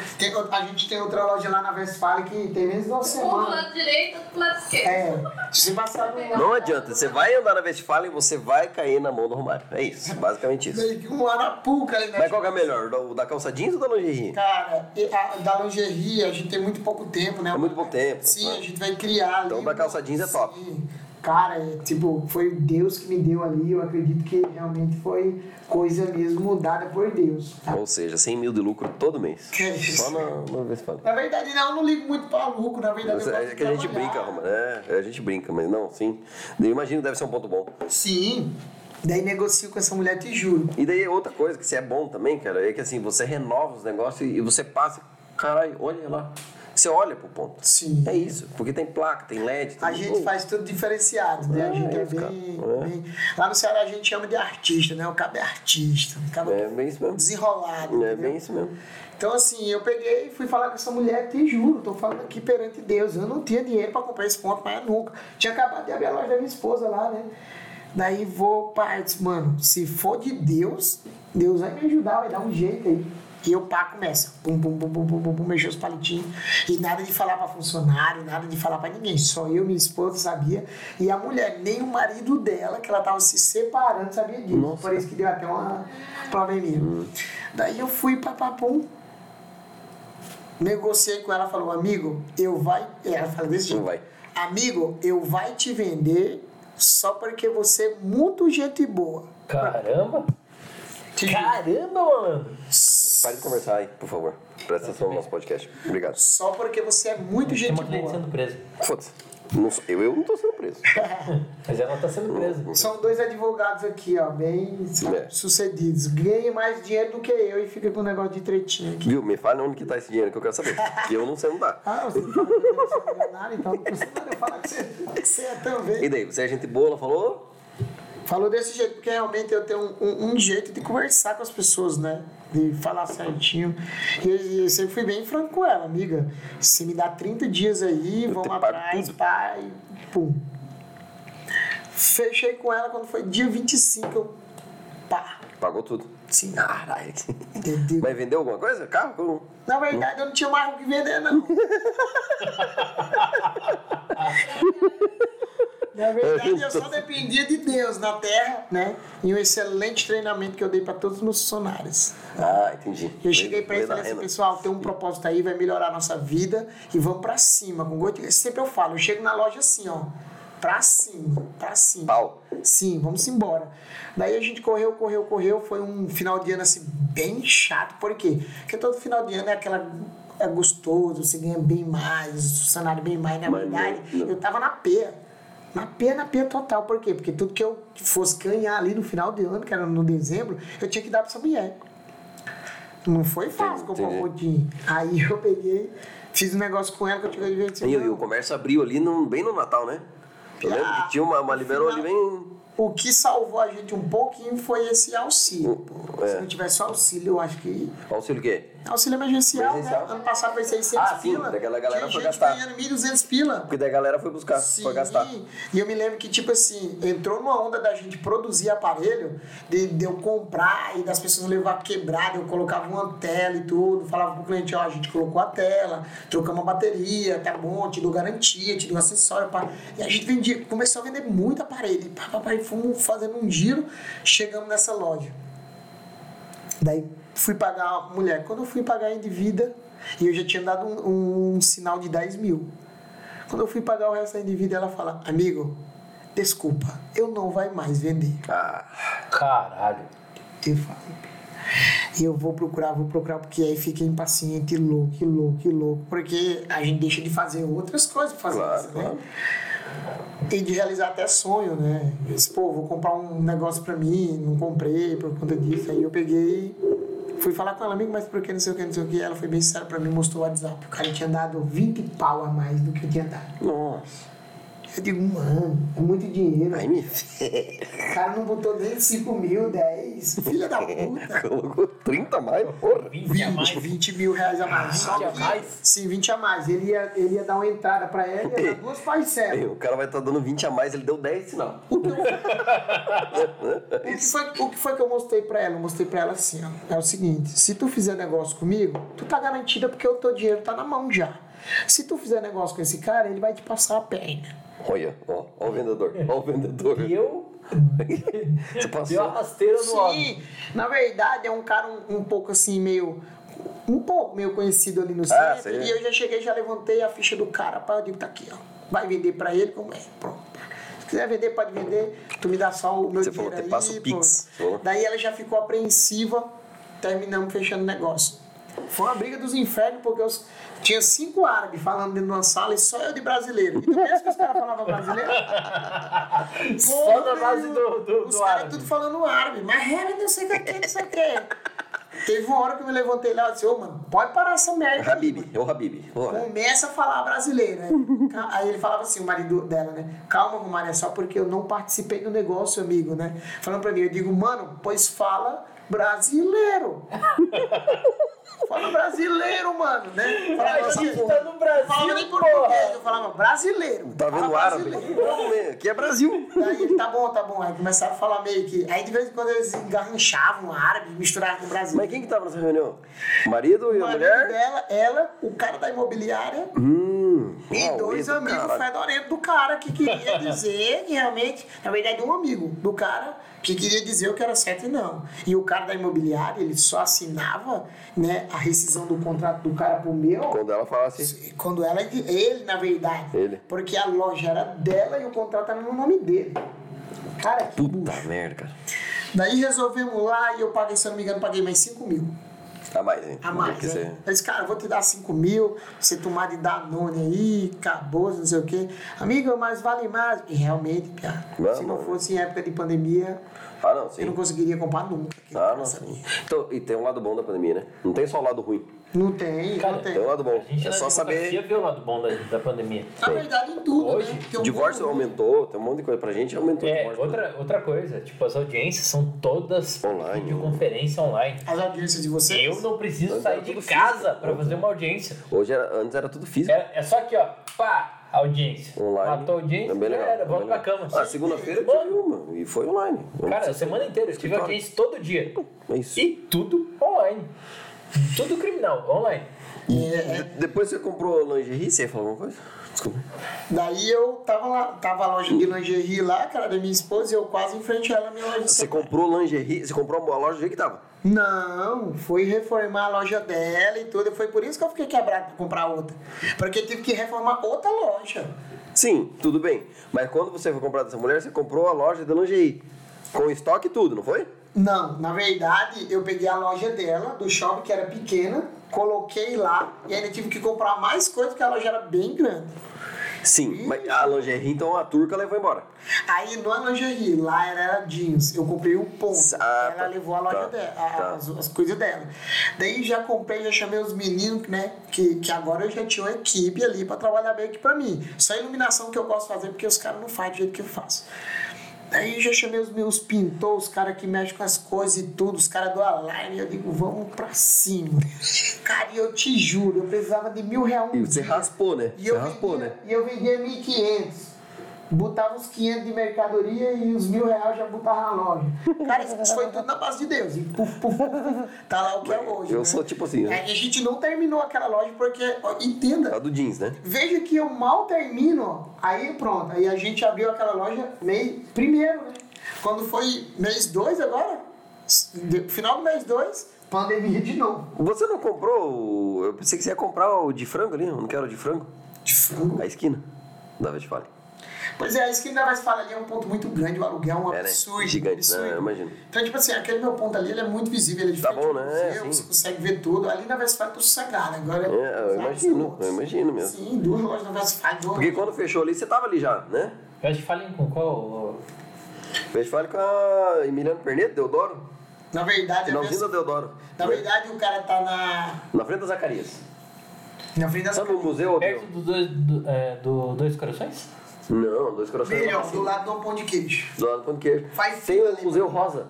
S3: tem- a gente tem outra loja lá na Westfalen que tem menos de uma
S5: Um do
S3: semana.
S5: lado direito, outro do lado esquerdo.
S3: É, se você passar um do
S4: Não adianta, você vai andar na Westfalen e você vai cair na mão do Romário. É isso, basicamente isso.
S3: meio que um arapuca ali na
S4: Mas qual que é melhor, o da calça jeans ou da lingerie?
S3: Cara, e a- da lingerie, a gente tem muito pouco tempo, né?
S4: É muito pouco tempo,
S3: Sim,
S4: né?
S3: a gente vai criar.
S4: Então,
S3: ali, um
S4: da calça jeans é
S3: sim.
S4: top.
S3: Cara, é, tipo, foi Deus que me deu ali. Eu acredito que realmente foi coisa mesmo mudada por Deus. tá?
S4: Ou seja, 100 mil de lucro todo mês.
S3: Que é isso?
S4: Só na, na Westfalen.
S3: Na verdade, não, eu não ligo muito pra lucro. Na verdade, eu gosto
S4: É
S3: de
S4: que a gente
S3: trabalhar.
S4: brinca, Romário. É, a gente brinca, mas não, sim. Eu imagino que deve ser um ponto bom.
S3: Sim. Daí negocio com essa mulher, te juro.
S4: E daí outra coisa que você é bom também, cara, é que assim, você renova os negócios e você passa, caralho, olha lá. Você olha pro ponto.
S3: Sim.
S4: É isso, porque tem placa, tem LED, tem
S3: A gente
S4: tudo.
S3: faz tudo diferenciado, né? A gente
S4: É,
S3: é
S4: cara.
S3: bem,
S4: É.
S3: bem- Lá no Ceará a gente chama de artista, né? O cabo é artista. O cabo
S4: É bem isso mesmo.
S3: desenrolado.
S4: É
S3: entendeu?
S4: bem isso mesmo.
S3: Então, assim, eu peguei e fui falar com essa mulher, te juro, tô falando aqui perante Deus. Eu não tinha dinheiro pra comprar esse ponto, mas nunca. Tinha acabado de abrir a loja da minha esposa lá, né? Daí vou, pai, eu disse, mano, se for de Deus, Deus vai me ajudar, vai dar um jeito aí. E eu pá, começa. Bum, bum, bum, bum, bum, bum, bum, mexer os palitinhos. E nada de falar pra funcionário, nada de falar pra ninguém. Só eu, minha esposa sabia. E a mulher, nem o marido dela, que ela tava se separando, sabia disso. Por isso que deu até uma probleminha.
S2: Hum.
S3: Daí eu fui, papapum, Negociei com ela, falou, amigo, eu vai. Ela fala desse jeito.
S4: Não vai.
S3: Amigo, eu vai te vender só porque você é muito gente boa.
S2: Caramba! Caramba, malandro!
S4: Pare de conversar aí, por favor. Presta atenção no nosso podcast. Obrigado.
S3: Só porque você é muito
S2: Tem
S3: gente
S2: uma cliente
S3: boa.
S2: sendo presa.
S4: Foda-se. Não sou- Eu, eu não tô sendo preso.
S2: Mas ela tá sendo presa.
S3: São dois advogados aqui, ó, bem
S4: É.
S3: sucedidos. Ganha mais dinheiro do que eu e fica com um negócio de tretinha aqui.
S4: Viu? Me fala onde que tá esse dinheiro que eu quero saber. Que eu não sei onde tá.
S3: Ah, você não fala que eu sou milionário, então não precisa eu falar que você, que você é também.
S4: E daí, você é gente boa, ela falou?
S3: é Falou desse jeito, porque realmente eu tenho um, um- um jeito de conversar com as pessoas, né? De falar certinho. E eu, eu sempre fui bem franco com ela, amiga. Se me dá 30 dias aí,
S4: Eu te
S3: vamos
S4: pago
S3: atrás,
S4: tudo.
S3: pai. Pum. Fechei com ela quando foi dia 25. Eu, pá.
S4: Pagou tudo.
S3: Sim,
S4: Caralho.
S3: entendeu?
S4: Mas vendeu alguma coisa? Carro? Como?
S3: Na verdade, eu não tinha mais o que vender, não. Na verdade, eu só dependia de Deus na terra, né? E um excelente treinamento que eu dei para todos os meus funcionários.
S4: Ah, entendi.
S3: Eu cheguei para ele e
S4: Lei da
S3: falei assim,
S4: renda.
S3: pessoal, tem um propósito aí, vai melhorar a nossa vida e vamos para cima. Com gosto. Sempre eu falo, eu chego na loja assim, ó. Pra cima, pra cima.
S4: Pau.
S3: Sim, vamos embora. Daí a gente correu, correu, correu. Foi um final de ano assim bem chato. Por quê? Porque todo final de ano é aquela. É gostoso, você ganha bem mais, o salário bem mais. Na
S4: Mas
S3: verdade,
S4: não, não.
S3: eu tava na peia. Na peia, na peia total. Por quê? Porque tudo que eu fosse ganhar ali no final de ano, que era no dezembro, eu tinha que dar pra essa mulher. Não foi fácil
S4: Entendi,
S3: comprar um pouquinho. Aí eu peguei, fiz um negócio com ela que eu tinha divertido.
S4: E, e o comércio abriu ali no- bem no Natal, né? Eu lembro que tinha uma, uma liberou ali bem.
S3: O que salvou a gente um pouquinho foi esse auxílio. pô. Se
S4: é.
S3: não tivesse o auxílio, eu acho que.
S4: Auxílio o quê?
S3: Auxílio emergencial,
S4: Emergencial.
S3: né? Ano passado foi 600
S4: Ah, sim,
S3: pila.
S4: daquela galera
S3: Tinha
S4: foi
S3: gente
S4: gastar.
S3: ganhando 1.200 pila.
S4: Porque daí a galera foi buscar, foi gastar.
S3: E eu me lembro que, tipo assim, entrou numa onda da gente produzir aparelho, de, de eu comprar e das pessoas levar quebrado, eu colocava uma tela e tudo, falava pro cliente, ó, a gente colocou a tela, trocamos a bateria, tá bom, te dou garantia, te dou acessório, pá. E a gente vendia, começou a vender muito aparelho, e pá, pá, pá, e fomos fazendo um giro, chegamos nessa loja. Daí fui pagar a mulher. Quando eu fui pagar a endivida, e eu já tinha dado um, um sinal de 10 mil. Quando eu fui pagar o resto da endivida, ela fala: Amigo, desculpa, eu não vai mais vender.
S4: Ah,
S2: Caralho.
S3: Eu falei, e eu vou procurar, vou procurar, porque aí fica impaciente, louco, louco, louco, porque a gente deixa de fazer outras coisas pra fazer
S4: Claro,
S3: isso,
S4: claro.
S3: né? E de realizar até sonho, né? Eu disse, pô, vou comprar um negócio pra mim, não comprei por conta disso. Aí eu peguei, fui falar com ela, amigo, mas por que não sei o que, não sei o que. Ela foi bem sincera pra mim, mostrou o WhatsApp. O cara tinha dado 20 pau a mais do que eu tinha dado.
S4: nossa.
S3: Eu digo, mano, é muito dinheiro.
S4: Aí me ferra.
S3: O cara não botou nem 5 mil, 10. Filha da puta.
S4: Colocou 30 a mais, porra.
S2: 20 a
S3: 20,
S2: mais.
S3: 20 mil reais a mais. Só
S2: 20 a
S3: que-
S2: mais?
S3: Sim, 20 a mais. Ele ia, ele ia dar uma entrada pra ela e ia dar duas
S4: Aí,
S3: parcelas.
S4: o cara vai estar dando 20 a mais, ele deu 10 sinal.
S3: O que, eu- o, que foi, o que foi que eu mostrei pra ela? Eu mostrei pra ela assim, ó. É o seguinte, se tu fizer negócio comigo, tu tá garantida porque o teu dinheiro tá na mão já. Se tu fizer negócio com esse cara, ele vai te passar a perna.
S4: Olha, ó, ó o vendedor, ó o vendedor. Tipo
S2: E
S4: assim,
S2: eu.
S4: Você
S2: Deu a
S4: passou.
S2: rasteira no homem.
S3: Sim, na verdade é um cara um, um pouco assim, meio. Um pouco meio conhecido ali no
S4: Ah,
S3: centro.
S4: sei.
S3: e eu já cheguei, já levantei a ficha do cara. Pai, eu digo, tá aqui, ó. Vai vender pra ele como é. Pronto. Se quiser vender, pode vender. Tu me dá só o meu
S4: Você
S3: dinheiro
S4: falou, te
S3: aí,
S4: passa o
S3: pô.
S4: Pix. Falou.
S3: Daí ela já ficou apreensiva, terminamos fechando o negócio. Foi uma briga dos infernos, porque os- tinha cinco árabes falando dentro de uma sala e só eu de brasileiro. E tu pensa que os caras falavam brasileiro?
S2: Só na base do, do,
S3: Os
S2: do
S3: caras
S2: árabe.
S3: tudo falando árabe, mas era não sei o que, não sei o que. Teve uma hora que eu me levantei lá e disse, ô mano, pode parar essa merda. aí, mano."
S4: Habib, ô Habib. Olha.
S3: Começa a falar brasileiro. Né? Ca- Aí ele falava assim, o marido dela, né? Calma, Romário, é só porque eu não participei do negócio, amigo, né? Falando pra mim, eu digo, mano, pois fala brasileiro. fala brasileiro, mano, né? Falava
S2: A gente
S3: assim,
S2: tá no
S3: falava nem
S2: Brasil,
S3: português,
S2: porra.
S3: eu falava brasileiro.
S4: Tá vendo
S3: fala
S4: o árabe?
S3: brasileiro.
S4: Não, né? Aqui é Brasil.
S3: Daí ele, tá bom, tá bom. Aí começaram a falar meio que. Aí de vez em quando eles engarranchavam árabe, misturavam com o Brasil.
S4: Mas quem que tava nessa reunião? O marido e
S3: O
S4: a
S3: marido
S4: mulher?
S3: dela, ela, o cara da imobiliária
S4: Hum,
S3: e
S4: uau,
S3: dois
S4: eita,
S3: amigos
S4: caralho.
S3: fedorento do cara que queria dizer que realmente, na verdade, um amigo do cara que queria dizer o que era certo e não. E o cara da imobiliária, ele só assinava né, a rescisão do contrato do cara pro meu.
S4: Quando ela fala assim,
S3: Quando ela, ele, na verdade.
S4: Ele.
S3: Porque a loja era dela e o contrato era no nome dele. Cara, que
S4: puta
S3: bucha.
S4: merda, cara.
S3: Daí resolvemos lá e eu paguei, se eu não me engano, paguei mais 5 mil
S4: A Tá mais, hein?
S3: a mais.
S4: Porque
S3: né?
S4: você-
S3: Eu disse, cara, eu vou te dar 5 mil, você tomar de Danone aí, acabou, não sei o quê. Amigo, mas vale mais. E realmente, piá,
S4: Vamos.
S3: se não fosse em época de pandemia,
S4: Ah, não,
S3: Eu não
S4: sim.
S3: conseguiria comprar nunca.
S4: Ah, não, sim. Então, e tem um lado bom da pandemia, né? Não tem só o lado ruim.
S3: Não tem, não tem.
S4: Tem um lado bom.
S2: A gente tá
S4: É
S2: na
S4: só
S2: democracia
S4: saber.
S2: viu o lado bom da, da pandemia.
S3: Na verdade, em tudo,
S2: Hoje,
S3: né? Tem um
S4: Divórcio
S3: pouco-
S4: aumentou, tem um monte de coisa pra gente, aumentou o
S2: É,
S4: divórcio.
S2: outra, outra coisa, tipo, as audiências são todas
S4: Online, né?
S2: de conferência online.
S3: As audiências de vocês.
S2: Eu não preciso
S4: Antes
S2: sair
S4: era
S2: de
S4: é tudo
S2: casa
S4: físico.
S2: pra fazer uma audiência.
S4: Hoje era, antes era tudo físico.
S2: É, é só aqui, ó, pá, audiência.
S4: Online.
S2: Matou a audiência,
S4: É bem legal.
S2: já era,
S4: é
S2: volta
S4: bem
S2: pra
S4: legal.
S2: cama.
S4: Ah, segunda-feira
S2: Mano,
S4: tive uma. E foi online.
S2: Cara, a semana inteira eu tive
S4: Escritório.
S2: audiência todo dia.
S4: É isso.
S2: E tudo online. Tudo criminal, online.
S3: é-
S4: De- depois você comprou lingerie, você ia falar alguma coisa? Desculpa.
S3: Daí eu tava lá, tava a loja de lingerie lá, cara, da minha esposa, e eu quase em frente a ela, minha loja.
S4: Você comprou lingerie, você comprou uma loja do jeito que tava.
S3: Não, fui reformar a loja dela e tudo, e foi por isso que eu fiquei quebrado pra comprar outra. Porque tive que reformar outra loja.
S4: Sim, tudo bem. Mas quando você foi comprar dessa mulher, você comprou a loja de lingerie. Com estoque e tudo, não foi?
S3: Não, na verdade, eu peguei a loja dela, do shopping, que era pequena, coloquei lá, e ainda tive que comprar mais coisa, porque a loja era bem grande.
S4: Sim, mas a lingerie, então a turca levou embora.
S3: Aí não é lingerie, lá era jeans. Eu comprei um ponto.
S4: Ah,
S3: ela
S4: tá.
S3: levou a loja
S4: Tá,
S3: dela,
S4: tá.
S3: as, as coisas dela. Daí já comprei, já chamei os meninos, né? Que, que agora eu já tinha uma equipe ali pra trabalhar meio que pra mim. Só a iluminação que eu posso fazer, porque os caras não fazem do jeito que eu faço. Daí eu já chamei os meus pintores, os caras que mexem com as coisas e tudo, os caras do Align. Eu digo, vamos pra cima. Cara, e eu te juro, eu precisava de mil reais um
S4: E você
S3: dia.
S4: raspou, né?
S3: E
S4: Você
S3: eu,
S4: raspou,
S3: vendia,
S4: né?
S3: e eu vendia 1.500. Botava os 500 de mercadoria e os mil reais já botava na loja. Cara, isso foi tudo na base de Deus. E puf, puf, puf, tá lá o que é hoje.
S4: Eu
S3: né?
S4: sou tipo assim,
S3: É
S4: né?
S3: que a gente não terminou aquela loja porque, ó, entenda,
S4: A do jeans, né?
S3: veja que eu mal termino, aí pronto. Aí a gente abriu aquela loja mês primeiro, né? Quando foi mês 2 agora, s- de- final do mês 2, pandemia de novo.
S4: Você não comprou. o- Eu pensei que você ia comprar o de frango ali, eu não quero o de frango.
S3: De frango.
S4: A esquina da Vestfalen.
S3: Pois é, isso que ainda mais fala ali é um ponto muito grande, o aluguel é um
S4: É, né?
S3: absurdo.
S4: Gigante,
S3: absurdo.
S4: né? Eu imagino.
S3: Então, tipo assim, aquele meu ponto ali ele é muito visível, ele é
S4: Tá
S3: diferente
S4: bom,
S3: do
S4: né?
S3: museu,
S4: Sim.
S3: Você consegue ver tudo. Ali na Westfalia eu tô sossegado. Agora
S4: É, eu
S3: sabe,
S4: imagino,
S3: são outros.
S4: eu imagino mesmo.
S3: Sim, duas lojas na Westfalia. duas-
S4: Porque quando fechou ali, você tava ali já, né?
S2: Eu acho que falem com qual.
S4: Vestfalen com a Emiliano Perneto, Deodoro.
S3: Na verdade, a
S4: Finalzinho da
S3: West...
S4: Deodoro.
S3: na verdade, o cara tá na,
S4: Na frente da Zacarias.
S3: na frente das
S4: Sabe o museu,
S2: Perto
S4: Odeu?
S2: dos dois, do, é, do Dois Corações?
S4: Não, dois corações. lá
S3: milhão,
S4: pra
S3: do
S4: cima.
S3: lado do pão de queijo.
S4: Do lado do pão de queijo.
S3: Faz
S4: Tem
S3: fila
S4: o
S3: ali,
S4: Museu Rosa.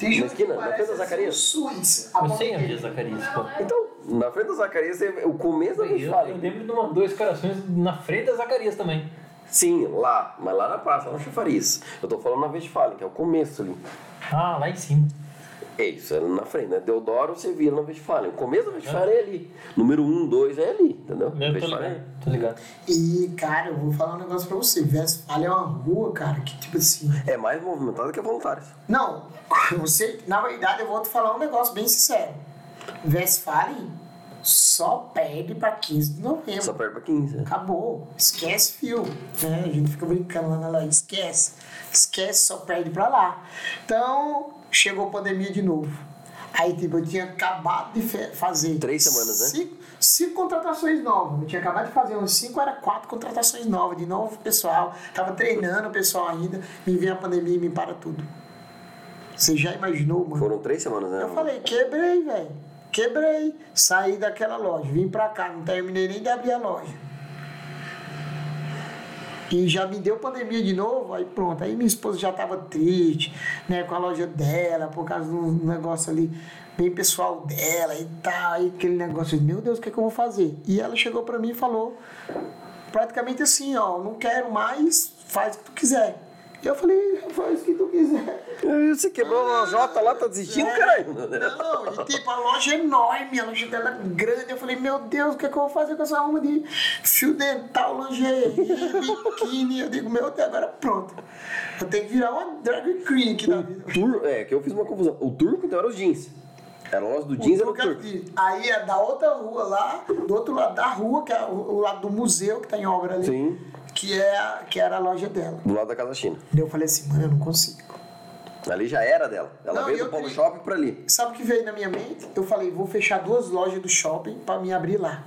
S3: Tem gente
S4: esquina,
S3: que
S4: na frente da
S3: parece
S4: Zacarias.
S3: Suíça. A
S2: Eu
S3: pão de
S2: sei onde é
S3: queijo.
S2: Zacarias. pô.
S4: Então, na frente da Zacarias, é o começo da
S2: Eu, eu
S4: Vestfalen.
S2: lembro de uma Dois Corações na frente da Zacarias também.
S4: Sim, lá. Mas lá na praça, lá no Chafariz. Eu tô falando na Vestfalen, que é o começo ali.
S2: Ah, lá em cima.
S4: É isso, é na frente, né? Deodoro, você vira na Vestfalen. O começo da Vestfalen é ali. Número 1, 2 é ali, entendeu?
S2: Eu tô
S4: Westfalen.
S2: ligado. Tô ligado.
S3: E, cara, eu vou falar um negócio pra você. Westfalia é uma rua, cara, que tipo assim.
S4: É mais movimentado que a Voluntários.
S3: Não, você, na verdade, eu vou te falar um negócio bem sincero. Westfalen só perde para 15 de novembro.
S4: Só perde pra 15. né?
S3: Acabou. Esquece fio. Né? A gente fica brincando lá na lá. Esquece. Esquece, só perde para lá. Então, chegou a pandemia de novo. Aí, tipo, eu tinha acabado de fe- fazer.
S4: Três semanas, né?
S3: Cinco, cinco contratações novas. Eu tinha acabado de fazer uns cinco, era quatro contratações novas, de novo pessoal. Tava treinando o pessoal ainda. Me vem a pandemia e me para tudo. Você já imaginou, mano?
S4: Foram três semanas, né?
S3: Eu falei, quebrei, velho. Quebrei. Saí daquela loja, vim pra cá, não terminei nem de abrir a loja. E já me deu pandemia de novo, aí pronto. Aí minha esposa já tava triste, né, com a loja dela, por causa de um negócio ali bem pessoal dela e tal. Aí aquele negócio, meu Deus, o que, é que eu vou fazer? E ela chegou pra mim e falou, praticamente assim, ó, não quero mais, faz o que tu quiser. E eu falei, faz o que tu quiser.
S4: Você quebrou uma Jota lá, tá desistindo,
S3: É.
S4: caralho.
S3: Não, e tipo, a loja é enorme, a loja dela é grande. Eu falei, meu Deus, o que, é que eu vou fazer com essa roupa de fio dental, lingerie, biquíni? Eu digo, meu Deus, agora pronto. Eu tenho que virar uma drag queen aqui da vida.
S4: Tur é, que eu fiz uma confusão. O turco, então, era os jeans. Era o nosso do jeans, era o
S3: Porque,
S4: turco.
S3: assim, Aí é da outra rua lá, do outro lado da rua, que é o o lado do museu que tá em obra ali,
S4: Sim.
S3: que, é, a- que era a loja dela.
S4: Do lado da Casa China.
S3: Daí eu falei assim, mano, eu não consigo.
S4: Ali já era dela. Ela
S3: Não, e
S4: veio do
S3: eu
S4: Polo
S3: queria-
S4: Shopping pra ali.
S3: Sabe o que veio na minha mente? Eu falei, vou fechar duas lojas do shopping pra me abrir lá.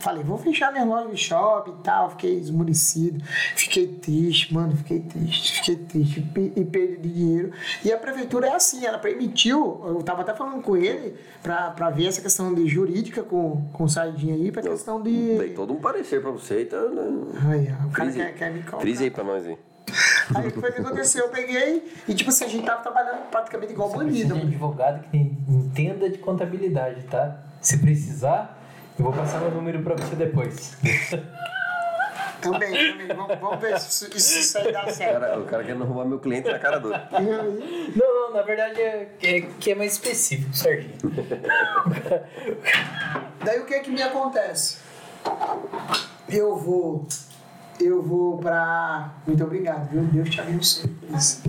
S3: Falei, vou fechar minha loja de shopping e tal. Fiquei esmurecido, fiquei triste, mano, fiquei triste, fiquei triste pe- e perdi dinheiro. E a prefeitura é assim, ela permitiu, eu tava até falando com ele pra, pra ver essa questão de jurídica com, com o Sardinha aí, pra questão de.
S4: Dei todo um parecer pra você, então. né?
S3: Aí, ó, o cara
S4: Frise
S3: quer, quer me
S4: aí.
S3: colocar.
S4: Frise aí pra nós aí.
S3: Aí foi o que aconteceu, eu peguei e tipo assim, a gente tava trabalhando praticamente igual
S2: Precisa
S3: bandido.
S2: é de
S3: mano.
S2: advogado que tem- entenda de contabilidade, tá? Se precisar, eu vou passar meu número pra você depois.
S3: Também, também. Vamos, vamos ver se isso, se isso aí dá
S4: O
S3: certo.
S4: cara, o cara querendo roubar meu cliente na cara dura.
S3: E aí,
S2: Não, não, na verdade é que é, que é mais específico, Sardinha.
S3: daí o que é que me acontece? Eu vou. Eu vou pra. Muito obrigado, viu? Deus te abençoe. Isso.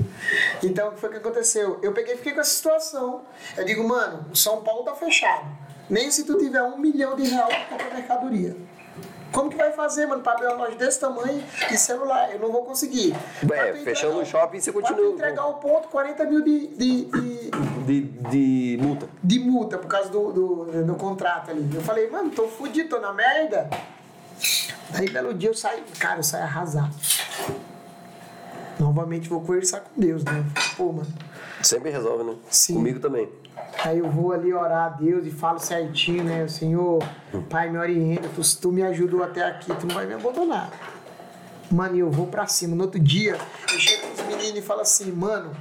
S3: Então, o que foi que aconteceu? Eu peguei e fiquei com essa situação. Eu digo, mano, o São Paulo tá fechado. Nem se tu tiver um milhão de real pra comprar mercadoria. Como que vai fazer, mano, pra abrir uma loja desse tamanho e celular? Eu não vou conseguir. Pra tu
S4: É, fechando o shopping, você
S3: pra tu
S4: continua.
S3: entregar o ponto, 40 mil de- de- de,
S4: De, de multa.
S3: de multa por causa do, do, do contrato ali. Eu falei, mano, tô fudido, tô na merda. Aí, belo dia, eu saí, cara, eu saí arrasado. Novamente vou conversar com Deus, né? Pô, mano.
S4: Sempre resolve, né?
S3: Sim.
S4: Comigo também.
S3: Aí eu vou ali orar a Deus e falo certinho, né? Senhor, Pai, me orienta, tu, se tu me ajudou até aqui, tu não vai me abandonar. Mano, e eu vou pra cima. No outro dia, eu chego com os meninos e falo assim, mano.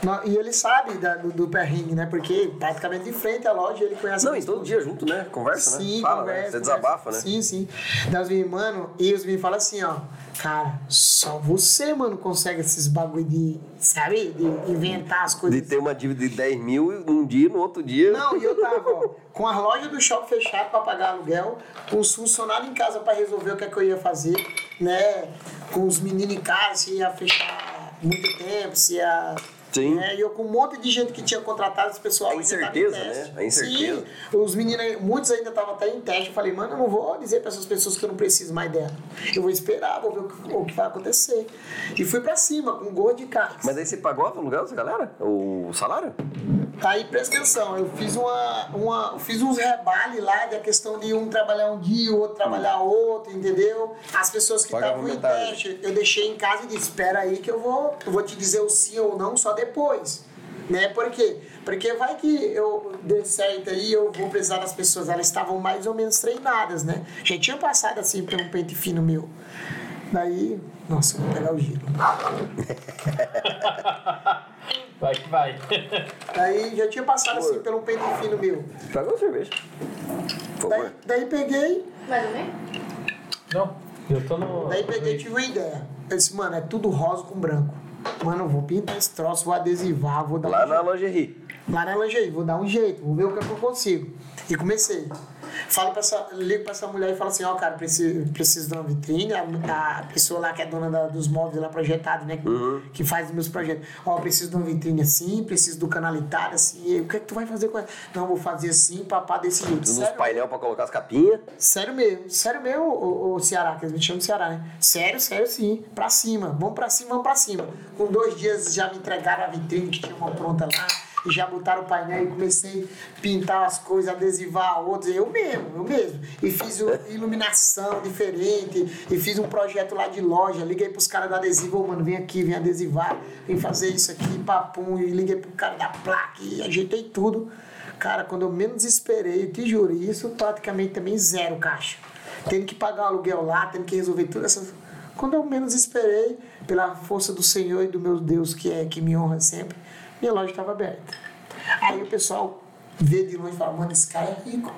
S3: nó- E ele sabe da- do, do perrengue, né? Porque praticamente de frente à loja ele conhece
S4: Não,
S3: a
S4: e todo dia junto, né? Conversa,
S3: Sim,
S4: né? Fala,
S3: conversa,
S4: né? Você desabafa, né?
S3: conversa. Sim, sim. Daí os meninos, mano, e os meninos falam assim, ó. Cara, só você, mano, consegue esses bagulho de, sabe? De inventar as coisas.
S4: De ter uma dívida de 10 mil num dia, no outro dia.
S3: Não, e eu tava, ó, com as lojas do shopping fechadas pra pagar aluguel, com os funcionários em casa pra resolver o que é que eu ia fazer, né? Com os meninos em casa, se ia fechar muito tempo, se ia...
S4: Sim.
S3: né, E eu com um monte de gente que tinha contratado esse pessoal.
S4: A
S3: ainda tava em
S4: incerteza,
S3: teste.
S4: né? A incerteza.
S3: Sim, os meninos, aí- muitos ainda estavam até em teste. Eu falei, mano, eu não vou dizer para essas pessoas que eu não preciso mais dela. Eu vou esperar, vou ver o que, o que vai acontecer. E fui pra cima, com um gol de carro.
S4: Mas aí você pagou o aluguel dessa galera? O salário?
S3: Tá Aí presta atenção, eu fiz uma, uma eu fiz uns rebales lá da questão de um trabalhar um dia, o outro trabalhar outro, entendeu? As pessoas que
S4: Hum. Pagava
S3: estavam em
S4: metade.
S3: teste, eu deixei em casa e disse, espera aí que eu vou, eu vou te dizer o sim ou não só depois. Né? Por quê? Porque vai que eu dê certo aí, eu vou precisar das pessoas. Elas estavam mais ou menos treinadas, né? Já tinha passado assim por um pente fino meu. Daí, nossa, eu vou pegar o giro.
S2: Vai que vai.
S3: Daí já tinha passado assim pelo pente fino meu.
S4: Pagou a cerveja. Por favor.
S3: Daí, daí peguei,
S5: Mais ou menos?
S2: Não, eu tô no.
S3: Daí peguei, tive uma ideia. Eu disse, mano, é tudo rosa com branco. Mano, eu vou pintar esse troço, vou adesivar, vou dar
S4: Lá
S3: um
S4: na lingerie.
S3: jeito. Lá na lingerie, vou dar um jeito, vou ver o que, é que eu consigo. E comecei. Falo pra essa, ligo pra essa mulher e falo assim, ó, cara, preciso, preciso de uma vitrine, a, a pessoa lá que é dona da- dos móveis lá projetados, né? que-
S4: Uhum.
S3: Que faz os meus projetos. Ó, preciso de uma vitrine assim, preciso do canalitário assim. E aí, o que é que tu vai fazer com ela? Não, vou fazer assim, papá desse jeito.
S4: Nos
S3: Sério,
S4: painel pra colocar as capinhas.
S3: Sério mesmo, sério mesmo, o, Ceará, que eles me chamam de Ceará, né? Sério, sério sim, pra cima, vamos pra cima, vamos pra cima. Com dois dias já me entregaram a vitrine que tinha uma pronta lá, e já botaram o painel e comecei a pintar as coisas, adesivar outras, eu mesmo, eu mesmo. E fiz o- iluminação diferente, e fiz um projeto lá de loja, liguei pros caras da adesivo, "Ô, mano, vem aqui, vem adesivar, vem fazer isso aqui, papum, e liguei pro cara da placa e ajeitei tudo. Cara, quando eu menos esperei, eu te juro, e isso praticamente também zero caixa. Tendo que pagar o aluguel lá, tendo que resolver tudo essas. Quando eu menos esperei, pela força do Senhor e do meu Deus, que é que me honra sempre, minha loja estava aberta. Aí o pessoal vê de longe e fala, mano, esse cara é rico.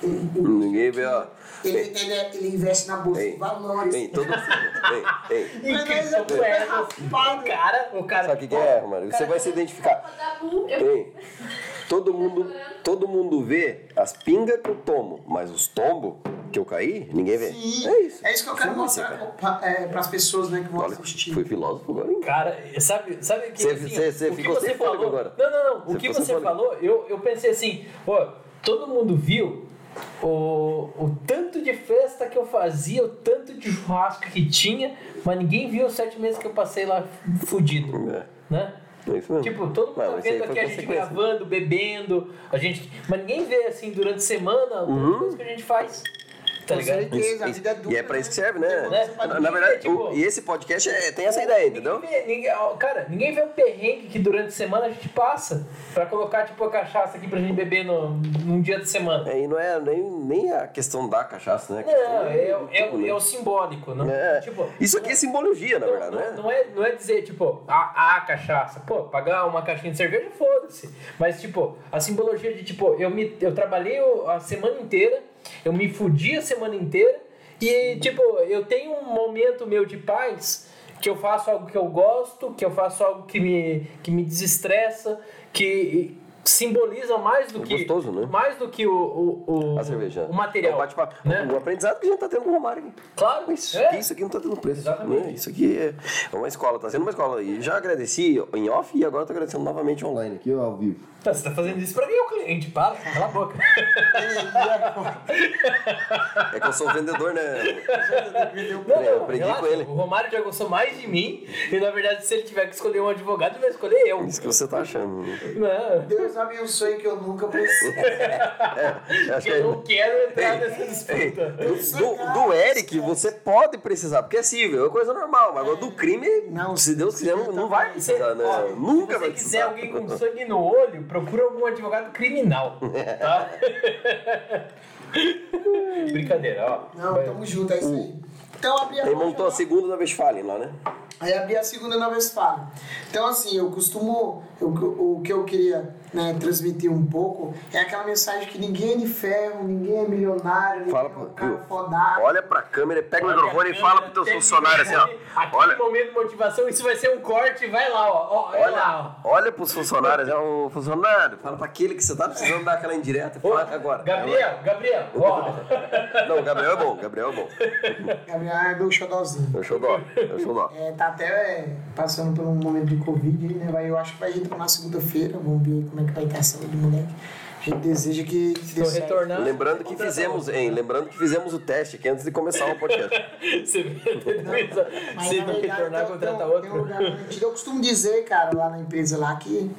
S3: Ele,
S4: Ninguém vê, ó.
S3: ele, ele, é- ele investe na bolsa de
S4: Ei,
S3: valores.
S4: ei, todo. ei, ei.
S3: Mas nós é tudo
S2: O
S3: raspado.
S2: cara, o cara.
S4: Sabe o que, que é, mano? Você vai se identificar. Ei, todo mundo, todo mundo vê as pingas que eu tomo, mas os tombos que eu caí, ninguém vê.
S3: Sim,
S4: É isso.
S3: É isso que eu quero
S4: Sim,
S3: mostrar
S4: cara.
S3: para as pessoas né, que vão
S4: Olha,
S3: assistir.
S4: fui filósofo agora, hein?
S2: Cara, sabe, sabe o que
S4: Cê-
S2: assim,
S4: cê- cê
S2: o que
S4: ficou sem fôlego
S2: falou?
S4: agora.
S2: Não, não, não. O
S4: Cê
S2: que
S4: ficou sem
S2: você
S4: fôlego.
S2: falou, eu, eu pensei assim, pô, todo mundo viu o, o tanto de festa que eu fazia, o tanto de churrasco que tinha, mas ninguém viu os sete meses que eu passei lá fudido,
S4: É.
S2: né?
S4: É isso mesmo.
S2: Tipo, todo mundo
S4: Não,
S2: tá
S4: isso aí
S2: vendo
S4: foi
S2: aqui a gente
S4: consequência.
S2: gravando,
S4: Uhum.
S2: bebendo, a gente. Mas ninguém vê assim durante a semana as coisas que a gente faz. Tá
S3: Com
S2: ligado?
S3: certeza, a
S4: Isso,
S3: vida é
S4: isso.
S3: dura.
S4: E é pra isso que serve, né?
S2: Tipo, Né?
S4: Na, na verdade, o- e esse podcast é- tem essa ideia, entendeu?
S2: Ninguém vê- ninguém- ó, cara, ninguém vê o perrengue que durante a semana a gente passa pra colocar, tipo, a cachaça aqui pra gente beber no, num dia de semana.
S4: É, E não é nem, nem a questão da cachaça, né? A questão
S2: Não,
S4: do
S2: é,
S4: tipo,
S2: é, o-
S4: né?
S2: é o simbólico, não?
S4: É.
S2: Tipo,
S4: Isso aqui é simbologia, na
S2: não,
S4: verdade,
S2: não,
S4: né?
S2: não é, não é dizer, tipo, a, a cachaça. Pô, pagar uma caixinha de cerveja, foda-se. Mas, tipo, a simbologia de, tipo, eu, me, eu trabalhei o- a semana inteira, eu me fudi a semana inteira, e, tipo, eu tenho um momento meu de paz que eu faço algo que eu gosto, que eu faço algo que me, que me desestressa, que simboliza mais do que
S4: gostoso, né?
S2: mais do que o, o, o,
S4: A cerveja.
S2: o material
S4: É o bate-papo.
S2: né?
S4: O aprendizado que a gente tá tendo com o Romário aqui.
S2: claro
S4: Isso,
S2: é.
S4: aqui- isso aqui não tá tendo preço.
S2: Exatamente.
S4: né? Isso aqui é é uma escola, tá sendo uma escola. E já agradeci em off e agora tô agradecendo novamente online, aqui ó, ao vivo.
S2: Tá, você tá fazendo isso pra mim, o cliente. Para, cala a boca.
S4: É que eu sou vendedor, né?
S2: Não,
S4: É, eu
S2: não,
S4: aprendi
S2: relaxa,
S4: com ele.
S2: O Romário já gostou mais de mim. E na verdade, se ele tiver que escolher um advogado, ele vai escolher eu.
S4: Isso que você tá achando.
S2: Não.
S3: Deus abençoe que eu nunca preciso.
S4: É, acho
S2: Porque
S4: que
S2: eu
S4: é.
S2: não quero entrar nessa disputa.
S4: Do, do Eric, você pode precisar, porque é cível, é coisa normal, mas agora do crime,
S3: Não,
S4: se Deus quiser, não, não vai
S2: Você-
S4: precisar, né?
S2: ó,
S4: Nunca
S2: se
S4: vai
S2: você quiser
S4: precisar.
S2: alguém com sangue no olho, procura algum advogado criminal. Tá? Brincadeira, ó.
S3: Não, tamo junto, é isso aí. Então abri a
S4: Ele montou assim. a
S3: loja lá.
S4: segunda da Westfalen lá, né?
S3: Aí abri a segunda na Westfalen. Então, assim, eu costumo. eu- o que eu queria né, transmitir um pouco é aquela mensagem que ninguém é de ferro, ninguém é milionário, ninguém
S4: Fala
S3: é um
S4: pro-
S3: cara
S4: viu?
S3: fodado.
S4: Olha pra câmera, pega o microfone e fala pro teu
S2: Tem que
S4: funcionário assim, ó.
S2: ter Aquele
S4: Olha,
S2: momento de motivação, isso vai ser um corte, vai lá, ó. ó olha lá, ó.
S4: olha pros funcionários, é o funcionário. Fala pra aquele que você tá precisando dar aquela indireta. Fala agora.
S2: Gabriel, Gabriel, ó.
S4: Não, o Gabriel é bom, o Gabriel é bom.
S3: Gabriel é meu xodózinho.
S4: Eu show dó, eu show dó.
S3: É, tá até é, passando por um momento de Covid, aí, né? Vai- Eu acho que vai retornar na segunda-feira. Vamos ver aí como é que vai estar a saúde do moleque. A gente deseja que que dê
S2: Tô
S3: certo.
S2: retornando.
S4: Lembrando que fizemos, hein? Lembrando que fizemos o teste aqui antes de começar o podcast.
S2: Você
S3: Mas, na
S2: Se não
S3: verdade,
S2: retornar,
S3: tem-
S2: contrata
S3: tem- tem um
S2: outro.
S3: lugar garantido. Eu costumo dizer, cara, lá na empresa lá que.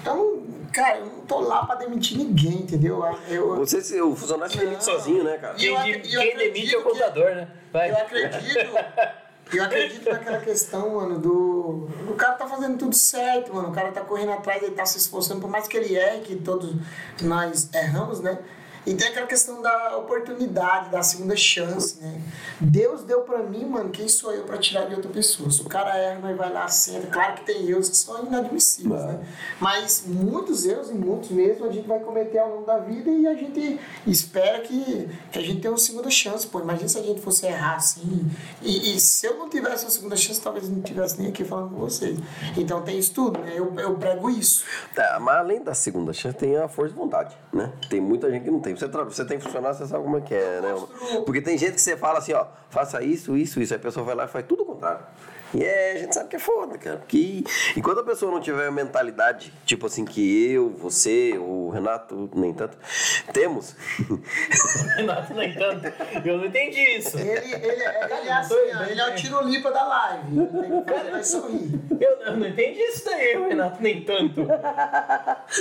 S3: Então, cara, eu não tô lá pra demitir ninguém, entendeu? Eu,
S4: Você, se- o funcionário se demite sozinho, né, cara?
S3: E eu
S2: Quem,
S3: ac- e eu
S2: quem
S3: acredito
S2: demite é o
S3: que-
S2: contador, né? Vai.
S3: Eu acredito. Eu acredito naquela questão, mano, do. O cara tá fazendo tudo certo, mano. O cara tá correndo atrás, ele tá se esforçando, por mais que ele erre, que todos nós erramos, né? E tem aquela questão da oportunidade, da segunda chance, né? Deus deu pra mim, mano, quem sou eu pra tirar de outra pessoa? Se o cara erra, nós vai lá, senta. É Claro que tem erros que são inadmissíveis, né? Mas muitos erros, e muitos mesmo, a gente vai cometer ao longo da vida e a gente espera que, que a gente tenha uma segunda chance, pô. Imagina se a gente fosse errar assim. E, e se eu não tivesse uma segunda chance, talvez eu não estivesse nem aqui falando com vocês. Então tem isso tudo, né? Eu, eu prego isso.
S4: Tá, mas além da segunda chance, tem a força de vontade, né? Tem muita gente que não tem. Você, tra- você tem funcionário, você sabe como é que é, né? Porque tem gente que você fala assim, ó, faça isso, isso, isso. Aí a pessoa vai lá e faz tudo o contrário. E é, a gente sabe que é foda, cara. Porque enquanto a pessoa não tiver a mentalidade, tipo assim, que eu, você, o Renato, nem tanto, temos,
S2: Renato, no entanto, eu não entendi isso.
S3: Ele, ele, é- ele é
S2: não
S3: assim,
S2: doido,
S3: ó,
S2: né?
S3: ele é o tirolipa da live. Ele tem que fazer, vai sorrir.
S2: Eu, eu não entendi isso daí, o Renato, nem tanto.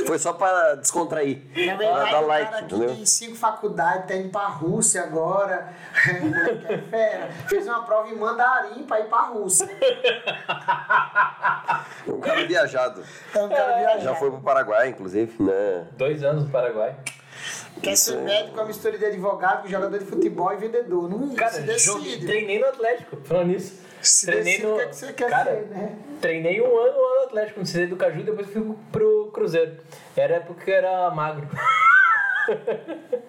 S4: foi só pra descontrair.
S3: Na
S4: pra
S2: é,
S3: verdade,
S2: um
S4: dar
S3: o
S4: like,
S3: cara que
S4: entendeu?
S3: tem cinco faculdades, tá indo pra Rússia agora. É fera. Fez uma prova em mandarim pra ir pra Rússia.
S4: Um cara viajado.
S3: Então, o cara
S4: Já
S3: viajar.
S4: foi pro Paraguai, inclusive, né?
S2: Dois anos no Paraguai.
S3: Quer ser médico, é uma mistura de advogado, jogador de futebol e vendedor. Não
S2: Cara,
S3: se
S2: joguei,
S3: decide.
S2: treinei no Atlético, falando nisso.
S3: Se
S2: treinei
S3: decide o que é que você quer
S2: cara,
S3: ser, né?
S2: Treinei um ano lá no Atlético, no CD do Caju, depois fui pro- pro Cruzeiro. Era porque eu era magro.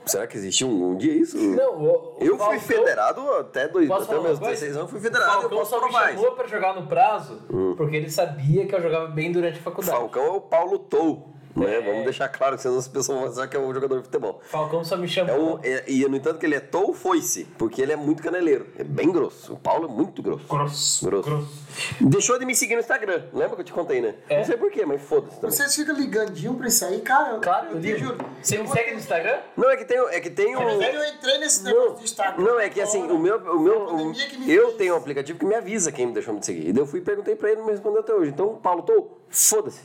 S4: Será que existiu um, um dia isso?
S2: Não, o- o
S4: Eu fui
S2: Falcão-
S4: federado até dois,
S2: Posso
S4: até
S2: falar
S4: meus
S2: uma coisa?
S4: 16 anos, fui
S2: o
S4: federado, eu
S2: Falcão
S4: posso
S2: só
S4: falar
S2: me
S4: mais.
S2: chamou pra jogar no prazo,
S3: Hum.
S2: porque ele sabia que eu jogava bem durante a faculdade.
S4: Falcão é o Paulo Tou,
S2: É.
S4: né? Vamos deixar claro, que senão as pessoas vão achar que é um jogador de futebol.
S2: Falcão só me
S4: É
S2: chamou.
S4: um, é- e no entanto que ele é Tou Foice, porque ele é muito caneleiro, é bem grosso. O Paulo é muito grosso.
S2: Grosso,
S4: Grosso. Deixou de me seguir no Instagram, lembra que eu te contei, né?
S2: É.
S4: Não sei porquê, mas foda-se também.
S3: Vocês ficam ligandinho pra isso aí, cara. eu-
S2: Claro,
S3: eu
S2: eu
S3: te
S2: ligo.
S3: juro.
S2: Você me
S3: Eu
S2: segue
S3: vou-
S2: no Instagram?
S4: Não, é que tem, é que tem um...
S3: Velho, eu entrei nesse negócio
S4: Não,
S3: do Instagram.
S4: não, é que assim, o meu. O
S3: Foi a
S4: meu
S3: pandemia que me
S4: eu
S3: fez.
S4: tenho um aplicativo que me avisa quem me deixou me seguir. E daí eu fui e perguntei pra ele, não me respondeu até hoje. Então, Paulo, tô, foda-se.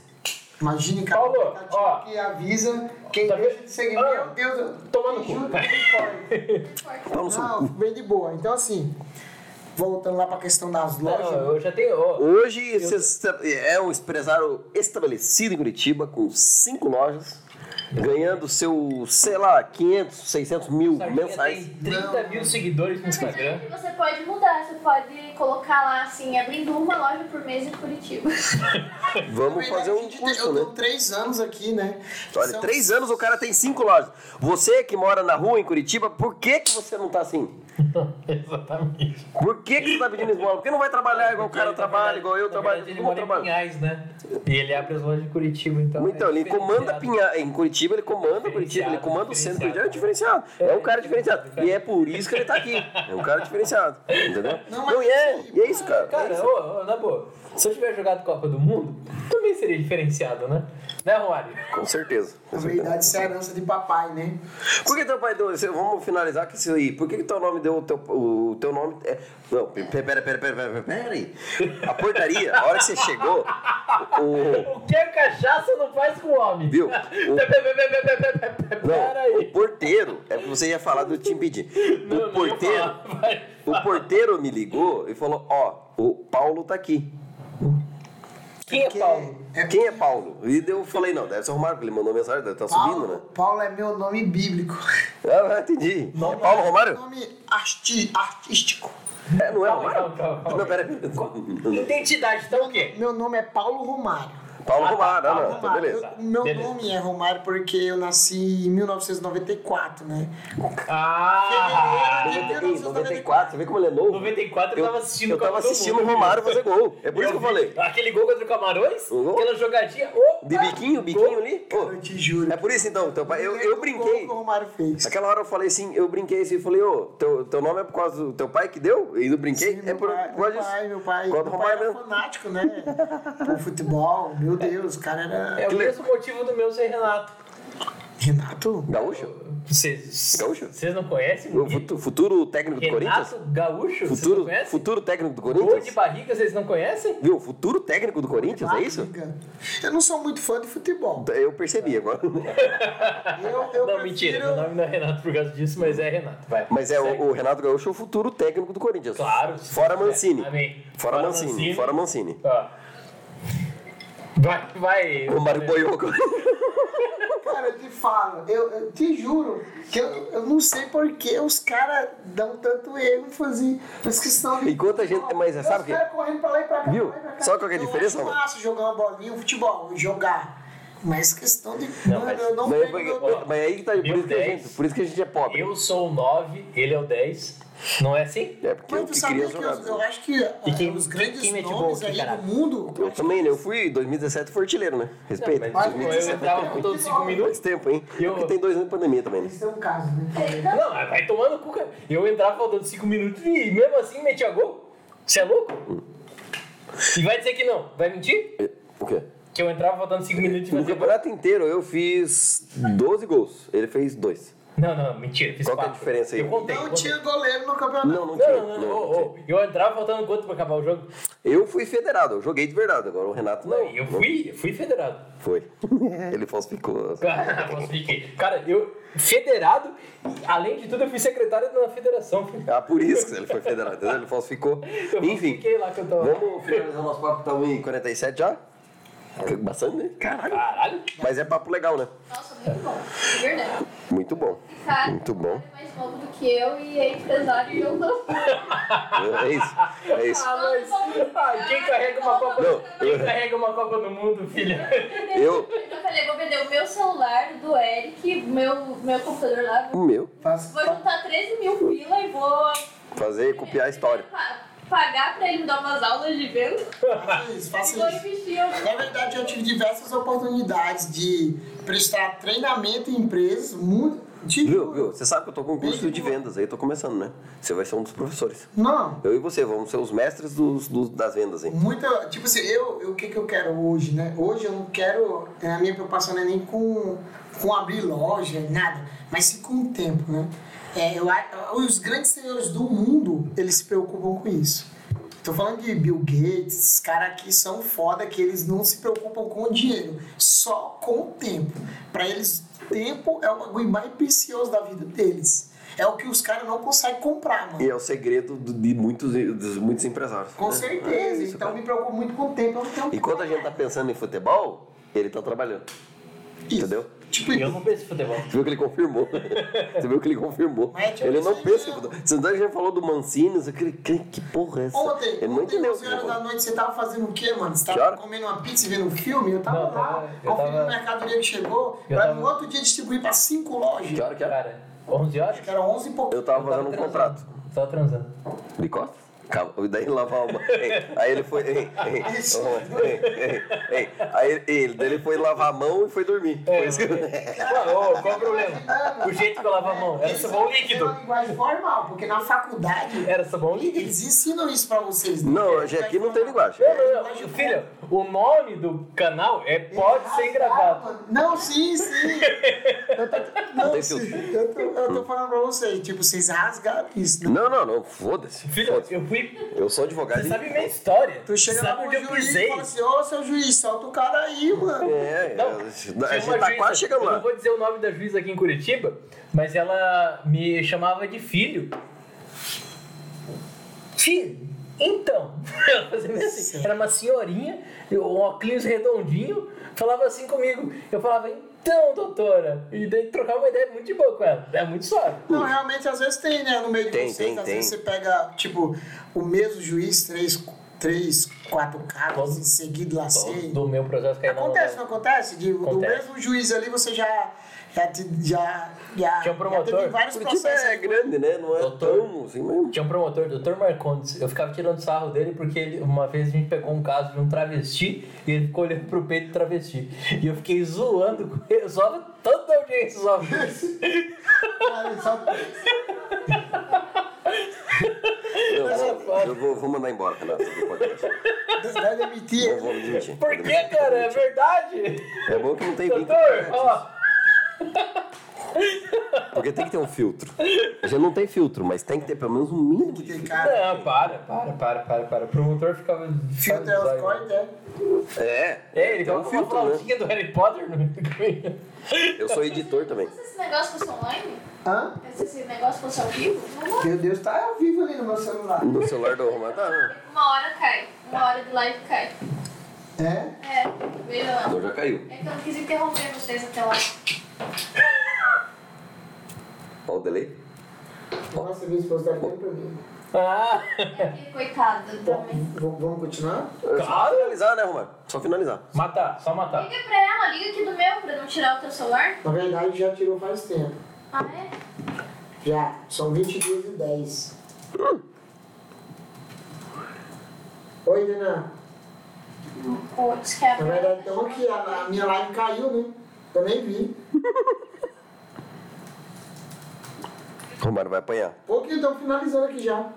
S3: Imagine, cara,
S1: Paulo,
S3: um aplicativo
S1: ó.
S3: que avisa quem
S1: Tá
S3: deixa
S1: vendo?
S3: de seguir.
S1: Ah,
S3: Meu Deus, eu-
S1: toma no
S3: me
S1: cu.
S3: juro que eu não importo.
S4: Pau no seu
S3: Não,
S4: cu.
S3: bem de boa. Então, assim, voltando lá pra questão das lojas.
S2: Não, eu já tenho. ó,
S4: Hoje cês- é um empresário estabelecido em Curitiba com cinco lojas, ganhando seu, sei lá, 500, 600 mil
S2: Sardinha
S4: mensais.
S2: tem 30 mil seguidores no
S5: Mas
S2: Instagram.
S5: aí você pode mudar, você pode colocar lá assim, abrindo uma loja por mês em Curitiba.
S4: Vamos fazer um
S3: Eu tô
S4: curso, né?
S3: três anos aqui, né?
S4: Olha,
S3: São-
S4: três anos o cara tem cinco lojas. Você que mora na rua em Curitiba, por que, que você não tá assim?
S2: Exatamente.
S4: Por que, que você tá pedindo esmola? Por que não vai trabalhar igual o cara trabalha, igual eu
S2: Na
S4: trabalho?
S2: verdade, ele
S4: Como eu
S2: mora em
S4: trabalho?
S2: Pinhais, né? E ele abre as lojas de Curitiba, então.
S4: Então,
S2: é
S4: ele
S2: diferenciado.
S4: comanda Pinha, em Curitiba, ele comanda Curitiba, ele comanda o centro Curitiba, é diferenciado. É um cara diferenciado. E é por isso que ele tá aqui. É um cara diferenciado. Entendeu?
S3: Não, mas
S4: Não, e é, e é isso, cara. É
S2: Cara,
S4: isso.
S2: ô, ô, na boa, se eu tivesse jogado Copa do Mundo, também seria diferenciado, né? Né, Romário?
S4: Com certeza. com
S3: Na
S4: certeza.
S3: verdade, isso é herança de papai, né?
S4: Por que teu pai deu. esse- Vamos finalizar com isso aí. Por que, que teu nome deu. o Teu, o teu nome. É, não, pe- pe- pera, pera, pera, pera, pera, pera aí. A portaria, a hora que você chegou. O,
S2: O que a cachaça não faz com o homem?
S4: Viu? O-
S2: Pera
S4: não,
S2: aí.
S4: o porteiro. É porque você ia falar do Tim Pedi.
S2: Não, não
S4: O
S2: ia
S4: porteiro.
S2: falar, vai.
S4: O porteiro me ligou e falou: Ó, o Paulo tá aqui.
S2: Quem é
S3: Que-
S2: Paulo?
S4: Quem é Paulo? E daí eu falei: Não, deve ser o Marco. Ele mandou mensagem, deve estar
S3: Paulo,
S4: subindo, né?
S3: Paulo é meu nome bíblico.
S4: Ah, entendi. É Paulo
S3: Meu
S4: Romário?
S3: nome arti- artístico.
S4: É, não é
S2: Calma,
S4: Romário?
S2: calma, calma, calma.
S4: Não, pera. aí.
S2: Identidade, então o quê?
S3: Meu nome é Paulo Romário.
S4: Paulo Romário, ah, não, então
S3: Romário.
S4: beleza.
S3: Eu- meu
S2: Beleza.
S3: nome é Romário porque eu nasci em 1994, né?
S2: Ah!
S3: Fevereiro de
S4: 93, 94, você vê como ele é novo?
S2: 94 eu tava assistindo
S4: Eu
S2: Copa
S4: tava
S2: do
S4: assistindo o
S2: Mundo.
S4: Romário fazer gol. É por isso que eu
S2: vi
S4: falei.
S2: Aquele gol contra o Camarões?
S4: O gol?
S2: Aquela jogadinha. Opa!
S4: De biquinho, biquinho ali. pô.
S3: Eu te juro.
S4: É por isso então, teu pai. Eu,
S3: lembro
S4: eu
S3: do
S4: brinquei.
S3: gol que o Romário fez.
S4: Aquela hora eu falei assim, eu brinquei assim, eu falei, ô, teu, teu nome é por causa do teu pai que deu? E eu brinquei?
S3: Sim,
S4: é
S3: meu
S4: por,
S3: pai,
S4: por
S3: meu
S4: causa disso.
S3: pai, meu pai,
S4: Por causa do
S3: meu pai
S4: Romário
S3: era
S4: mesmo.
S3: fanático, né? Por futebol, meu Deus, o cara era...
S2: É o
S4: Que le-
S2: mesmo motivo do meu ser Renato.
S3: Renato?
S4: Gaúcho?
S2: Vocês.
S4: Gaúcho?
S2: Vocês não conhecem?
S4: O futu- futuro técnico do Corinthians?
S2: Renato Gaúcho? vocês não
S4: Futuro,
S2: conhecem?
S4: futuro técnico do
S2: Gol de
S4: Corinthians?
S2: barriga, vocês não conhecem?
S4: Viu? Futuro técnico do Corinthians, é isso?
S3: Liga. Eu não sou muito fã de futebol.
S4: Eu percebi agora.
S3: Eu, eu
S2: não,
S3: prefiro-
S2: mentira, meu nome não é Renato por causa disso, mas é Renato. Vai.
S4: Mas é,
S2: Segue.
S4: o, o Renato Gaúcho é o futuro técnico do Corinthians.
S2: Claro.
S4: Fora Mancini.
S2: É, amém.
S4: Fora,
S2: Fora
S4: Mancini,
S2: Mancini.
S4: Fora Mancini.
S2: Ó. Vai, vai.
S4: O Mário Boioco.
S3: Cara, eu te falo, eu, eu te juro que eu, eu não sei por que os caras dão tanto erro em fazer as questões de
S4: Enquanto a gente- mas
S3: Os
S4: sabe o quê?
S3: caras correndo pra lá e pra cá,
S4: Viu?
S3: pra lá e pra cá.
S4: Sabe qual que é a
S3: Eu
S4: diferença,
S3: acho
S4: mano?
S3: fácil jogar uma bolinha, um futebol, jogar. Mas questão de...
S2: Não,
S3: mano,
S2: mas-
S3: eu não
S4: Mas, é
S3: pego meu tempo.
S4: mas- mas aí que tá. Por
S2: Meu
S4: isso que, a
S2: dez.
S4: gente, por isso que a gente é pobre.
S2: Eu sou o 9, ele é o 10. Não é assim?
S4: É porque
S3: Mas
S4: eu
S3: tu
S4: que
S3: sabia
S4: queria
S3: que eu,
S4: jogar.
S3: eu acho que
S2: E quem-
S3: ah, os
S2: quem-
S3: grandes
S2: quem mete gol
S3: nomes
S2: aqui,
S3: aí
S2: caralho?
S3: do mundo...
S4: Eu também, né? Eu fui em 2017 foi artilheiro, né? Respeito.
S2: Mas,
S3: Mas-
S2: tipo, eu tava com todos 5 minutos.
S4: Faz tempo, hein?
S2: Eu-
S4: Porque tem dois anos de pandemia também, né?
S3: Esse é um caso, né?
S2: Não, mas vai tomando cu, cara. Eu entrava faltando 5 minutos e mesmo assim metia gol? Você é louco? E vai dizer que não? Vai mentir?
S4: É, O quê?
S2: Que eu entrava faltando 5 minutos e
S4: No
S2: fazia gol?
S4: campeonato inteiro eu fiz 12 gols. Ele fez dois.
S2: Não, não, mentira. Fiz
S4: Qual que é a
S2: quatro.
S4: diferença aí?
S2: Eu contei.
S3: Não
S2: contei.
S3: tinha goleiro no campeonato.
S4: Não, não tinha.
S2: Não, não, não.
S4: não
S2: ô,
S4: tinha.
S2: ô, eu entrava faltando quanto pra acabar o jogo?
S4: Eu fui federado, eu joguei de verdade. Agora o Renato não.
S2: eu fui, eu fui federado.
S4: Foi. Ele falsificou.
S2: Cara, posso fiquei. Cara, eu federado, e, além de tudo, eu fui secretário da federação.
S4: Ah, por isso que ele foi federado, entendeu? Ele falsificou.
S2: Eu
S4: Enfim,
S2: fiquei lá que eu tava.
S4: vamos finalizar nosso papo. tá um Estamos em 47 já? Bastante, né? Caralho.
S2: Caralho.
S4: Mas é papo legal, né?
S5: Nossa, muito bom, de verdade.
S4: Muito bom.
S5: E cara,
S4: Muito bom.
S5: é mais novo do que eu e é empresário e eu não.
S4: É isso. É isso.
S2: Ah, mas... ah, quem carrega uma Copa
S4: Não,
S2: Quem carrega uma Copa do Mundo, filha?
S4: Eu.
S5: Então eu falei, vou vender o meu celular do Eric, meu, meu computador lá, vou-
S4: O meu.
S3: Faz-
S5: vou juntar 13 mil pila e vou
S4: Fazer copiar a história.
S5: pa- pagar pra ele me dar umas aulas de venda
S3: Faça isso,
S5: e
S3: faça
S5: vou
S3: isso.
S5: investir. Eu-
S3: Na verdade, eu tive diversas oportunidades de prestar treinamento em empresas, muito. de-
S4: Viu, viu? Você sabe que eu tô com um curso de vendas aí, tô começando, né? Você vai ser um dos professores.
S3: Não.
S4: Eu e você vamos ser os mestres dos, dos- das vendas, hein?
S3: Muita, tipo assim, eu, eu- o que, que eu quero hoje, né? Hoje eu não quero, a minha preocupação não é nem com, com abrir loja, nada, mas sim com o tempo, né? É, eu, a- os grandes senhores do mundo, eles se preocupam com isso. Tô falando de Bill Gates, esses caras aqui são foda que eles não se preocupam com o dinheiro, só com o tempo. Pra eles, tempo é o bagulho mais precioso da vida deles. É o que os caras não conseguem comprar, mano.
S4: E é o segredo do- de muitos, de muitos empresários.
S3: Com
S4: né? É
S3: certeza.
S4: isso,
S3: então
S4: cara.
S3: me preocupo muito com o tempo. Eu não tenho
S4: Enquanto a gente tá pensando em futebol, ele tá trabalhando.
S3: Isso.
S4: Entendeu?
S3: Tipo,
S2: Eu não penso em futebol.
S4: Você viu que ele confirmou. Você viu que ele confirmou.
S3: Mas, tipo,
S4: ele não
S3: isso
S4: pensa em
S3: aí é-
S4: futebol. Você não já falou do Mancini, isso aqui, que, que porra é tipo. essa?
S3: Ontem,
S4: ele não
S3: ontem,
S4: entendeu. o que
S3: 11 horas
S4: ele
S3: da
S4: falou.
S3: noite, você tava fazendo o quê, mano? Você
S4: Que
S3: tava
S4: hora?
S3: comendo uma pizza e vendo um filme? Eu tava
S2: Não,
S3: lá,
S2: tava- eu
S3: conferindo
S2: tava-
S3: o mercadoria que chegou,
S2: Eu
S3: pra
S2: tava-
S3: no outro dia distribuir pra cinco lojas.
S4: Que hora que era?
S2: Cara, tá 11 horas?
S3: Que era 11 e pouquinho.
S4: Eu tava fazendo um
S2: transando.
S4: contrato.
S2: Tava transando.
S4: De costas? Calma, e daí lavar uma. Ei, aí ele foi. Ei, ei, ô, ei, ei, ei. Aí ele- ele, daí ele foi lavar a mão e foi dormir. Foi isso que-
S2: É, Ô, ô, qual o problema? O jeito que eu lavo a mão. Era sabão líquido.
S3: É uma linguagem formal, porque na faculdade
S2: Era sabão líquido.
S3: eles ensinam isso pra vocês. né?
S4: Não, hoje aqui não tem linguagem.
S2: Não, não, não. Filha, o nome do canal é Pode Ser Gravado.
S3: Não, sim, sim. Eu tô, não,
S4: tem
S3: sim.
S4: filtro. Hum.
S3: Eu tô, eu tô falando pra vocês, tipo, vocês rasgaram isso. né? Não.
S4: Não, não, não. Foda-se.
S2: Filha,
S4: Foda-se.
S2: eu fui...
S4: Eu sou advogado.
S2: Você
S4: e-
S2: sabe minha história.
S3: Tu chega lá
S2: sabe
S3: pro
S2: onde eu
S3: juiz e
S2: pisei.
S3: fala assim, ô, seu juiz, solta o cara aí, mano.
S4: É,
S2: Não,
S4: a gente
S2: tinha
S4: a
S2: uma
S4: gente tá
S2: juíza,
S4: quase chegando
S2: Eu
S4: lá.
S2: não vou dizer o nome da juíza aqui em Curitiba, mas ela me chamava de filho. Filho, então. Ela fazia assim, Era uma senhorinha, um óculos redondinho, falava assim comigo. Eu falava, então, doutora. E daí trocava uma ideia muito de boa com ela. É muito suave.
S3: Não, realmente, às vezes tem, né? No meio de
S4: Tem,
S3: vocês,
S4: tem,
S3: às
S4: tem.
S3: vezes você pega, tipo, o mesmo juiz, três, três quatro caras
S2: Todo-
S3: em seguida, lá sei.
S2: Do meu processo cair na
S3: Acontece, não
S2: novela.
S3: acontece? De- Do
S2: Acontece.
S3: mesmo juiz ali, você já... Já, te- já,
S2: Tinha
S3: já,
S2: um
S3: já teve
S2: promotor.
S3: vários
S4: Curitiba
S3: processos.
S4: é grande, né? Não é
S2: Doutor.
S4: tão assim mesmo.
S2: Tinha um promotor, Dr. Marcondes. Eu ficava tirando sarro dele porque ele- uma vez a gente pegou um caso de um travesti e ele ficou olhando pro peito do travesti. E eu fiquei zoando com ele. Zoava toda a audiência, zoava isso.
S3: Cara, só-
S4: Eu vou, eu vou- vou mandar embora, Renato, do podcast.
S3: Vai demitir.
S4: Eu vou me demitir.
S2: Por que, cara? É verdade?
S4: É bom que não tem vínculo.
S2: Doutor, ó.
S4: Porque tem que ter um filtro. A gente não tem filtro, mas tem que ter pelo menos um mínimo de
S3: Porque,
S4: filtro.
S3: cara,
S2: Não, para, para, para, para, para. O promotor ficava.
S3: fio até os cortes, é.
S4: É,
S2: É, ele
S4: tem um
S2: colocou uma
S4: filtro, né?
S2: flautinha do Harry Potter no meio do caminho.
S4: Eu sou editor também.
S5: Se esse negócio fosse online,
S3: Hã?
S5: se esse negócio fosse ao vivo, não vou.
S3: Meu Deus, tá ao vivo ali no meu celular.
S4: No celular do Romano. Tá, não.
S5: Uma hora cai. Uma hora de live cai.
S3: É?
S5: É, veja lá.
S4: Então já caiu.
S5: É que eu não quis interromper vocês até lá.
S4: Ó o delay.
S3: Nossa, minha esposa tá olhando pra mim.
S2: Ah,
S5: É, coitada também.
S3: V- Vamos continuar?
S4: É Só
S2: Claro.
S4: finalizar, né, Romano? Só finalizar.
S2: matar, só matar.
S5: Liga pra ela, liga aqui do meu pra não tirar o teu celular.
S3: Na verdade, já tirou faz tempo.
S5: Ah, é?
S3: Já, são 22 e 10. Oi, Renan.
S5: Pô, desquebra.
S3: Na verdade, então aqui, a, a minha live caiu, né? Eu nem vi.
S4: Romano vai apanhar.
S3: Pô, que estamos finalizando aqui já.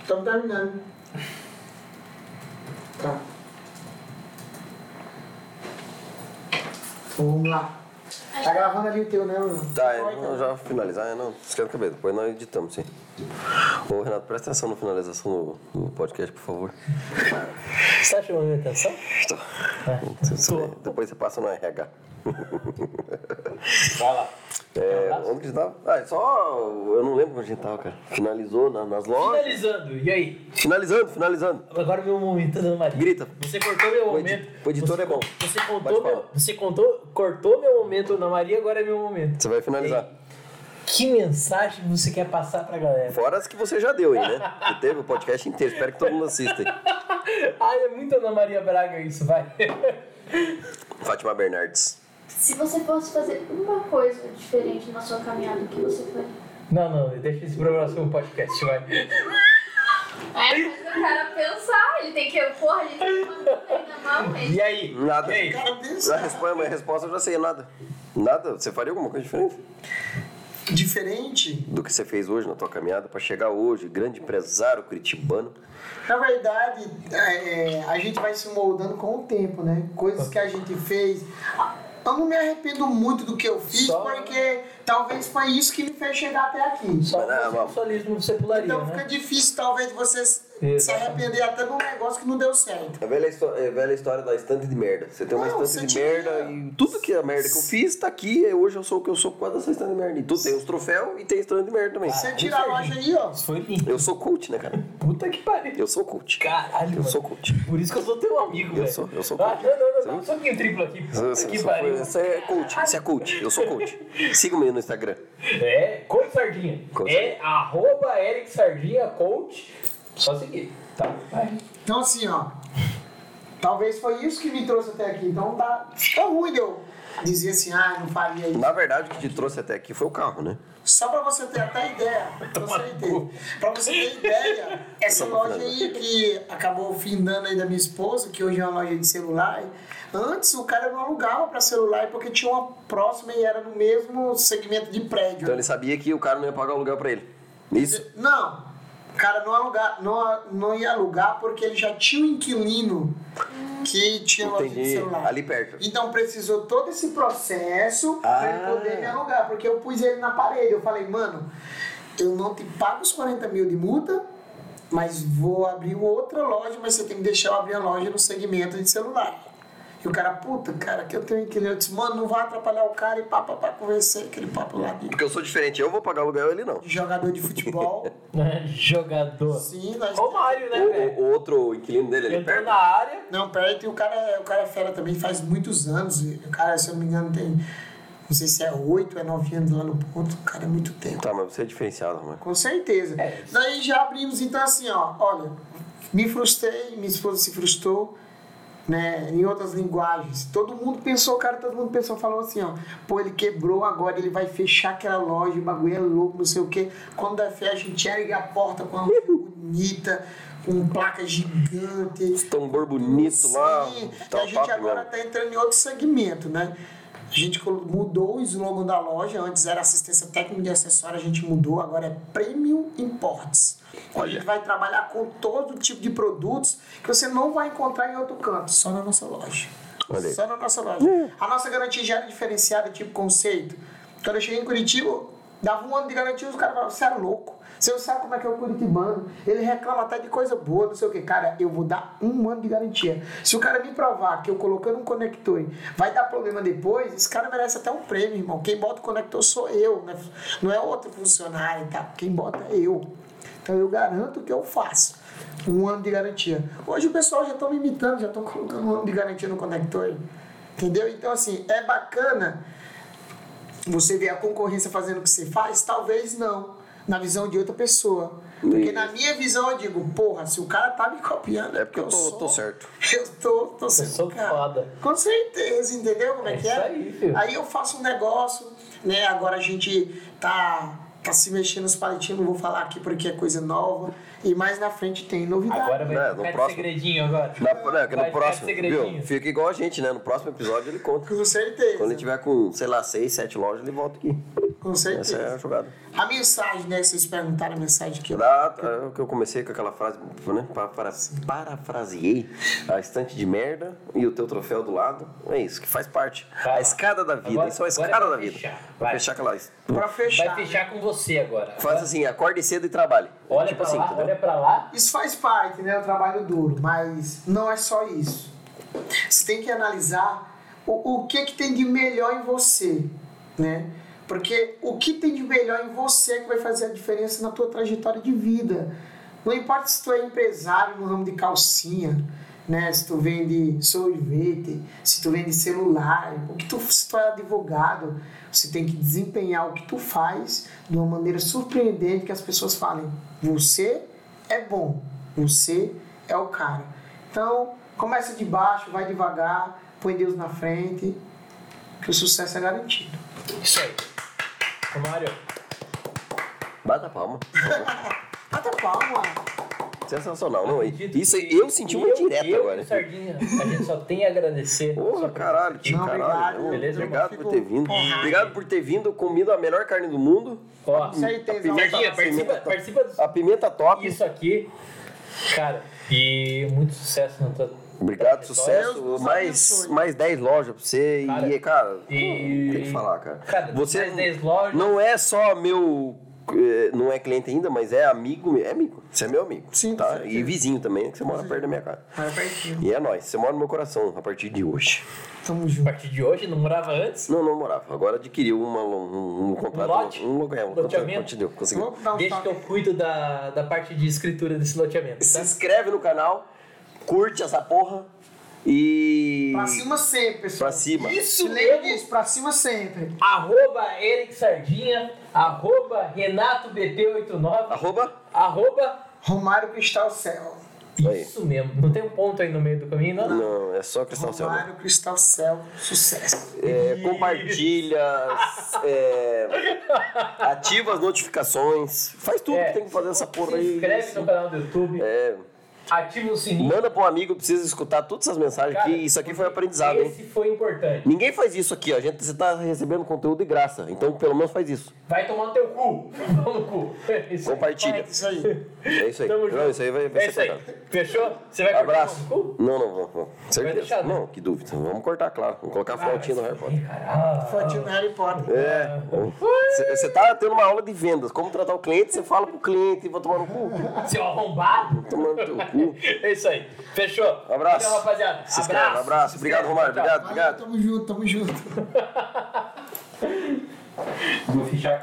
S3: Estamos terminando. Tá. Então, Vamos lá. Tá gravando ali o teu, né, Bruno?
S4: Tá, eu vou já finalizar, eu não esquece a cabeça, depois nós editamos, sim. Ô Renato, presta atenção na finalização do, do podcast, por favor.
S2: Você tá chamando minha atenção?
S4: Tá. Depois você passa no RH.
S2: Vai lá.
S4: É, onde que a gente tava? Ah, só. Eu não lembro onde a gente tava, cara. Finalizou na- nas lojas.
S2: Finalizando, e aí?
S4: Finalizando, finalizando.
S2: Agora meu momento, Ana Maria.
S4: Grita.
S2: Você cortou meu
S4: O, edi-
S2: momento.
S4: o editor é bom.
S2: Você
S4: Bate
S2: contou,
S4: palma.
S2: meu, você contou, cortou meu momento, Ana Maria, agora é meu momento.
S4: Você vai finalizar.
S2: Que mensagem você quer passar pra galera?
S4: Fora as que você já deu aí, né? Que teve o podcast inteiro. Espero que todo mundo assista. aí.
S2: Ai, é muito Ana Maria Braga isso, vai.
S4: Fátima Bernardes.
S5: Se você fosse fazer uma coisa diferente na sua caminhada, o que você faria?
S2: Não, não, deixa isso pro próximo um podcast, vai.
S5: Aí faz o cara pensar, ele tem que. Porra, ele tem que mandar na mão. Ele
S2: E aí?
S4: Nada.
S2: E aí?
S3: Cara, pensa.
S4: A resposta, a resposta eu já sei, é nada. Nada. Você faria alguma coisa diferente
S3: Diferente.
S4: do que você fez hoje na tua caminhada pra chegar hoje, grande empresário curitibano.
S3: Na verdade,
S2: Ah.
S3: é, é, a gente vai se moldando com o tempo, né? Coisas que a gente fez. Eu não me arrependo muito do que eu fiz,
S2: Só-
S3: porque talvez foi isso que me fez chegar até aqui.
S2: Só
S4: Mas,
S2: o
S4: não,
S2: sexualismo secularia,
S3: Então
S2: né?
S3: fica difícil talvez você s- se
S2: Exatamente.
S3: arrepender até de um negócio que não deu certo.
S4: A velha, histó- é a velha história da estante de merda. Você tem uma
S3: Não,
S4: estante de
S3: você
S4: merda
S3: tinha-
S4: e tudo que é a merda que eu fiz tá aqui. E hoje eu sou o que eu sou por causa dessa estante de merda. E tu tem os troféus e tem a estante de merda também.
S3: Você tira a loja aí, ó.
S2: Isso foi lindo.
S4: Eu sou coach, né, cara?
S2: Puta que pariu.
S4: Eu sou coach.
S2: Caralho,
S4: Eu
S2: mano.
S4: sou coach.
S2: Por isso que eu sou teu amigo,
S4: Eu
S2: velho.
S4: sou- eu sou
S2: Ah,
S4: coach.
S2: não, não, não. não. Só que o triplo aqui.
S4: Eu- eu- eu
S2: Puta que
S4: sou-
S2: pariu.
S4: Você é coach, você é coach. Eu sou coach. Siga-me no Instagram.
S2: É, Coach Sardinha.
S4: Coach
S2: É arroba Eric Sardinha Coach. Só seguir. Tá, vai.
S3: Então assim, ó. Talvez foi isso que me trouxe até aqui. Então tá, fica ruim de eu dizer assim, ah, não faria isso.
S4: Na verdade, o que te trouxe até aqui foi o carro, né?
S3: Só pra você ter até ideia, pra você ter, pra você ter
S4: É
S3: ideia, essa loja aí que acabou findando aí da minha esposa, que hoje é uma loja de celular, antes o cara não alugava pra celular porque tinha uma próxima e era no mesmo segmento de prédio.
S4: Então ele sabia que o cara não ia pagar o aluguel pra ele. Isso.
S3: Não, o cara não, alugar, não, não ia alugar porque ele já tinha um inquilino que tinha loja de
S4: Entendi.
S3: celular.
S4: Ali perto.
S3: Então precisou todo esse processo
S4: Ah.
S3: pra ele poder me alugar, porque eu pus ele na parede. Eu falei, mano, eu não te pago os 40 mil de multa, mas vou abrir outra loja, mas você tem que deixar eu abrir a loja no segmento de celular. E o cara, puta, cara, que eu tenho inquilino. Eu disse, mano, não vai atrapalhar o cara e papo pra conversei, aquele papo lá de
S4: Porque eu sou diferente. Eu vou pagar o aluguel, ele não.
S3: de jogador de futebol.
S2: Jogador.
S3: Sim, nós.
S2: Ô Mário, né,
S4: O,
S2: velho? tá
S4: o outro inquilino dele ali
S2: Entrou
S4: perto.
S2: na área.
S3: Não, perto, e o cara, é- o cara é fera também, faz muitos anos. E O cara, se eu não me engano, tem. Não sei se é oito, é nove anos lá no ponto. O cara é muito tempo.
S4: Tá, mas você é diferenciado, mano.
S3: Com certeza. Daí já abrimos, então assim, ó, olha, me frustrei, minha esposa se frustrou, né, em outras linguagens. Todo mundo pensou, cara, todo mundo pensou, falou assim, ó, pô, ele quebrou agora, ele vai fechar aquela loja, o bagulho é louco, não sei o quê. Quando dá fé, a gente ergue a porta com uma loja bonita, com placa gigante.
S4: Tambor bonito lá.
S3: Sim,
S4: Tá
S3: a
S4: o
S3: gente
S4: papo
S3: agora
S4: mesmo.
S3: está entrando em outro segmento, né? A gente colo- mudou o slogan da loja, antes era assistência técnica de acessório, a gente mudou, agora é Premium Imports. A gente vai trabalhar com todo tipo de produtos que você não vai encontrar em outro canto, só na nossa loja.
S4: Olha aí. Hum.
S3: Só na nossa loja. A nossa garantia já era diferenciada, tipo conceito. Quando eu cheguei em Curitiba, dava um ano de garantia, os caras falavam, você é louco. Você não sabe como é que é o curitibano. Ele reclama até de coisa boa, não sei o que. Cara, eu vou dar um ano de garantia. Se o cara me provar que eu colocando um conector vai dar problema depois, esse cara merece até um prêmio, irmão. Quem bota o conector sou eu, né? Não é outro funcionário e tal. Quem bota é eu. Então eu garanto que eu faço. Um ano de garantia. Hoje o pessoal já está me imitando, já estão colocando um ano de garantia no conector. aí. Entendeu? Então, assim, é bacana você ver a concorrência fazendo o que você faz? Talvez não. Na visão de outra pessoa. Porque
S4: Isso.
S3: na minha visão eu digo, porra, se o cara tá me copiando.
S4: É porque eu tô, tô certo.
S3: Eu tô, tô sendo
S2: sou
S3: cara.
S2: foda.
S3: Com certeza, entendeu como
S2: É
S3: é, que
S2: isso
S3: é?
S2: aí, filho.
S3: Aí eu faço um negócio, né? Agora a gente tá, tá se mexendo nos palitinhos, não vou falar aqui porque é coisa nova. E mais na frente tem novidade.
S2: Agora vai
S4: É, no
S2: ficar de
S4: próximo.
S2: segredinho agora.
S4: Na, não, que
S2: Vai
S4: no
S2: ficar
S4: próximo,
S2: segredinho.
S4: viu? Fica igual a gente, né? No próximo episódio ele conta.
S3: Com certeza.
S4: Quando ele tiver com, sei lá, seis, sete lojas, ele volta aqui.
S3: Com
S4: Essa
S3: certeza.
S2: Tá
S4: é a jogada.
S3: A mensagem, né? que Vocês perguntaram a mensagem que eu.
S4: Da- é o que eu comecei com aquela frase, né? Para, para, parafraseei a estante de merda e o teu troféu do lado. É isso, que faz parte.
S2: Tá lá.
S4: A escada da vida.
S2: Agora-
S4: isso é a
S2: agora é
S4: escada
S2: pra
S4: da vida.
S2: fechar.
S4: Pra
S2: Vai.
S4: fechar aquela.
S3: Pra fechar.
S2: Vai fechar com você agora.
S4: Faz assim, acorde cedo e trabalhe.
S2: Olha
S4: tipo
S2: pra
S4: assim,
S2: lá,
S4: entendeu?
S2: olha pra lá.
S3: Isso faz parte, né? O trabalho duro, mas não é só isso. Você tem que analisar o, o que, que tem de melhor em você, né? Porque o que tem de melhor em você é que vai fazer a diferença na tua trajetória de vida. Não importa se tu é empresário no ramo de calcinha, né? Se tu vende sorvete, se tu vende celular, o que tu, se tu é advogado, você tem que desempenhar o que tu faz de uma maneira surpreendente que as pessoas falem, você é bom. Você é o cara. Então, começa de baixo, vai devagar, põe Deus na frente, que o sucesso é garantido.
S2: Isso aí. Ô, Mário,
S4: Bata a palma.
S3: Bata palma.
S4: Sensacional, não?
S2: acredito
S4: Isso
S2: que
S4: eu senti uma
S2: eu-
S4: direta
S2: eu e o
S4: agora.
S2: Sardinha, a gente só tem a agradecer.
S4: Porra, caralho, que
S3: Não,
S4: caralho.
S3: obrigado.
S4: Ô,
S2: Beleza,
S4: obrigado
S3: irmão?
S4: por ter vindo.
S3: Porra.
S4: Obrigado por ter vindo. Comido a melhor carne do mundo.
S2: Ó,
S3: Com certeza.
S4: Pimenta-
S2: Sardinha, participa,
S4: pimenta-
S2: participa do-
S4: A pimenta top.
S2: isso aqui. Cara, e muito sucesso na tua
S4: Obrigado, sucesso.
S3: Deus
S4: mais,
S3: abençoe.
S4: mais 10 lojas pra você. e, cara,
S2: e-
S4: tem que falar, cara.
S2: Cara,
S4: você
S2: mais 10 lojas.
S4: não é só meu. eh, Não é cliente ainda, mas é amigo. É amigo. Você é meu amigo.
S3: Sim, com
S4: tá?
S3: certeza.
S4: E vizinho também, que você mora perto da minha casa.
S3: Vai partir.
S4: E é nóis. Você mora no meu coração a partir de hoje.
S3: Tamo
S2: A
S3: junto.
S2: partir de hoje, não morava antes.
S4: Não, não morava. Agora adquiriu uma, um, um contrato.
S2: lote?
S4: Um lugar. Um
S2: Loteamento?
S4: contrato. Deu, conseguiu.
S3: Vou dar um
S2: Deixa que
S3: toque.
S2: eu cuido da, da parte de escritura desse loteamento.
S4: Se
S2: Tá?
S4: inscreve no canal, curte essa porra e.
S3: Pra cima sempre, pessoal.
S4: Pra cima.
S3: Isso, lembra disso, pra cima sempre.
S2: Arroba Eric Sardinha, arroba RenatoBP89,
S4: Arroba.
S2: arroba.
S3: Romário Cristal Cell.
S4: Aí.
S2: Isso mesmo, não tem um ponto aí no meio do caminho, não?
S4: Não, é só Cristal Céu.
S3: Romário Cristal Cell, sucesso.
S4: É, compartilha, é, ativa as notificações, faz tudo
S2: É,
S4: que tem que fazer essa porra
S2: Se
S4: aí.
S2: inscreve no canal do YouTube,
S4: É,
S2: ativa o sininho.
S4: manda pra um amigo, precisa escutar todas essas mensagens
S2: Cara,
S4: aqui. Isso aqui foi aprendizado, hein?
S2: Esse foi importante.
S4: Ninguém faz isso aqui, ó. A gente, você tá recebendo conteúdo de graça, então pelo menos faz isso.
S2: Vai tomar no teu cu. Toma no cu. É isso aí.
S4: Compartilha.
S3: É isso aí.
S4: É isso aí.
S2: Tamo junto.
S4: Não, isso aí vai, vai
S2: É isso
S4: ser
S2: aí.
S4: cortado.
S2: Fechou? Você vai cortar
S4: Abraço.
S2: o cu?
S4: Não, não, vamos. vamos. Certeza.
S2: deixar, né?
S4: Não, que dúvida. Vamos cortar, claro. Vamos colocar a flautinha no Harry Potter.
S2: Caralho.
S3: Fotinho do Harry Potter.
S4: É. Você tá tendo uma aula de vendas. Como tratar o cliente, você fala pro cliente, vou tomar no cu.
S2: Seu arrombado.
S4: Tomando teu cu.
S2: É isso aí. Fechou.
S4: Abraço.
S2: Valeu, rapaziada.
S4: Se inscreve, abraço.
S2: Se
S4: Obrigado,
S2: inscreve.
S4: Romário.
S2: Tchau.
S4: Obrigado,
S3: Valeu,
S4: obrigado.
S3: tamo junto, tamo junto.
S2: Vou fechar a